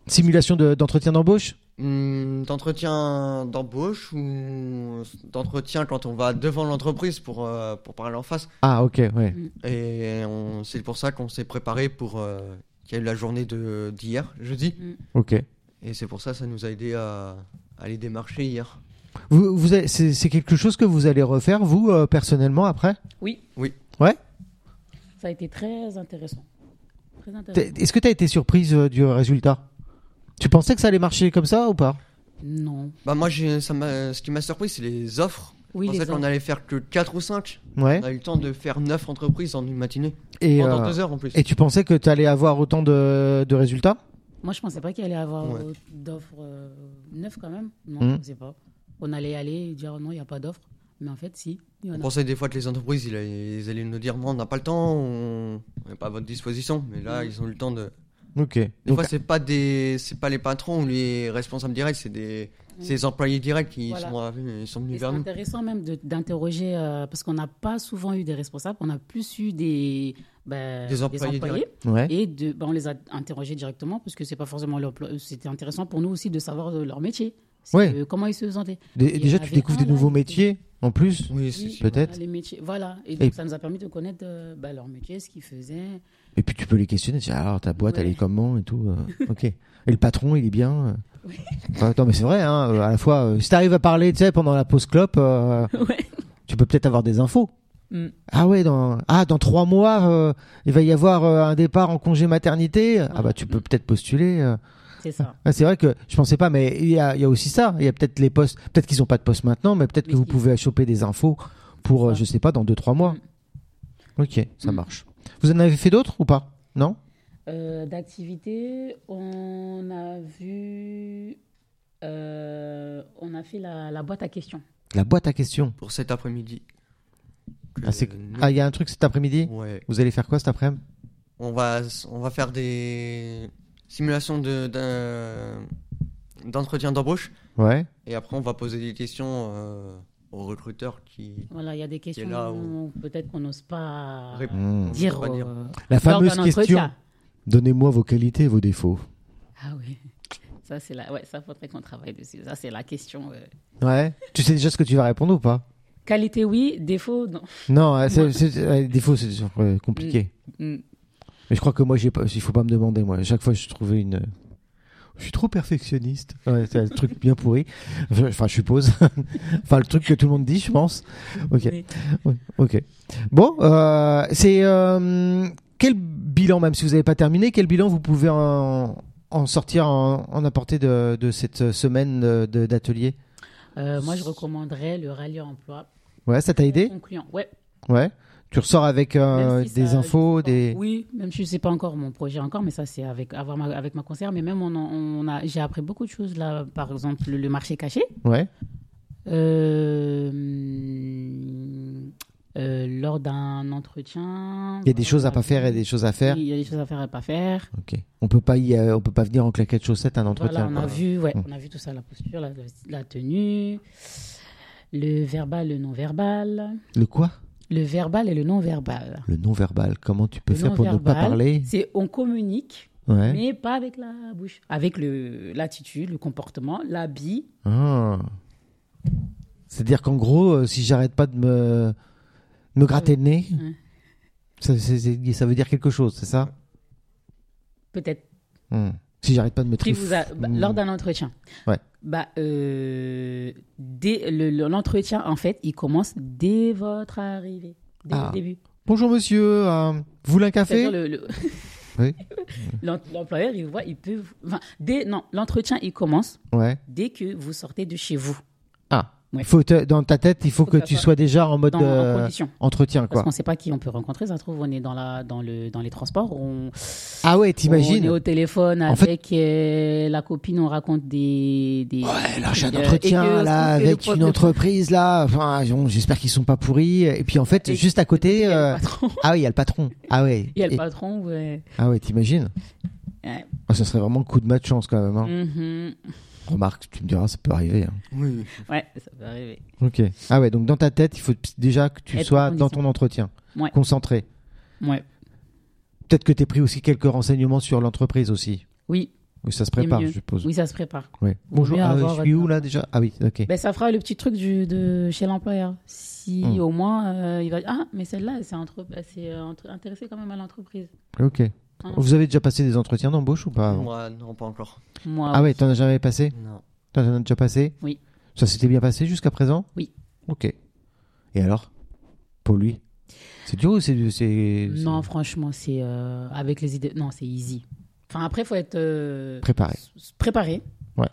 [SPEAKER 3] Simulation de- d'entretien d'embauche
[SPEAKER 2] Hum, d'entretien d'embauche ou d'entretien quand on va devant l'entreprise pour, euh, pour parler en face.
[SPEAKER 3] Ah, ok, ouais.
[SPEAKER 2] Et on- c'est pour ça qu'on s'est préparé pour euh, qui a eu la journée de- d'hier, jeudi.
[SPEAKER 3] Ok.
[SPEAKER 2] Et c'est pour ça ça nous a aidé à, à aller démarcher hier.
[SPEAKER 3] Vous, vous avez- c'est c'est quelque chose que vous allez refaire, vous, euh, personnellement, après
[SPEAKER 1] Oui,
[SPEAKER 3] Ouais
[SPEAKER 1] ça a été très intéressant. Très intéressant.
[SPEAKER 3] T'es- Est-ce que tu as été surprise euh, du résultat Tu pensais que ça allait marcher comme ça ou pas
[SPEAKER 1] Non.
[SPEAKER 2] Bah moi, j'ai- ça m'a- ce qui m'a surpris, c'est les offres.
[SPEAKER 1] Oui,
[SPEAKER 2] je
[SPEAKER 1] les
[SPEAKER 2] pensais qu'on
[SPEAKER 1] autres.
[SPEAKER 2] allait faire que 4 ou 5.
[SPEAKER 3] Ouais.
[SPEAKER 2] On a eu le temps de faire 9 entreprises en une matinée.
[SPEAKER 3] Et,
[SPEAKER 2] Pendant
[SPEAKER 3] euh,
[SPEAKER 2] 2 heures en plus.
[SPEAKER 3] et tu pensais que tu allais avoir autant de, de résultats
[SPEAKER 1] Moi, je pensais pas qu'il allait avoir
[SPEAKER 2] Ouais. Hmm.
[SPEAKER 1] euh, d'offres euh, neuf quand même. Non,
[SPEAKER 3] Mm.
[SPEAKER 1] je sais pas. On allait aller et dire non, il n'y a pas d'offres. Mais en fait, si. il y en
[SPEAKER 2] On
[SPEAKER 1] a.
[SPEAKER 2] pensait des fois que les entreprises, ils, ils allaient nous dire non, on n'a pas le temps, on n'est pas à votre disposition. Mais là, ils ont eu le temps de.
[SPEAKER 3] Ok.
[SPEAKER 2] Des fois, c'est pas des, c'est pas les patrons ou les responsables directs, c'est des, c'est les employés directs qui
[SPEAKER 1] Voilà.
[SPEAKER 2] sont, arrivés- ils sont
[SPEAKER 1] Et
[SPEAKER 2] venus
[SPEAKER 1] C'est
[SPEAKER 2] vers nous.
[SPEAKER 1] intéressant même de- d'interroger, euh, parce qu'on n'a pas souvent eu des responsables, on a plus eu des, ben,
[SPEAKER 2] Des employés
[SPEAKER 3] ouais.
[SPEAKER 1] Et de, ben, on les a interrogés directement, parce que c'est pas forcément leur emploi- C'était intéressant pour nous aussi de savoir euh, leur métier. C'est,
[SPEAKER 3] Ouais.
[SPEAKER 1] euh, comment ils se sentaient.
[SPEAKER 3] Dé-
[SPEAKER 1] il y
[SPEAKER 3] déjà,
[SPEAKER 1] en
[SPEAKER 3] tu
[SPEAKER 1] avait
[SPEAKER 3] découvres
[SPEAKER 1] un,
[SPEAKER 3] des
[SPEAKER 1] là,
[SPEAKER 3] nouveaux
[SPEAKER 1] il-
[SPEAKER 3] métiers en plus.
[SPEAKER 2] Oui, c'est
[SPEAKER 1] Oui,
[SPEAKER 2] sûr.
[SPEAKER 1] voilà,
[SPEAKER 3] Peut-être.
[SPEAKER 1] les métiers. Voilà. Et donc,
[SPEAKER 3] Et-
[SPEAKER 1] ça nous a permis de connaître euh, ben, leur métier, ce qu'ils faisaient.
[SPEAKER 3] Et puis tu peux les questionner. tu dis, alors ta boîte,
[SPEAKER 1] Ouais.
[SPEAKER 3] elle est comment et tout. euh, ok. *laughs* Et le patron, il est bien. euh. Enfin, non, mais c'est vrai. Hein, euh, à la fois, euh, si t'arrives à parler, tu sais, pendant la pause clope, euh,
[SPEAKER 1] Ouais.
[SPEAKER 3] tu peux peut-être avoir des infos.
[SPEAKER 1] Mm.
[SPEAKER 3] Ah ouais, dans ah dans trois mois, euh, il va y avoir euh, un départ en congé maternité. Ah bah tu
[SPEAKER 1] Mm.
[SPEAKER 3] peux peut-être postuler. euh.
[SPEAKER 1] C'est ça.
[SPEAKER 3] Ah, c'est vrai que je pensais pas, mais il y a, il y a aussi ça. Il y a peut-être les postes. Peut-être qu'ils ont pas de poste maintenant, mais peut-être que
[SPEAKER 1] Mais
[SPEAKER 3] vous
[SPEAKER 1] si.
[SPEAKER 3] pouvez choper des infos pour euh,
[SPEAKER 1] Ouais.
[SPEAKER 3] je sais pas dans deux trois mois.
[SPEAKER 1] Mm.
[SPEAKER 3] Ok, ça marche. Vous en avez fait d'autres ou pas Non.
[SPEAKER 1] Euh, D'activités, on a vu. euh, on a fait la, la boîte à questions.
[SPEAKER 3] La boîte à questions.
[SPEAKER 2] Pour cet après-midi. Que
[SPEAKER 3] Ah, c'est-
[SPEAKER 2] nous-
[SPEAKER 3] ah, il y a un truc cet après-midi
[SPEAKER 2] Ouais.
[SPEAKER 3] Vous allez faire quoi cet après-midi
[SPEAKER 2] On va, on va faire des simulations de, d'un- d'entretien d'embauche
[SPEAKER 3] Ouais.
[SPEAKER 2] et après on va poser des questions euh, aux recruteurs qui.
[SPEAKER 1] Voilà, il y a des questions
[SPEAKER 2] là
[SPEAKER 1] où peut-être qu'on n'ose pas
[SPEAKER 2] Répondre.
[SPEAKER 3] Mmh.
[SPEAKER 1] dire.
[SPEAKER 2] On peut pas dire.
[SPEAKER 1] euh,
[SPEAKER 3] La
[SPEAKER 1] lors d'un
[SPEAKER 3] fameuse question.
[SPEAKER 1] entretien.
[SPEAKER 3] Donnez-moi vos qualités et vos défauts.
[SPEAKER 1] Ah oui. Ça, c'est la... ouais, ça faudrait qu'on travaille dessus. Ça, c'est la question. euh.
[SPEAKER 3] Ouais. Tu sais déjà ce que tu vas répondre ou pas
[SPEAKER 1] Qualité, oui. Défaut, non.
[SPEAKER 3] Non, euh, c'est, c'est- euh, défaut, c'est sûr, euh, compliqué.
[SPEAKER 1] Mm.
[SPEAKER 3] Mais je crois que moi, j'ai pas, il faut pas me demander. Moi, à chaque fois, je trouvais une. Je suis trop perfectionniste. Ouais, c'est un truc bien pourri. Enfin, je suppose. *laughs* enfin, le truc que tout le monde dit, je pense. Ok.
[SPEAKER 1] Oui.
[SPEAKER 3] Ouais, Ok. Bon, euh, c'est euh, quel bilan, même si vous n'avez pas terminé, quel bilan vous pouvez en, en sortir, en, en apporter de, de cette semaine de- de- d'atelier
[SPEAKER 1] Euh, moi, je recommanderais le rallye emploi.
[SPEAKER 3] Ouais, ça t'a aidé
[SPEAKER 1] Concluant. Ouais.
[SPEAKER 3] Ouais. Tu ressors avec euh,
[SPEAKER 1] Même si
[SPEAKER 3] des
[SPEAKER 1] ça-
[SPEAKER 3] infos,
[SPEAKER 1] je sais
[SPEAKER 3] des.
[SPEAKER 1] pas. Oui, même si je sais pas encore mon projet encore, mais ça c'est avec avoir ma, avec ma conseillère. Mais même on, en- on a, j'ai appris beaucoup de choses là. Par exemple, le marché caché,
[SPEAKER 3] Ouais.
[SPEAKER 1] Euh, euh, lors d'un entretien.
[SPEAKER 3] Il y a des choses à pas faire et des choses à faire.
[SPEAKER 1] Oui, Il y a des choses à faire et à pas faire.
[SPEAKER 3] Ok. On peut pas y, euh, on peut pas venir en claquette chaussette à un
[SPEAKER 1] Voilà,
[SPEAKER 3] entretien.
[SPEAKER 1] on a
[SPEAKER 3] quoi.
[SPEAKER 1] vu, ouais,
[SPEAKER 3] Mm.
[SPEAKER 1] on a vu tout ça, la posture, la, la tenue, le verbal, le non verbal,
[SPEAKER 3] Le quoi
[SPEAKER 1] le verbal et le non verbal.
[SPEAKER 3] Le non verbal. Comment tu peux
[SPEAKER 1] Le
[SPEAKER 3] faire pour ne pas
[SPEAKER 1] non-verbal,
[SPEAKER 3] parler
[SPEAKER 1] C'est on communique.
[SPEAKER 3] Ouais.
[SPEAKER 1] Mais pas avec la bouche. Avec le- l'attitude, le comportement, l'habit.
[SPEAKER 3] Ah. C'est-à-dire qu'en gros, euh, si j'arrête pas de me me gratter le nez,
[SPEAKER 1] Ouais.
[SPEAKER 3] ça, c'est- c'est- ça veut dire quelque chose, c'est ça
[SPEAKER 1] Peut-être.
[SPEAKER 3] Hmm. Si j'arrête pas de me
[SPEAKER 1] pris vous a-
[SPEAKER 3] trif-
[SPEAKER 1] bah, Lors d'un entretien.
[SPEAKER 3] Hmm. Ouais.
[SPEAKER 1] Bah, euh, dès le- le- L'entretien, en fait, il commence dès votre arrivée. Dès
[SPEAKER 3] Ah.
[SPEAKER 1] le début.
[SPEAKER 3] Bonjour monsieur, euh, vous voulez un
[SPEAKER 1] C'est-à-dire
[SPEAKER 3] café
[SPEAKER 1] le-
[SPEAKER 3] *laughs*
[SPEAKER 1] le-
[SPEAKER 3] Oui.
[SPEAKER 1] l'em- l'employeur, il voit, il peut. vous- enfin, dès, non, l'entretien, il commence
[SPEAKER 3] Ouais.
[SPEAKER 1] dès que vous sortez de chez vous.
[SPEAKER 3] Ah.
[SPEAKER 1] Ouais.
[SPEAKER 3] Faut te- dans ta tête, il faut,
[SPEAKER 1] Faut que
[SPEAKER 3] que
[SPEAKER 1] ça
[SPEAKER 3] tu
[SPEAKER 1] soit
[SPEAKER 3] sois déjà en mode
[SPEAKER 1] Dans, en
[SPEAKER 3] euh,
[SPEAKER 1] condition.
[SPEAKER 3] entretien
[SPEAKER 1] Parce
[SPEAKER 3] quoi.
[SPEAKER 1] qu'on ne sait pas qui on peut rencontrer. Ça se trouve, on est dans, la, dans, le, dans les transports. On,
[SPEAKER 3] Ah ouais,
[SPEAKER 1] On est
[SPEAKER 3] t'imagines
[SPEAKER 1] au téléphone
[SPEAKER 3] En fait-
[SPEAKER 1] avec euh, la copine, on raconte des. des
[SPEAKER 3] Ouais, là, j'ai un
[SPEAKER 1] Euh, et
[SPEAKER 3] entretien
[SPEAKER 1] que-
[SPEAKER 3] là,
[SPEAKER 1] et que le
[SPEAKER 3] avec
[SPEAKER 1] pro-
[SPEAKER 3] une
[SPEAKER 1] le-
[SPEAKER 3] entreprise là. Enfin, bon, j'espère qu'ils sont pas pourris. Et puis en fait,
[SPEAKER 1] Et-
[SPEAKER 3] juste
[SPEAKER 1] *laughs*
[SPEAKER 3] à
[SPEAKER 1] Il y
[SPEAKER 3] côté,
[SPEAKER 1] a
[SPEAKER 3] euh,
[SPEAKER 1] le patron.
[SPEAKER 3] ah oui, il y a le patron. Ah ouais.
[SPEAKER 1] Il y a le
[SPEAKER 3] Et-
[SPEAKER 1] patron, ouais.
[SPEAKER 3] Ah ouais, t'imagines
[SPEAKER 1] Ouais.
[SPEAKER 3] Ah, Ça serait vraiment coup de malchance quand même. hein.
[SPEAKER 1] Mhm.
[SPEAKER 3] Remarque, tu me diras, ça peut arriver. hein.
[SPEAKER 2] Oui.
[SPEAKER 1] Ouais, ça peut arriver.
[SPEAKER 3] Ok. Ah ouais, donc dans ta tête, il faut déjà que tu
[SPEAKER 1] Être
[SPEAKER 3] sois
[SPEAKER 1] en
[SPEAKER 3] dans
[SPEAKER 1] condition.
[SPEAKER 3] ton entretien,
[SPEAKER 1] Ouais.
[SPEAKER 3] concentré.
[SPEAKER 1] Ouais.
[SPEAKER 3] Peut-être que t'es pris aussi quelques renseignements sur l'entreprise aussi.
[SPEAKER 1] Oui,
[SPEAKER 3] Oui, ça se
[SPEAKER 1] c'est
[SPEAKER 3] prépare,
[SPEAKER 1] mieux.
[SPEAKER 3] je suppose.
[SPEAKER 1] Oui, ça se prépare.
[SPEAKER 3] Ouais.
[SPEAKER 1] Vaut
[SPEAKER 3] Bonjour,
[SPEAKER 1] mieux
[SPEAKER 3] ah,
[SPEAKER 1] avoir
[SPEAKER 3] je suis
[SPEAKER 1] votre-
[SPEAKER 3] où là déjà Ah oui, ok.
[SPEAKER 1] Ben, ça fera le petit truc du, de chez l'employeur. Si
[SPEAKER 3] Hmm.
[SPEAKER 1] au moins, euh, il va dire Ah, mais celle-là, elle s'est entre... elle s'est, euh, entre- intéressée quand même à l'entreprise.
[SPEAKER 3] Ok. Vous avez déjà passé des entretiens d'embauche ou pas avant
[SPEAKER 2] Moi, non, pas encore.
[SPEAKER 1] Moi,
[SPEAKER 3] Ah ouais, t'en as jamais passé
[SPEAKER 2] Non.
[SPEAKER 3] T'en as déjà passé
[SPEAKER 1] Oui.
[SPEAKER 3] Ça s'était bien passé jusqu'à présent
[SPEAKER 1] Oui.
[SPEAKER 3] Ok. Et alors Pour lui C'est dur ou c'est. c'est-
[SPEAKER 1] Non,
[SPEAKER 3] c'est
[SPEAKER 1] franchement, c'est euh, avec les idées. Non, c'est easy. Enfin, après, faut être euh,
[SPEAKER 3] Préparé.
[SPEAKER 1] s- préparé.
[SPEAKER 3] Ouais.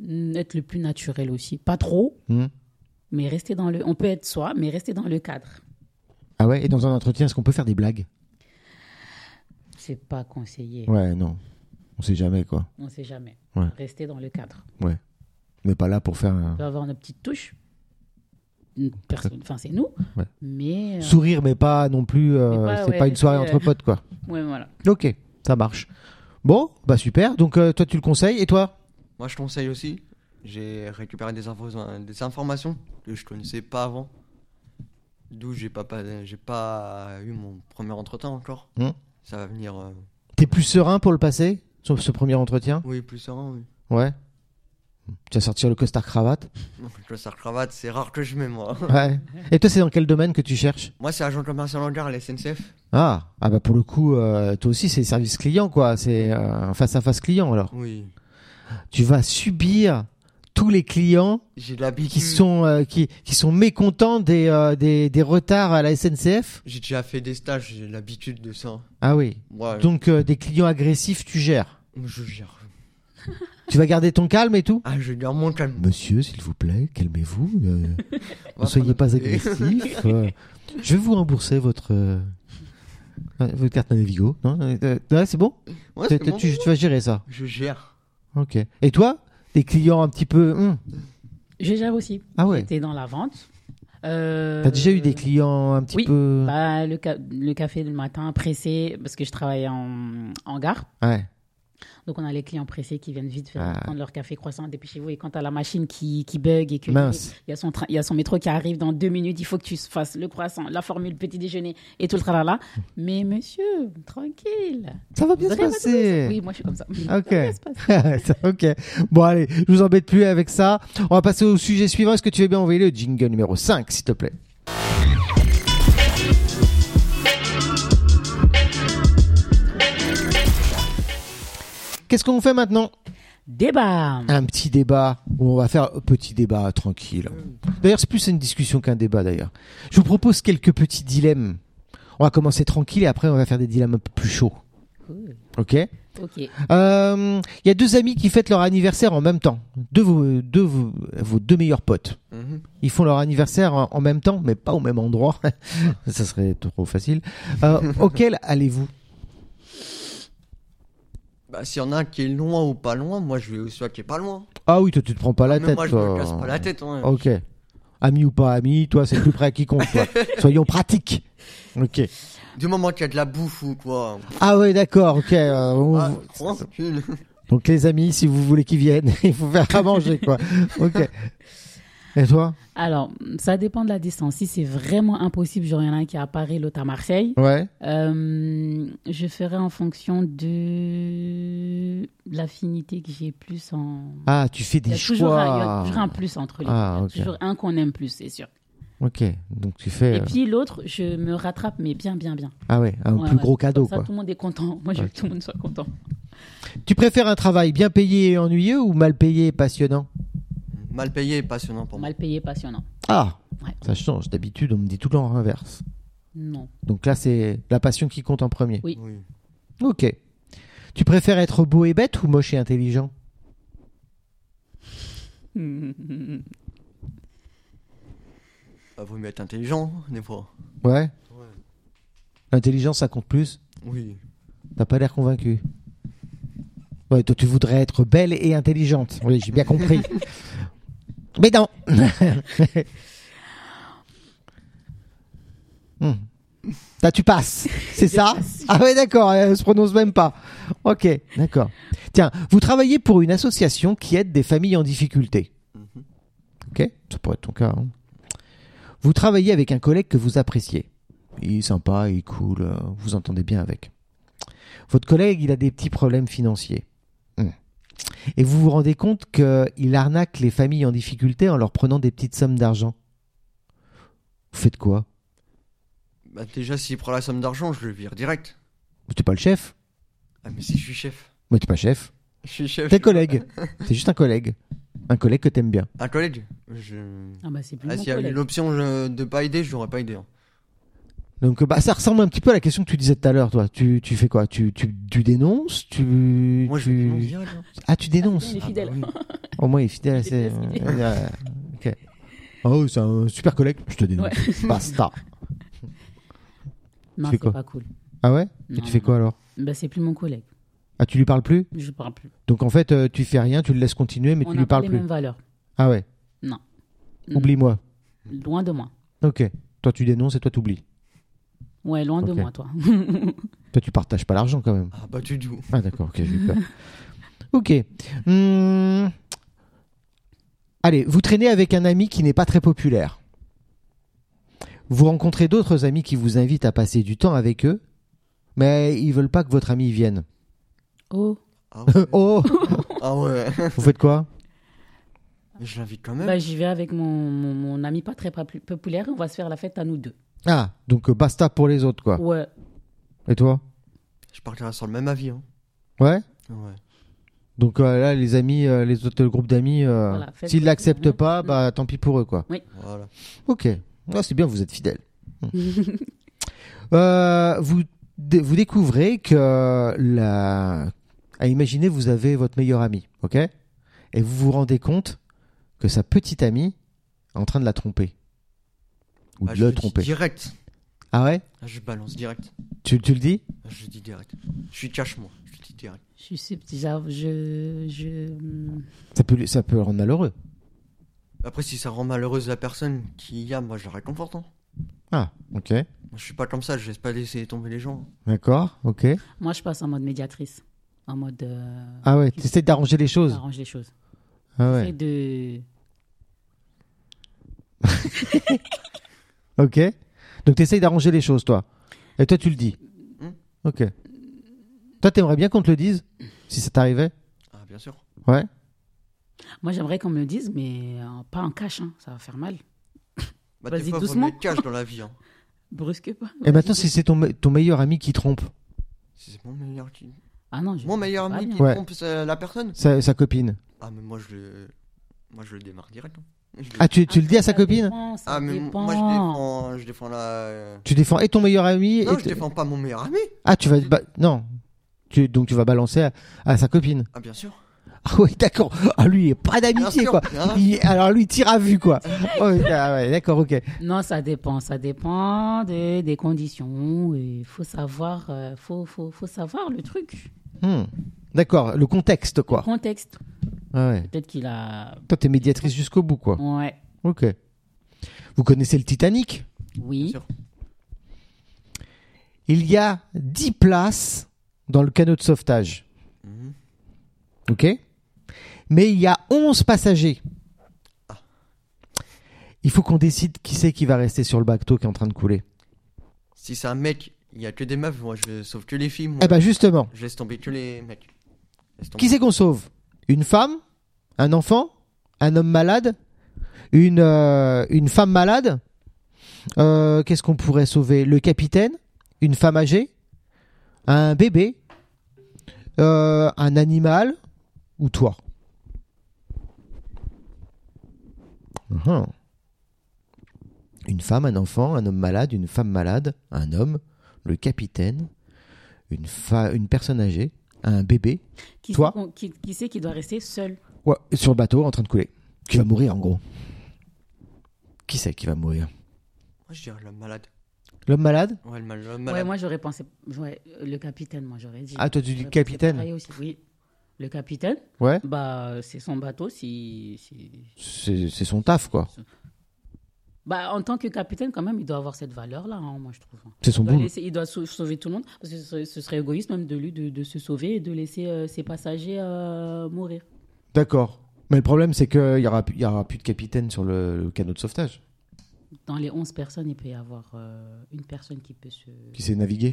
[SPEAKER 1] N- Être le plus naturel aussi. Pas trop,
[SPEAKER 3] Hmm
[SPEAKER 1] mais rester dans le. On peut être soi, mais rester dans le cadre.
[SPEAKER 3] Ah ouais, et dans un entretien, est-ce qu'on peut faire des blagues
[SPEAKER 1] C'est pas conseillé.
[SPEAKER 3] Ouais, non. On sait jamais quoi.
[SPEAKER 1] On sait jamais.
[SPEAKER 3] Ouais.
[SPEAKER 1] Rester dans le cadre.
[SPEAKER 3] On n'est pas là pour faire un.
[SPEAKER 1] On peut avoir nos petites touches. Une personne- Enfin, c'est nous.
[SPEAKER 3] Ouais.
[SPEAKER 1] Mais. euh,
[SPEAKER 3] Sourire, mais pas non plus. euh,
[SPEAKER 1] pas,
[SPEAKER 3] c'est
[SPEAKER 1] ouais,
[SPEAKER 3] pas une soirée
[SPEAKER 1] rester,
[SPEAKER 3] entre
[SPEAKER 1] euh,
[SPEAKER 3] potes quoi.
[SPEAKER 1] ouais, voilà.
[SPEAKER 3] Ok, ça marche. Bon, bah super. Donc euh, toi, tu le conseilles et toi
[SPEAKER 2] Moi, je conseille aussi. J'ai récupéré des, infos, euh, des informations que je connaissais pas avant. D'où j'ai pas, pas, j'ai pas eu mon premier entretien encore.
[SPEAKER 3] Hmm.
[SPEAKER 2] Ça va venir. euh,
[SPEAKER 3] T'es plus serein pour le passer Sauf ce premier entretien
[SPEAKER 2] Oui, plus serein. Oui.
[SPEAKER 3] Ouais. Tu vas sortir le costard cravate
[SPEAKER 2] Non, Le costard cravate, c'est rare que je mets moi. *laughs*
[SPEAKER 3] Ouais. Et toi, c'est dans quel domaine que tu cherches
[SPEAKER 2] moi, c'est agent commercial en gare, la SNCF.
[SPEAKER 3] Ah, ah bah pour le coup, euh, toi aussi, c'est service client, quoi. C'est euh, face à face client, alors.
[SPEAKER 2] Oui.
[SPEAKER 3] Tu vas subir tous les clients
[SPEAKER 2] J'ai l'habitude.
[SPEAKER 3] qui sont euh, qui, qui sont mécontents des, euh, des des retards à la SNCF.
[SPEAKER 2] J'ai déjà fait des stages, j'ai l'habitude de ça.
[SPEAKER 3] Ah oui.
[SPEAKER 2] Moi,
[SPEAKER 3] Donc euh, des clients agressifs, tu gères.
[SPEAKER 2] je gère.
[SPEAKER 3] Tu vas garder ton calme et tout.
[SPEAKER 2] Ah, je garde mon calme.
[SPEAKER 3] Monsieur, s'il vous plaît, calmez-vous. euh,
[SPEAKER 2] On va
[SPEAKER 3] soyez
[SPEAKER 2] prendre-
[SPEAKER 3] pas agressif. euh, je vais vous rembourser votre euh, votre carte Navigo. Non, Euh, ouais, c'est bon.
[SPEAKER 2] *laughs* Ouais,
[SPEAKER 3] T'as-
[SPEAKER 2] c'est
[SPEAKER 3] t'as-
[SPEAKER 2] bon.
[SPEAKER 3] Tu, tu vas gérer ça.
[SPEAKER 2] Je gère.
[SPEAKER 3] Ok. Et toi, des clients un petit peu. hum,
[SPEAKER 1] Je gère aussi.
[SPEAKER 3] Ah ouais.
[SPEAKER 1] J'étais dans la vente. Euh,
[SPEAKER 3] T'as déjà eu des clients un petit
[SPEAKER 1] oui.
[SPEAKER 3] peu.
[SPEAKER 1] bah, le, ca- le café le matin pressé, parce que je travaillais en, en gare.
[SPEAKER 3] Ouais.
[SPEAKER 1] Donc, on a les clients pressés qui viennent vite faire,
[SPEAKER 3] Ah.
[SPEAKER 1] prendre leur café croissant, dépêchez-vous. Et quand t'as la machine qui, qui bug et que
[SPEAKER 3] Mince.
[SPEAKER 1] il y, a son train- il y a son métro qui arrive dans deux minutes, il faut que tu fasses le croissant, la formule petit déjeuner et tout le tralala. Mais monsieur, tranquille.
[SPEAKER 3] Ça va bien
[SPEAKER 1] Vous
[SPEAKER 3] se
[SPEAKER 1] aurez votre
[SPEAKER 3] passer.
[SPEAKER 1] dose. Oui, moi je suis comme ça.
[SPEAKER 3] Ok.
[SPEAKER 1] Ça se passe.
[SPEAKER 3] *laughs* ok. Bon, allez, je vous embête plus avec ça. On va passer au sujet suivant. Est-ce que tu veux bien envoyer le jingle numéro 5, s'il te plaît Qu'est-ce qu'on fait maintenant
[SPEAKER 1] Débat.
[SPEAKER 3] Un petit débat. où On va faire un petit débat tranquille. D'ailleurs, c'est plus une discussion qu'un débat, d'ailleurs. Je vous propose quelques petits dilemmes. On va commencer tranquille et après, on va faire des dilemmes un peu plus chauds.
[SPEAKER 1] Cool.
[SPEAKER 3] Ok
[SPEAKER 1] *laughs* Ok.
[SPEAKER 3] euh, Il y a deux amis qui fêtent leur anniversaire en même temps. Deux, vos, deux, vos, vos deux meilleurs potes.
[SPEAKER 2] Mhm.
[SPEAKER 3] Ils font leur anniversaire en en même temps, mais pas au même endroit. *laughs* Ça serait trop facile. Euh, auquel allez-vous
[SPEAKER 2] Bah, s'il y en a un qui est loin ou pas loin, moi je vais au soit qui est pas loin.
[SPEAKER 3] Ah oui, toi, tu te prends pas la
[SPEAKER 2] Mais
[SPEAKER 3] tête.
[SPEAKER 2] moi je me
[SPEAKER 3] toi.
[SPEAKER 2] casse pas la tête. hein.
[SPEAKER 3] Ok. Ami ou pas ami, toi, c'est le plus près qui compte.
[SPEAKER 2] *laughs*
[SPEAKER 3] toi. Soyons pratiques. Ok.
[SPEAKER 2] Du moment qu'il y a de la bouffe ou quoi.
[SPEAKER 3] Ah ouais, d'accord. Ok. euh, on-
[SPEAKER 2] Ah, tranquille. *laughs*
[SPEAKER 3] Donc les amis, si vous voulez qu'ils viennent, *laughs* il faut faire à manger, quoi. Ok. Et toi
[SPEAKER 1] Alors, ça dépend de la distance. Si c'est vraiment impossible, genre il y en a un qui est à Paris, l'autre à Marseille,
[SPEAKER 3] Ouais.
[SPEAKER 1] euh, je ferai en fonction de l'affinité que j'ai plus en.
[SPEAKER 3] Ah, tu fais
[SPEAKER 1] Il
[SPEAKER 3] des
[SPEAKER 1] y a
[SPEAKER 3] choix.
[SPEAKER 1] toujours un, il y a toujours un plus entre les deux.
[SPEAKER 3] Ah,
[SPEAKER 1] Il y a
[SPEAKER 3] ok.
[SPEAKER 1] toujours un qu'on aime plus, c'est sûr.
[SPEAKER 3] Ok, donc tu fais.
[SPEAKER 1] Et
[SPEAKER 3] euh,
[SPEAKER 1] puis l'autre, je me rattrape, mais bien, bien, bien.
[SPEAKER 3] ah ouais, un
[SPEAKER 1] Ouais,
[SPEAKER 3] plus
[SPEAKER 1] ouais.
[SPEAKER 3] gros cadeau
[SPEAKER 1] Comme ça,
[SPEAKER 3] quoi.
[SPEAKER 1] tout le monde est content. Moi, je veux
[SPEAKER 3] Ok.
[SPEAKER 1] que tout le monde soit content.
[SPEAKER 3] Tu préfères un travail bien payé et ennuyeux ou mal payé et passionnant
[SPEAKER 2] Mal payé et passionnant pour moi.
[SPEAKER 1] Mal payé, passionnant.
[SPEAKER 3] Ah,
[SPEAKER 1] Ouais.
[SPEAKER 3] ça change. D'habitude, on me dit tout le temps inverse. *laughs*
[SPEAKER 1] Non.
[SPEAKER 3] Donc là, c'est la passion qui compte en premier.
[SPEAKER 1] Oui.
[SPEAKER 2] Oui.
[SPEAKER 3] Ok. Tu préfères être beau et bête ou moche et intelligent
[SPEAKER 2] Bah, vaut mieux être intelligent hein, des fois.
[SPEAKER 3] Ouais. L'intelligence, ça compte plus.
[SPEAKER 2] Oui.
[SPEAKER 3] T'as pas l'air convaincu. Ouais, toi, tu voudrais être belle et intelligente. Oui, j'ai bien compris. Mais non. *laughs* Hmm. Ça, tu passes. C'est ça Ah ouais, d'accord. Elle se prononce même pas. Ok, d'accord. Tiens, vous travaillez pour une association qui aide des familles en difficulté. Ok, ça pourrait être ton cas. hein. Vous travaillez avec un collègue que vous appréciez. Il est sympa, il est cool, euh, vous entendez bien avec. Votre collègue, il a des petits problèmes financiers. Hmm. Et vous vous rendez compte qu'il arnaque les familles en difficulté en leur prenant des petites sommes d'argent. Vous faites quoi
[SPEAKER 2] Bah, déjà, s'il prend la somme d'argent, je le vire direct.
[SPEAKER 3] T'es pas le chef
[SPEAKER 2] Ah, mais si je suis chef.
[SPEAKER 3] Mais t'es pas chef.
[SPEAKER 2] Je suis chef.
[SPEAKER 3] T'es collègue. T'es juste un collègue. Un collègue que t'aimes bien.
[SPEAKER 2] Un collègue je...
[SPEAKER 1] Ah bah c'est plus
[SPEAKER 2] Ah,
[SPEAKER 1] mon
[SPEAKER 2] s'il y a eu
[SPEAKER 1] collègue.
[SPEAKER 2] l'option euh, de pas aider, je n'aurais pas aidé. hein.
[SPEAKER 3] Donc euh, bah, ça ressemble un petit peu à la question que tu disais tout à l'heure, toi. Tu, tu fais quoi tu, tu, tu dénonces tu,
[SPEAKER 2] Moi, je
[SPEAKER 3] tu-
[SPEAKER 2] dénonce direct, hein.
[SPEAKER 3] Ah, tu dénonces
[SPEAKER 1] Il est fidèle.
[SPEAKER 3] bah Au moins, il est fidèle à ses... *laughs* euh, ok. Oh, c'est un super collègue. Je te dénonce. Basta.
[SPEAKER 1] Non,
[SPEAKER 3] Tu fais
[SPEAKER 1] c'est
[SPEAKER 3] quoi
[SPEAKER 1] pas cool.
[SPEAKER 3] Ah ouais Et
[SPEAKER 1] Non,
[SPEAKER 3] Tu fais quoi alors
[SPEAKER 1] Bah c'est plus mon collègue.
[SPEAKER 3] Ah, tu lui parles plus
[SPEAKER 1] Je parle plus.
[SPEAKER 3] Donc en fait, euh, tu fais rien, tu le laisses continuer, mais
[SPEAKER 1] On
[SPEAKER 3] tu
[SPEAKER 1] n'a
[SPEAKER 3] lui
[SPEAKER 1] pas
[SPEAKER 3] parles
[SPEAKER 1] les
[SPEAKER 3] plus.
[SPEAKER 1] mêmes Mm. valeurs.
[SPEAKER 3] Ah ouais
[SPEAKER 1] Non.
[SPEAKER 3] Oublie-moi.
[SPEAKER 1] Loin de moi.
[SPEAKER 3] Ok. Toi, tu dénonces et toi, tu oublies.
[SPEAKER 1] Ouais, loin de
[SPEAKER 3] Ok.
[SPEAKER 1] moi, toi. *laughs*
[SPEAKER 3] Toi, tu partages pas l'argent quand même.
[SPEAKER 2] Ah, bah, tu joues.
[SPEAKER 3] Ah d'accord, ok, j'ai
[SPEAKER 1] *laughs*
[SPEAKER 3] eu peur. ok. Hmm. Allez, vous traînez avec un ami qui n'est pas très populaire. Vous rencontrez d'autres amis qui vous invitent à passer du temps avec eux, mais ils veulent pas que votre ami
[SPEAKER 1] *laughs*
[SPEAKER 3] vienne.
[SPEAKER 1] Oh,
[SPEAKER 2] Ah
[SPEAKER 3] *laughs*
[SPEAKER 2] ouais.
[SPEAKER 3] oh
[SPEAKER 2] ah ouais. *laughs*
[SPEAKER 3] Vous faites quoi
[SPEAKER 2] Je l'invite quand même.
[SPEAKER 1] bah j'y vais avec mon, mon, mon ami pas très popu- populaire. On va se faire la fête à nous deux.
[SPEAKER 3] Ah, donc euh, basta pour les autres, quoi.
[SPEAKER 1] Ouais.
[SPEAKER 3] Et toi
[SPEAKER 2] Je partirai sur le même avis. Hein.
[SPEAKER 3] Ouais
[SPEAKER 2] Ouais.
[SPEAKER 3] Donc euh, là, les amis, euh, les autres groupes d'amis, euh,
[SPEAKER 1] Voilà, faites
[SPEAKER 3] s'ils
[SPEAKER 1] votre Mm.
[SPEAKER 3] l'acceptent
[SPEAKER 1] tournée.
[SPEAKER 3] pas, bah tant pis pour eux, quoi.
[SPEAKER 2] Voilà.
[SPEAKER 3] Ok. Ah, c'est bien, vous êtes
[SPEAKER 1] *laughs*
[SPEAKER 3] fidèle. Euh, vous, dé- vous découvrez que la. À imaginer, vous avez votre meilleur ami, ok Et vous vous rendez compte que sa petite amie est en train de la tromper. Ou
[SPEAKER 2] Ah,
[SPEAKER 3] de
[SPEAKER 2] je
[SPEAKER 3] le
[SPEAKER 2] dis
[SPEAKER 3] tromper.
[SPEAKER 2] Direct.
[SPEAKER 3] Ah ouais
[SPEAKER 2] Ah, je balance direct.
[SPEAKER 3] tu, tu le dis
[SPEAKER 2] Ah, Je dis direct. Je suis cache-moi. Je dis direct.
[SPEAKER 1] Je suis subtil. j'avoue, Je, je...
[SPEAKER 3] ça peut, ça peut le rendre malheureux.
[SPEAKER 2] Après, si ça rend malheureuse la personne qui y a, moi, je la réconforte. hein.
[SPEAKER 3] Ah, ok.
[SPEAKER 2] Moi, Je suis pas comme ça, je laisse pas laisser tomber les gens.
[SPEAKER 3] D'accord, ok.
[SPEAKER 1] Moi, je passe en mode médiatrice. En mode. euh,
[SPEAKER 3] Ah ouais, t'essaies d'arranger les choses.
[SPEAKER 1] arrange les choses.
[SPEAKER 3] Ah
[SPEAKER 1] Et
[SPEAKER 3] ouais.
[SPEAKER 1] de.
[SPEAKER 3] Ok. Donc t'essayes d'arranger les choses, toi. Et toi, tu le dis.
[SPEAKER 2] Hmm.
[SPEAKER 3] Ok. Toi, t'aimerais bien qu'on te le dise Si ça t'arrivait
[SPEAKER 2] Ah, bien sûr.
[SPEAKER 3] Ouais.
[SPEAKER 1] Moi, j'aimerais qu'on me le dise, mais euh, pas en cash, hein, ça va faire mal.
[SPEAKER 2] Bah,
[SPEAKER 1] Vas-y,
[SPEAKER 2] des fois, faut
[SPEAKER 1] doucement.
[SPEAKER 2] mettre cache dans la vie. hein.
[SPEAKER 1] Brusque pas.
[SPEAKER 3] Et maintenant, si Eh ben, c'est ton, me- ton meilleur ami qui trompe,
[SPEAKER 2] Si c'est mon meilleur,
[SPEAKER 1] *laughs*
[SPEAKER 2] qui-
[SPEAKER 1] Ah non, je.
[SPEAKER 2] mon meilleur
[SPEAKER 1] pas
[SPEAKER 2] ami
[SPEAKER 1] bien.
[SPEAKER 2] qui
[SPEAKER 3] Ouais.
[SPEAKER 2] trompe euh, la personne.
[SPEAKER 3] sa, sa copine.
[SPEAKER 2] Ah, mais moi, je le. Moi, je le démarre direct. hein. Je le-
[SPEAKER 3] Ah, tu, tu le dis à sa
[SPEAKER 1] Ça
[SPEAKER 3] copine
[SPEAKER 1] dépend, ça
[SPEAKER 2] Ah, mais m-
[SPEAKER 1] dépend.
[SPEAKER 2] moi, je défends, je défends la.
[SPEAKER 3] Tu défends et ton meilleur ami
[SPEAKER 2] Non,
[SPEAKER 3] et
[SPEAKER 2] je
[SPEAKER 3] te-
[SPEAKER 2] défends pas mon meilleur ami.
[SPEAKER 3] Ah, tu vas. bah, non. Tu, donc tu vas balancer à, à sa copine. *laughs*
[SPEAKER 2] Ah, bien sûr.
[SPEAKER 3] Ah oui, d'accord. Ah, lui, il est pas d'amitié,
[SPEAKER 2] Bien sûr, Hein
[SPEAKER 3] quoi.
[SPEAKER 2] bien.
[SPEAKER 3] Il- alors lui, il tire à
[SPEAKER 2] *laughs*
[SPEAKER 3] vue, quoi. Oh, ah ouais, d'accord, ok.
[SPEAKER 1] Non, ça dépend, ça dépend des- des conditions. Il faut savoir, euh, faut, faut, faut savoir le truc.
[SPEAKER 3] Hmm. D'accord, le contexte, quoi.
[SPEAKER 1] Contexte.
[SPEAKER 2] Mmh.
[SPEAKER 3] Ah ouais.
[SPEAKER 1] Peut-être qu'il a.
[SPEAKER 3] Toi, t'es médiatrice jusqu'au bout, quoi.
[SPEAKER 1] Ouais.
[SPEAKER 3] Ok. Vous connaissez le Titanic
[SPEAKER 1] Oui.
[SPEAKER 2] Bien sûr.
[SPEAKER 3] Il y a 10 places dans le canot de sauvetage.
[SPEAKER 2] Mhm.
[SPEAKER 3] Ok Mais il y a 11 passagers. Il faut qu'on décide qui c'est qui va rester sur le bateau qui est en train de couler.
[SPEAKER 2] Si c'est un mec, il y a que des meufs. Moi, je sauve que les filles. Moi.
[SPEAKER 3] Eh ben justement,
[SPEAKER 2] Je laisse tomber que les mecs. Laisse tomber.
[SPEAKER 3] qui c'est qu'on sauve Une femme Un enfant Un homme malade une, euh, une femme malade Euh, Qu'est-ce qu'on pourrait sauver Le capitaine Une femme âgée Un bébé Euh, Un animal Ou toi Uhum. Uh-huh. Une femme, un enfant, un homme malade, une femme malade, un homme, le capitaine, une, fa- une personne âgée, un bébé,
[SPEAKER 1] Qui
[SPEAKER 3] Toi
[SPEAKER 1] sait qu'on- qui, qui sait qui doit rester seul
[SPEAKER 3] Ouais, sur le bateau en train de couler. Qui va mourir en gros. Qui c'est qui va mourir
[SPEAKER 2] Moi, je dirais le malade.
[SPEAKER 3] L'homme malade
[SPEAKER 2] Ouais, le mal- le
[SPEAKER 1] Ouais,
[SPEAKER 2] malade.
[SPEAKER 1] moi j'aurais pensé. ouais, euh, le capitaine, moi j'aurais dit.
[SPEAKER 3] Ah, toi, tu dis
[SPEAKER 1] J'aurais pensé
[SPEAKER 3] capitaine
[SPEAKER 1] pareil aussi, Oui. Le capitaine,
[SPEAKER 3] Ouais.
[SPEAKER 1] bah, c'est son bateau. Si, si-
[SPEAKER 3] C'est c'est son taf quoi.
[SPEAKER 1] Bah, en tant que capitaine, quand même, il doit avoir cette valeur-là, hein, moi je trouve.
[SPEAKER 3] C'est son
[SPEAKER 1] Il doit,
[SPEAKER 3] boulot.
[SPEAKER 1] laisser- il doit sau- sauver tout le monde, parce que ce serait, ce serait égoïste même de lui de, de se sauver et de laisser euh, ses passagers euh, mourir.
[SPEAKER 3] D'accord. Mais le problème c'est qu'il y aura, pu- il y aura plus de capitaine sur le, le canot de sauvetage.
[SPEAKER 1] Dans les 11 personnes, il peut y avoir euh, une personne qui peut se.
[SPEAKER 3] Qui sait *laughs* naviguer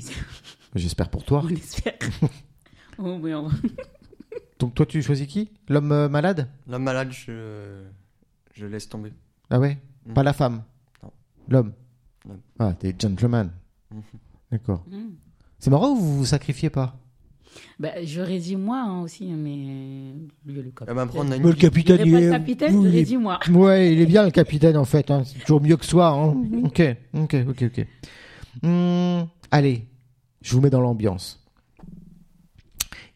[SPEAKER 3] J'espère pour toi.
[SPEAKER 1] *laughs* On
[SPEAKER 3] *laughs*
[SPEAKER 1] espère. Oh, mais on-
[SPEAKER 3] Donc toi tu choisis qui L'homme euh, malade
[SPEAKER 2] Le malade, je... je laisse tomber.
[SPEAKER 3] Ah ouais
[SPEAKER 2] Mm.
[SPEAKER 3] Pas la femme
[SPEAKER 2] Non.
[SPEAKER 3] L'homme
[SPEAKER 2] L'homme.
[SPEAKER 3] Ah, t'es gentleman.
[SPEAKER 2] Mhm.
[SPEAKER 3] D'accord.
[SPEAKER 1] Mm.
[SPEAKER 3] C'est marrant ou vous vous sacrifiez pas
[SPEAKER 1] Bah, J'aurais dit moi hein, aussi, mais lui, le
[SPEAKER 3] Ah,
[SPEAKER 2] Elle
[SPEAKER 1] capitaine.
[SPEAKER 2] va me Eh ben, prendre
[SPEAKER 1] Il
[SPEAKER 3] Mais
[SPEAKER 2] une
[SPEAKER 3] bah, le capitaine,
[SPEAKER 1] dirait pas
[SPEAKER 3] il
[SPEAKER 1] le
[SPEAKER 3] est-
[SPEAKER 1] capitaine,
[SPEAKER 3] oui,
[SPEAKER 1] j'aurais
[SPEAKER 3] il-
[SPEAKER 1] dit moi.
[SPEAKER 3] Ouais, il est bien le capitaine en fait. hein. C'est toujours mieux que soi. hein. Ok, ok, ok, ok. Hum, allez, je vous mets dans l'ambiance.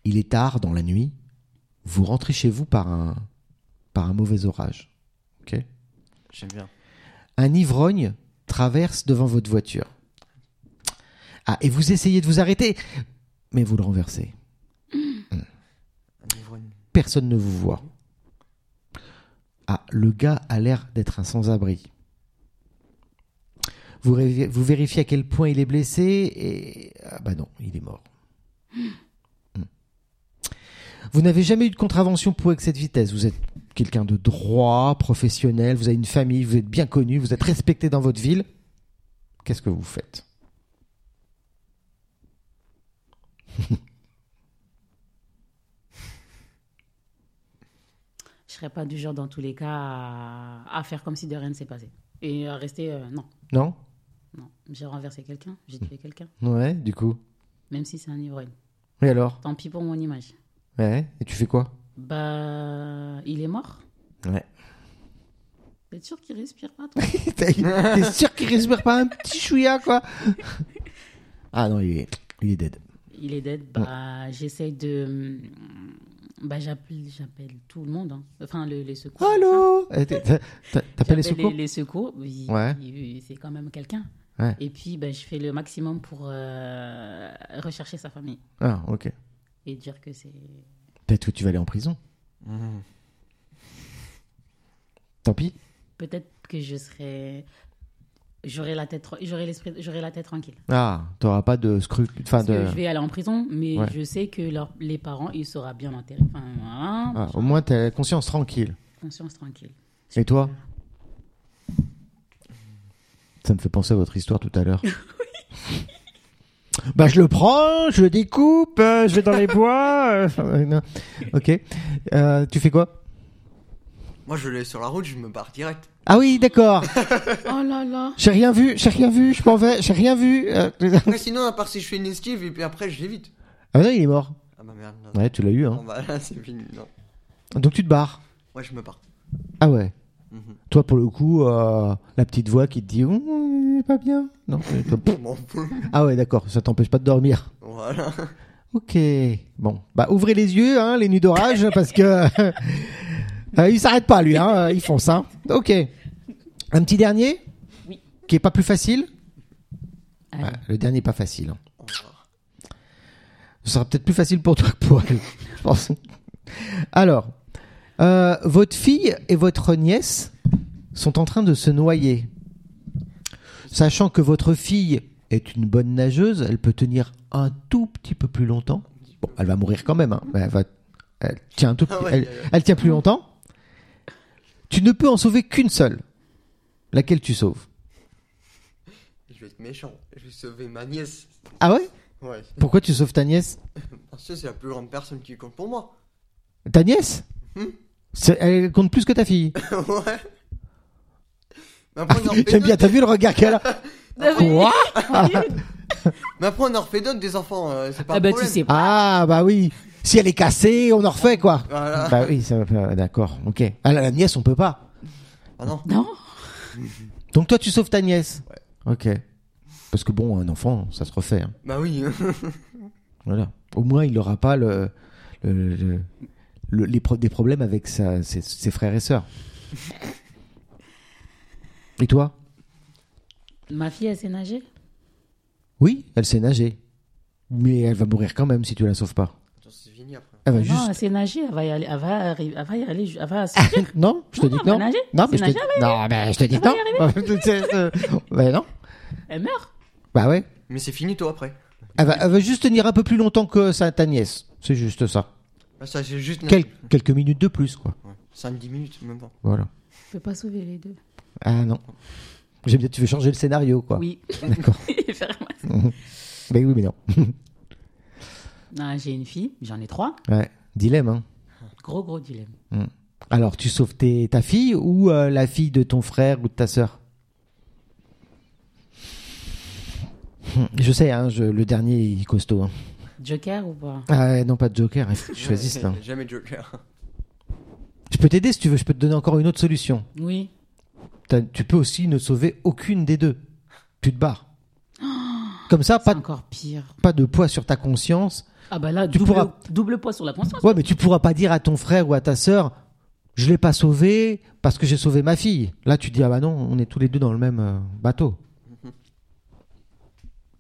[SPEAKER 3] Il est tard dans la nuit. Vous rentrez chez vous par un par un mauvais orage. Ok.
[SPEAKER 2] J'aime bien.
[SPEAKER 3] Un ivrogne traverse devant votre voiture. Ah, et vous essayez de vous arrêter, mais vous le renversez.
[SPEAKER 2] Un ivrogne.
[SPEAKER 3] Personne ne vous voit. Ah, le gars a l'air d'être un sans-abri. Vous, ré- vous vérifiez à quel point il est blessé et... Ah bah non, il est mort. Hmm. Vous n'avez jamais eu de contravention pour excès de vitesse. Vous êtes quelqu'un de droit, professionnel, vous avez une famille, vous êtes bien connu, vous êtes respecté dans votre ville. Qu'est-ce que vous faites
[SPEAKER 1] Je serais pas du genre, dans tous les cas, à, à faire comme si de rien ne s'est passé. Et à rester, euh, non,
[SPEAKER 3] Non
[SPEAKER 1] non. J'ai renversé quelqu'un, j'ai tué quelqu'un,
[SPEAKER 3] Ouais, du coup.
[SPEAKER 1] même si c'est un ivrogne.
[SPEAKER 3] Et alors
[SPEAKER 1] Tant pis pour mon image.
[SPEAKER 3] Ouais, et tu fais quoi
[SPEAKER 1] Bah, il est mort.
[SPEAKER 3] Ouais.
[SPEAKER 1] Vous êtes sûr qu'il respire pas, toi
[SPEAKER 3] T'es t'es sûr qu'il respire pas un petit chouïa, quoi Ah non, il est, il est dead.
[SPEAKER 1] Il est dead. Bah, j'essaye de. Bah, j'appelle, j'appelle tout le monde. hein. Enfin, le- les secours.
[SPEAKER 3] Allô Eh, t'es- t'as- t'as- T'appelles les
[SPEAKER 1] J'appelle
[SPEAKER 3] secours
[SPEAKER 1] Les, secours, oui,
[SPEAKER 3] Ouais.
[SPEAKER 1] oui, c'est quand même quelqu'un.
[SPEAKER 3] Ouais.
[SPEAKER 1] Et puis, bah, je fais le maximum pour euh, rechercher sa famille
[SPEAKER 3] Ah, ok.
[SPEAKER 1] et dire que c'est.
[SPEAKER 3] Peut-être que tu vas aller en prison.
[SPEAKER 2] Mhm.
[SPEAKER 3] Tant pis.
[SPEAKER 1] Peut-être que je serai. J'aurai la tête, tra- j'aurai l'esprit, j'aurai la tête tranquille.
[SPEAKER 3] Ah, t'auras pas de scrupule. Enfin,
[SPEAKER 1] Parce que
[SPEAKER 3] de...
[SPEAKER 1] je vais aller en prison, mais
[SPEAKER 3] Ouais.
[SPEAKER 1] je sais que leurs- les parents, ils seront bien enterrés. Enfin, voilà,
[SPEAKER 3] Ah, au moins, t'as la conscience tranquille.
[SPEAKER 1] conscience tranquille.
[SPEAKER 3] Et toi Ça me fait penser à votre histoire tout
[SPEAKER 1] *laughs*
[SPEAKER 3] à l'heure. bah, je le prends, je le découpe, euh, je vais dans les bois. euh, euh, non. ok. Euh, tu fais quoi
[SPEAKER 2] Moi, je l'ai sur la route, je me barre direct.
[SPEAKER 3] Ah oui, d'accord.
[SPEAKER 1] Oh là là.
[SPEAKER 3] J'ai rien vu, j'ai rien vu, je m'en vais, j'ai rien vu. euh,
[SPEAKER 2] Après, sinon, à part si je fais une esquive et puis après, je l'évite.
[SPEAKER 3] Ah non, il est mort.
[SPEAKER 2] Ah bah merde. Non.
[SPEAKER 3] Ouais, tu l'as eu, hein.
[SPEAKER 2] Bon, bah là, *laughs* c'est fini. Non.
[SPEAKER 3] Donc tu te barres.
[SPEAKER 2] Moi, je me barre.
[SPEAKER 3] Ah ouais.
[SPEAKER 2] Mhm.
[SPEAKER 3] Toi, pour le coup, euh, la petite voix qui te dit Hum, il est pas bien. Non. c'est comme-
[SPEAKER 2] Bon,
[SPEAKER 3] ah ouais, d'accord, ça t'empêche pas de dormir.
[SPEAKER 2] voilà.
[SPEAKER 3] Ok. Bon, bah ouvrez les yeux, hein, les nuits *laughs* d'orage, parce que. Euh, il s'arrête pas, lui, hein, il fonce, hein. Ok. Un petit dernier
[SPEAKER 1] Oui.
[SPEAKER 3] Qui est pas plus facile
[SPEAKER 1] Allez.
[SPEAKER 3] Ouais, Le dernier est pas facile. hein.
[SPEAKER 2] On va.
[SPEAKER 3] Ce sera peut-être plus facile pour toi que pour elle. je pense. Alors, euh, votre fille et votre nièce sont en train de se noyer. Sachant que votre fille est une bonne nageuse, elle peut tenir un tout petit peu plus longtemps. Bon, elle va mourir quand même. hein, mais Elle, va- elle tient un tout petit-
[SPEAKER 2] Ah ouais,
[SPEAKER 3] elle-
[SPEAKER 2] ouais,
[SPEAKER 3] elle tient plus longtemps. Tu ne peux en sauver qu'une seule. Laquelle tu sauves
[SPEAKER 2] Je vais être méchant. Je vais sauver ma nièce.
[SPEAKER 3] Ah ouais
[SPEAKER 2] Ouais.
[SPEAKER 3] Pourquoi tu sauves ta nièce
[SPEAKER 2] Parce que c'est la plus grande personne qui compte pour moi.
[SPEAKER 3] Ta nièce C'est- Elle compte plus que ta fille.
[SPEAKER 2] ouais. Mais
[SPEAKER 3] Ah
[SPEAKER 2] après, on
[SPEAKER 3] *laughs*
[SPEAKER 2] en refait
[SPEAKER 3] J'aime bien,
[SPEAKER 2] d'autres.
[SPEAKER 3] t'as vu le regard qu'elle a
[SPEAKER 1] Ah
[SPEAKER 3] Quoi
[SPEAKER 2] Mais après, on en refait d'autres des enfants. euh, c'est pas
[SPEAKER 1] Ah
[SPEAKER 2] un
[SPEAKER 1] bah tu
[SPEAKER 2] problème.
[SPEAKER 1] sais pas.
[SPEAKER 3] Ah bah oui Si elle est cassée, on en refait quoi
[SPEAKER 2] Voilà.
[SPEAKER 3] Bah oui, ça va faire- d'accord, ok. Ah la, la nièce, on peut pas.
[SPEAKER 2] Ah non.
[SPEAKER 1] Non.
[SPEAKER 3] Donc toi, tu sauves ta nièce Ok. Parce que bon, un enfant, ça se refait. hein.
[SPEAKER 2] Bah oui. *laughs*
[SPEAKER 3] Voilà. Au moins, il n'aura pas le, le- le- le- les pro- des problèmes avec sa- ses, ses frères et *laughs* sœurs. Et toi
[SPEAKER 1] Ma fille, elle sait nager.
[SPEAKER 3] Oui, elle sait nager. Mais elle va mourir quand même si tu la sauves pas.
[SPEAKER 2] Attends, c'est fini après.
[SPEAKER 3] Elle va
[SPEAKER 1] Non,
[SPEAKER 3] Bah, juste
[SPEAKER 1] elle sait nager. Elle va y aller. Elle va, arri- elle va y aller. Elle va
[SPEAKER 3] *laughs*
[SPEAKER 1] survivre.
[SPEAKER 3] Non, je te
[SPEAKER 1] Non,
[SPEAKER 3] dis que
[SPEAKER 1] on va
[SPEAKER 3] non.
[SPEAKER 1] nager.
[SPEAKER 3] Non,
[SPEAKER 1] C'est
[SPEAKER 3] mais je te
[SPEAKER 1] nager,
[SPEAKER 3] dis non, mais je te dis non. *laughs* C'est- euh, bah non.
[SPEAKER 1] elle meurt.
[SPEAKER 3] Bah ouais.
[SPEAKER 2] Mais c'est fini toi après.
[SPEAKER 3] Elle va, elle va juste tenir un peu plus longtemps que sa, ta nièce. C'est juste ça.
[SPEAKER 2] Bah, ça, c'est juste.
[SPEAKER 3] Quel- quelques minutes de plus, quoi.
[SPEAKER 2] 5-10 minutes, même pas.
[SPEAKER 3] Voilà.
[SPEAKER 1] Je peux pas sauver les deux.
[SPEAKER 3] Ah non. J'aime bien, tu veux changer le scénario, quoi.
[SPEAKER 1] *laughs* Oui.
[SPEAKER 3] D'accord.
[SPEAKER 1] Vraiment.
[SPEAKER 3] Mais oui, mais non.
[SPEAKER 1] Ah, J'ai une fille. J'en ai trois.
[SPEAKER 3] Ouais. Dilemme, hein.
[SPEAKER 1] Gros gros dilemme.
[SPEAKER 3] Alors, tu sauves tes- ta fille ou euh, la fille de ton frère ou de ta sœur Hmm, Je sais, hein, je- le dernier il est costaud. hein.
[SPEAKER 1] Joker ou pas
[SPEAKER 3] Ah ouais, non, pas de Joker, il faut que tu choisisses là.
[SPEAKER 2] J'ai Jamais de Joker.
[SPEAKER 3] *laughs* Je peux t'aider si tu veux, je peux te donner encore une autre solution.
[SPEAKER 1] Oui.
[SPEAKER 3] T'as- Tu peux aussi ne sauver aucune des deux. Tu te barres. Comme ça,
[SPEAKER 1] C'est
[SPEAKER 3] pas, de-
[SPEAKER 1] encore pire.
[SPEAKER 3] pas de poids sur ta conscience.
[SPEAKER 1] Ah bah là,
[SPEAKER 3] Tu
[SPEAKER 1] double,
[SPEAKER 3] pourras-
[SPEAKER 1] double poids sur la conscience.
[SPEAKER 3] Ouais, mais tu pourras pas dire à ton frère ou à ta sœur, je l'ai pas sauvé parce que j'ai sauvé ma fille. Là, tu dis ah bah non, on est tous les deux dans le même euh, bateau. *laughs*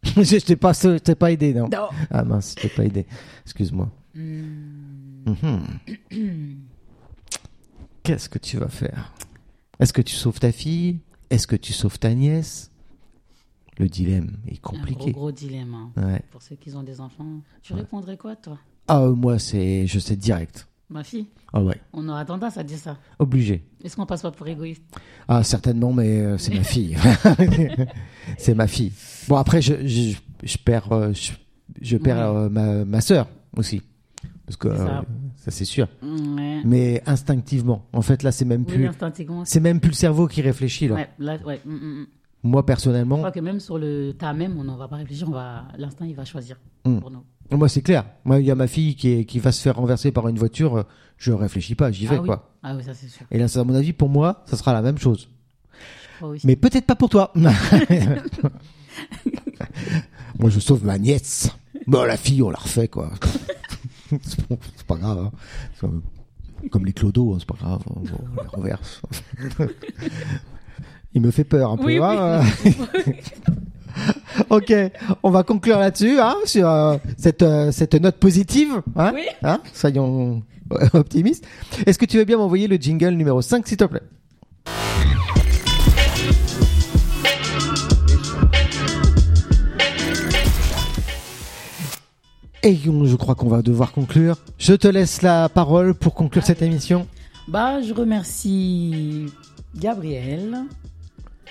[SPEAKER 3] je t'ai pas, sau- je t'ai pas aidé non.
[SPEAKER 1] Non.
[SPEAKER 3] Ah mince, je t'ai pas aidé. Excuse-moi.
[SPEAKER 1] Hmm.
[SPEAKER 3] Mhm. Qu'est-ce que tu vas faire Est-ce que tu sauves ta fille Est-ce que tu sauves ta nièce Le dilemme est
[SPEAKER 1] Un
[SPEAKER 3] compliqué.
[SPEAKER 1] gros, gros dilemme. hein.
[SPEAKER 3] Ouais.
[SPEAKER 1] Pour ceux qui ont des enfants, tu répondrais quoi, toi
[SPEAKER 3] Ah euh, moi c'est, je sais direct.
[SPEAKER 1] Ma fille,
[SPEAKER 3] Ah ouais,
[SPEAKER 1] on aura tendance à dire ça.
[SPEAKER 3] obligé.
[SPEAKER 1] Est-ce qu'on passe pas pour égoïste
[SPEAKER 3] Ah, certainement, mais euh, c'est ma fille. *laughs* c'est ma fille. Bon, après, je, je, je perds, euh, je, je perds euh, ma, ma sœur aussi. Parce que euh,
[SPEAKER 1] C'est
[SPEAKER 3] ça,
[SPEAKER 1] ça.
[SPEAKER 3] c'est sûr.
[SPEAKER 1] Mmh, Ouais.
[SPEAKER 3] Mais instinctivement. En fait, là, c'est même
[SPEAKER 1] Oui,
[SPEAKER 3] plus,
[SPEAKER 1] instinctivement.
[SPEAKER 3] c'est même plus le cerveau qui réfléchit, là.
[SPEAKER 1] Ouais, là, ouais. mm, mm, mm.
[SPEAKER 3] Moi,
[SPEAKER 1] Je
[SPEAKER 3] personnellement,
[SPEAKER 1] crois que même sur le tas même, on ne va pas réfléchir, on va l'instinct il va choisir
[SPEAKER 3] Mm.
[SPEAKER 1] pour nous.
[SPEAKER 3] moi, c'est clair. Moi, il y a ma fille qui, est- qui va se faire renverser par une voiture. euh, Je réfléchis pas, j'y vais,
[SPEAKER 1] ah, oui.
[SPEAKER 3] quoi.
[SPEAKER 1] ah oui, ça c'est sûr.
[SPEAKER 3] Et là, ça, à mon avis, pour moi, ça sera la même chose.
[SPEAKER 1] Toi aussi.
[SPEAKER 3] Mais peut-être pas
[SPEAKER 1] *laughs*
[SPEAKER 3] pour toi. *laughs* Moi, je sauve ma nièce. Bon, la fille, on la refait, quoi. *laughs* c'est pas- c'est pas grave. hein. C'est Comme, comme les clodos, hein, c'est pas grave. hein. Bon, on les renverse. *laughs* Il me fait peur un peu.
[SPEAKER 1] Oui,
[SPEAKER 3] hein. *laughs* ok, on va conclure là-dessus, hein, sur euh, cette, euh, cette note positive. Hein,
[SPEAKER 1] Oui.
[SPEAKER 3] Hein, soyons optimistes. Est-ce que tu veux bien m'envoyer le jingle numéro 5, s'il te plaît Et on- je crois qu'on va devoir conclure. Je te laisse la parole pour conclure cette émission.
[SPEAKER 1] Bah, je remercie Gabriel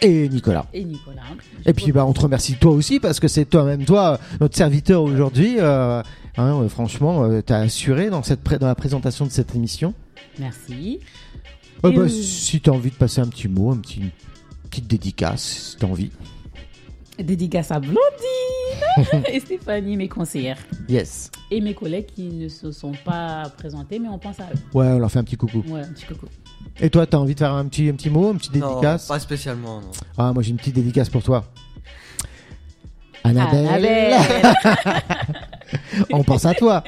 [SPEAKER 3] Et Nicolas.
[SPEAKER 1] et Nicolas.
[SPEAKER 3] Et puis bah on te remercie toi aussi parce que c'est toi-même toi euh, notre serviteur aujourd'hui. euh, hein, euh, franchement, euh, t'as assuré dans cette pré- dans la présentation de cette émission.
[SPEAKER 1] Merci.
[SPEAKER 3] Euh,
[SPEAKER 1] Et
[SPEAKER 3] bah,
[SPEAKER 1] euh,
[SPEAKER 3] Si t'as envie de passer un petit mot, un petit une petite dédicace, si t'as envie.
[SPEAKER 1] Dédicace à Blondine *laughs* et Stéphanie, mes conseillères.
[SPEAKER 3] Yes.
[SPEAKER 1] Et mes collègues qui ne se sont pas présentés, mais on pense à eux.
[SPEAKER 3] Ouais, on leur fait un petit coucou.
[SPEAKER 1] Ouais, un petit coucou.
[SPEAKER 3] Et toi, t'as envie de faire un petit un petit mot, une petite
[SPEAKER 2] Non,
[SPEAKER 3] dédicace
[SPEAKER 2] pas spécialement, non.
[SPEAKER 3] Ah, moi j'ai une petite dédicace pour toi. Annabelle.
[SPEAKER 1] Annabelle.
[SPEAKER 3] on pense
[SPEAKER 1] *laughs*
[SPEAKER 3] à toi.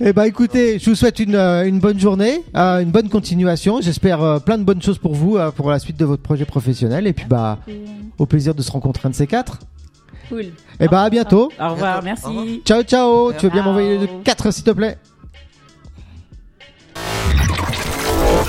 [SPEAKER 3] Eh ben écoutez, je vous souhaite une, euh, une bonne journée, euh, une bonne continuation. J'espère euh, plein de bonnes choses pour vous, euh, pour la suite de votre projet professionnel. Et puis bah, au plaisir de se rencontrer un de ces quatre.
[SPEAKER 1] Cool.
[SPEAKER 3] Eh ben à bientôt.
[SPEAKER 1] Au revoir,
[SPEAKER 2] Bientôt.
[SPEAKER 1] merci.
[SPEAKER 2] Au revoir.
[SPEAKER 3] Ciao ciao. Tu veux bien m'envoyer le
[SPEAKER 1] Ciao.
[SPEAKER 3] 4 s'il te plaît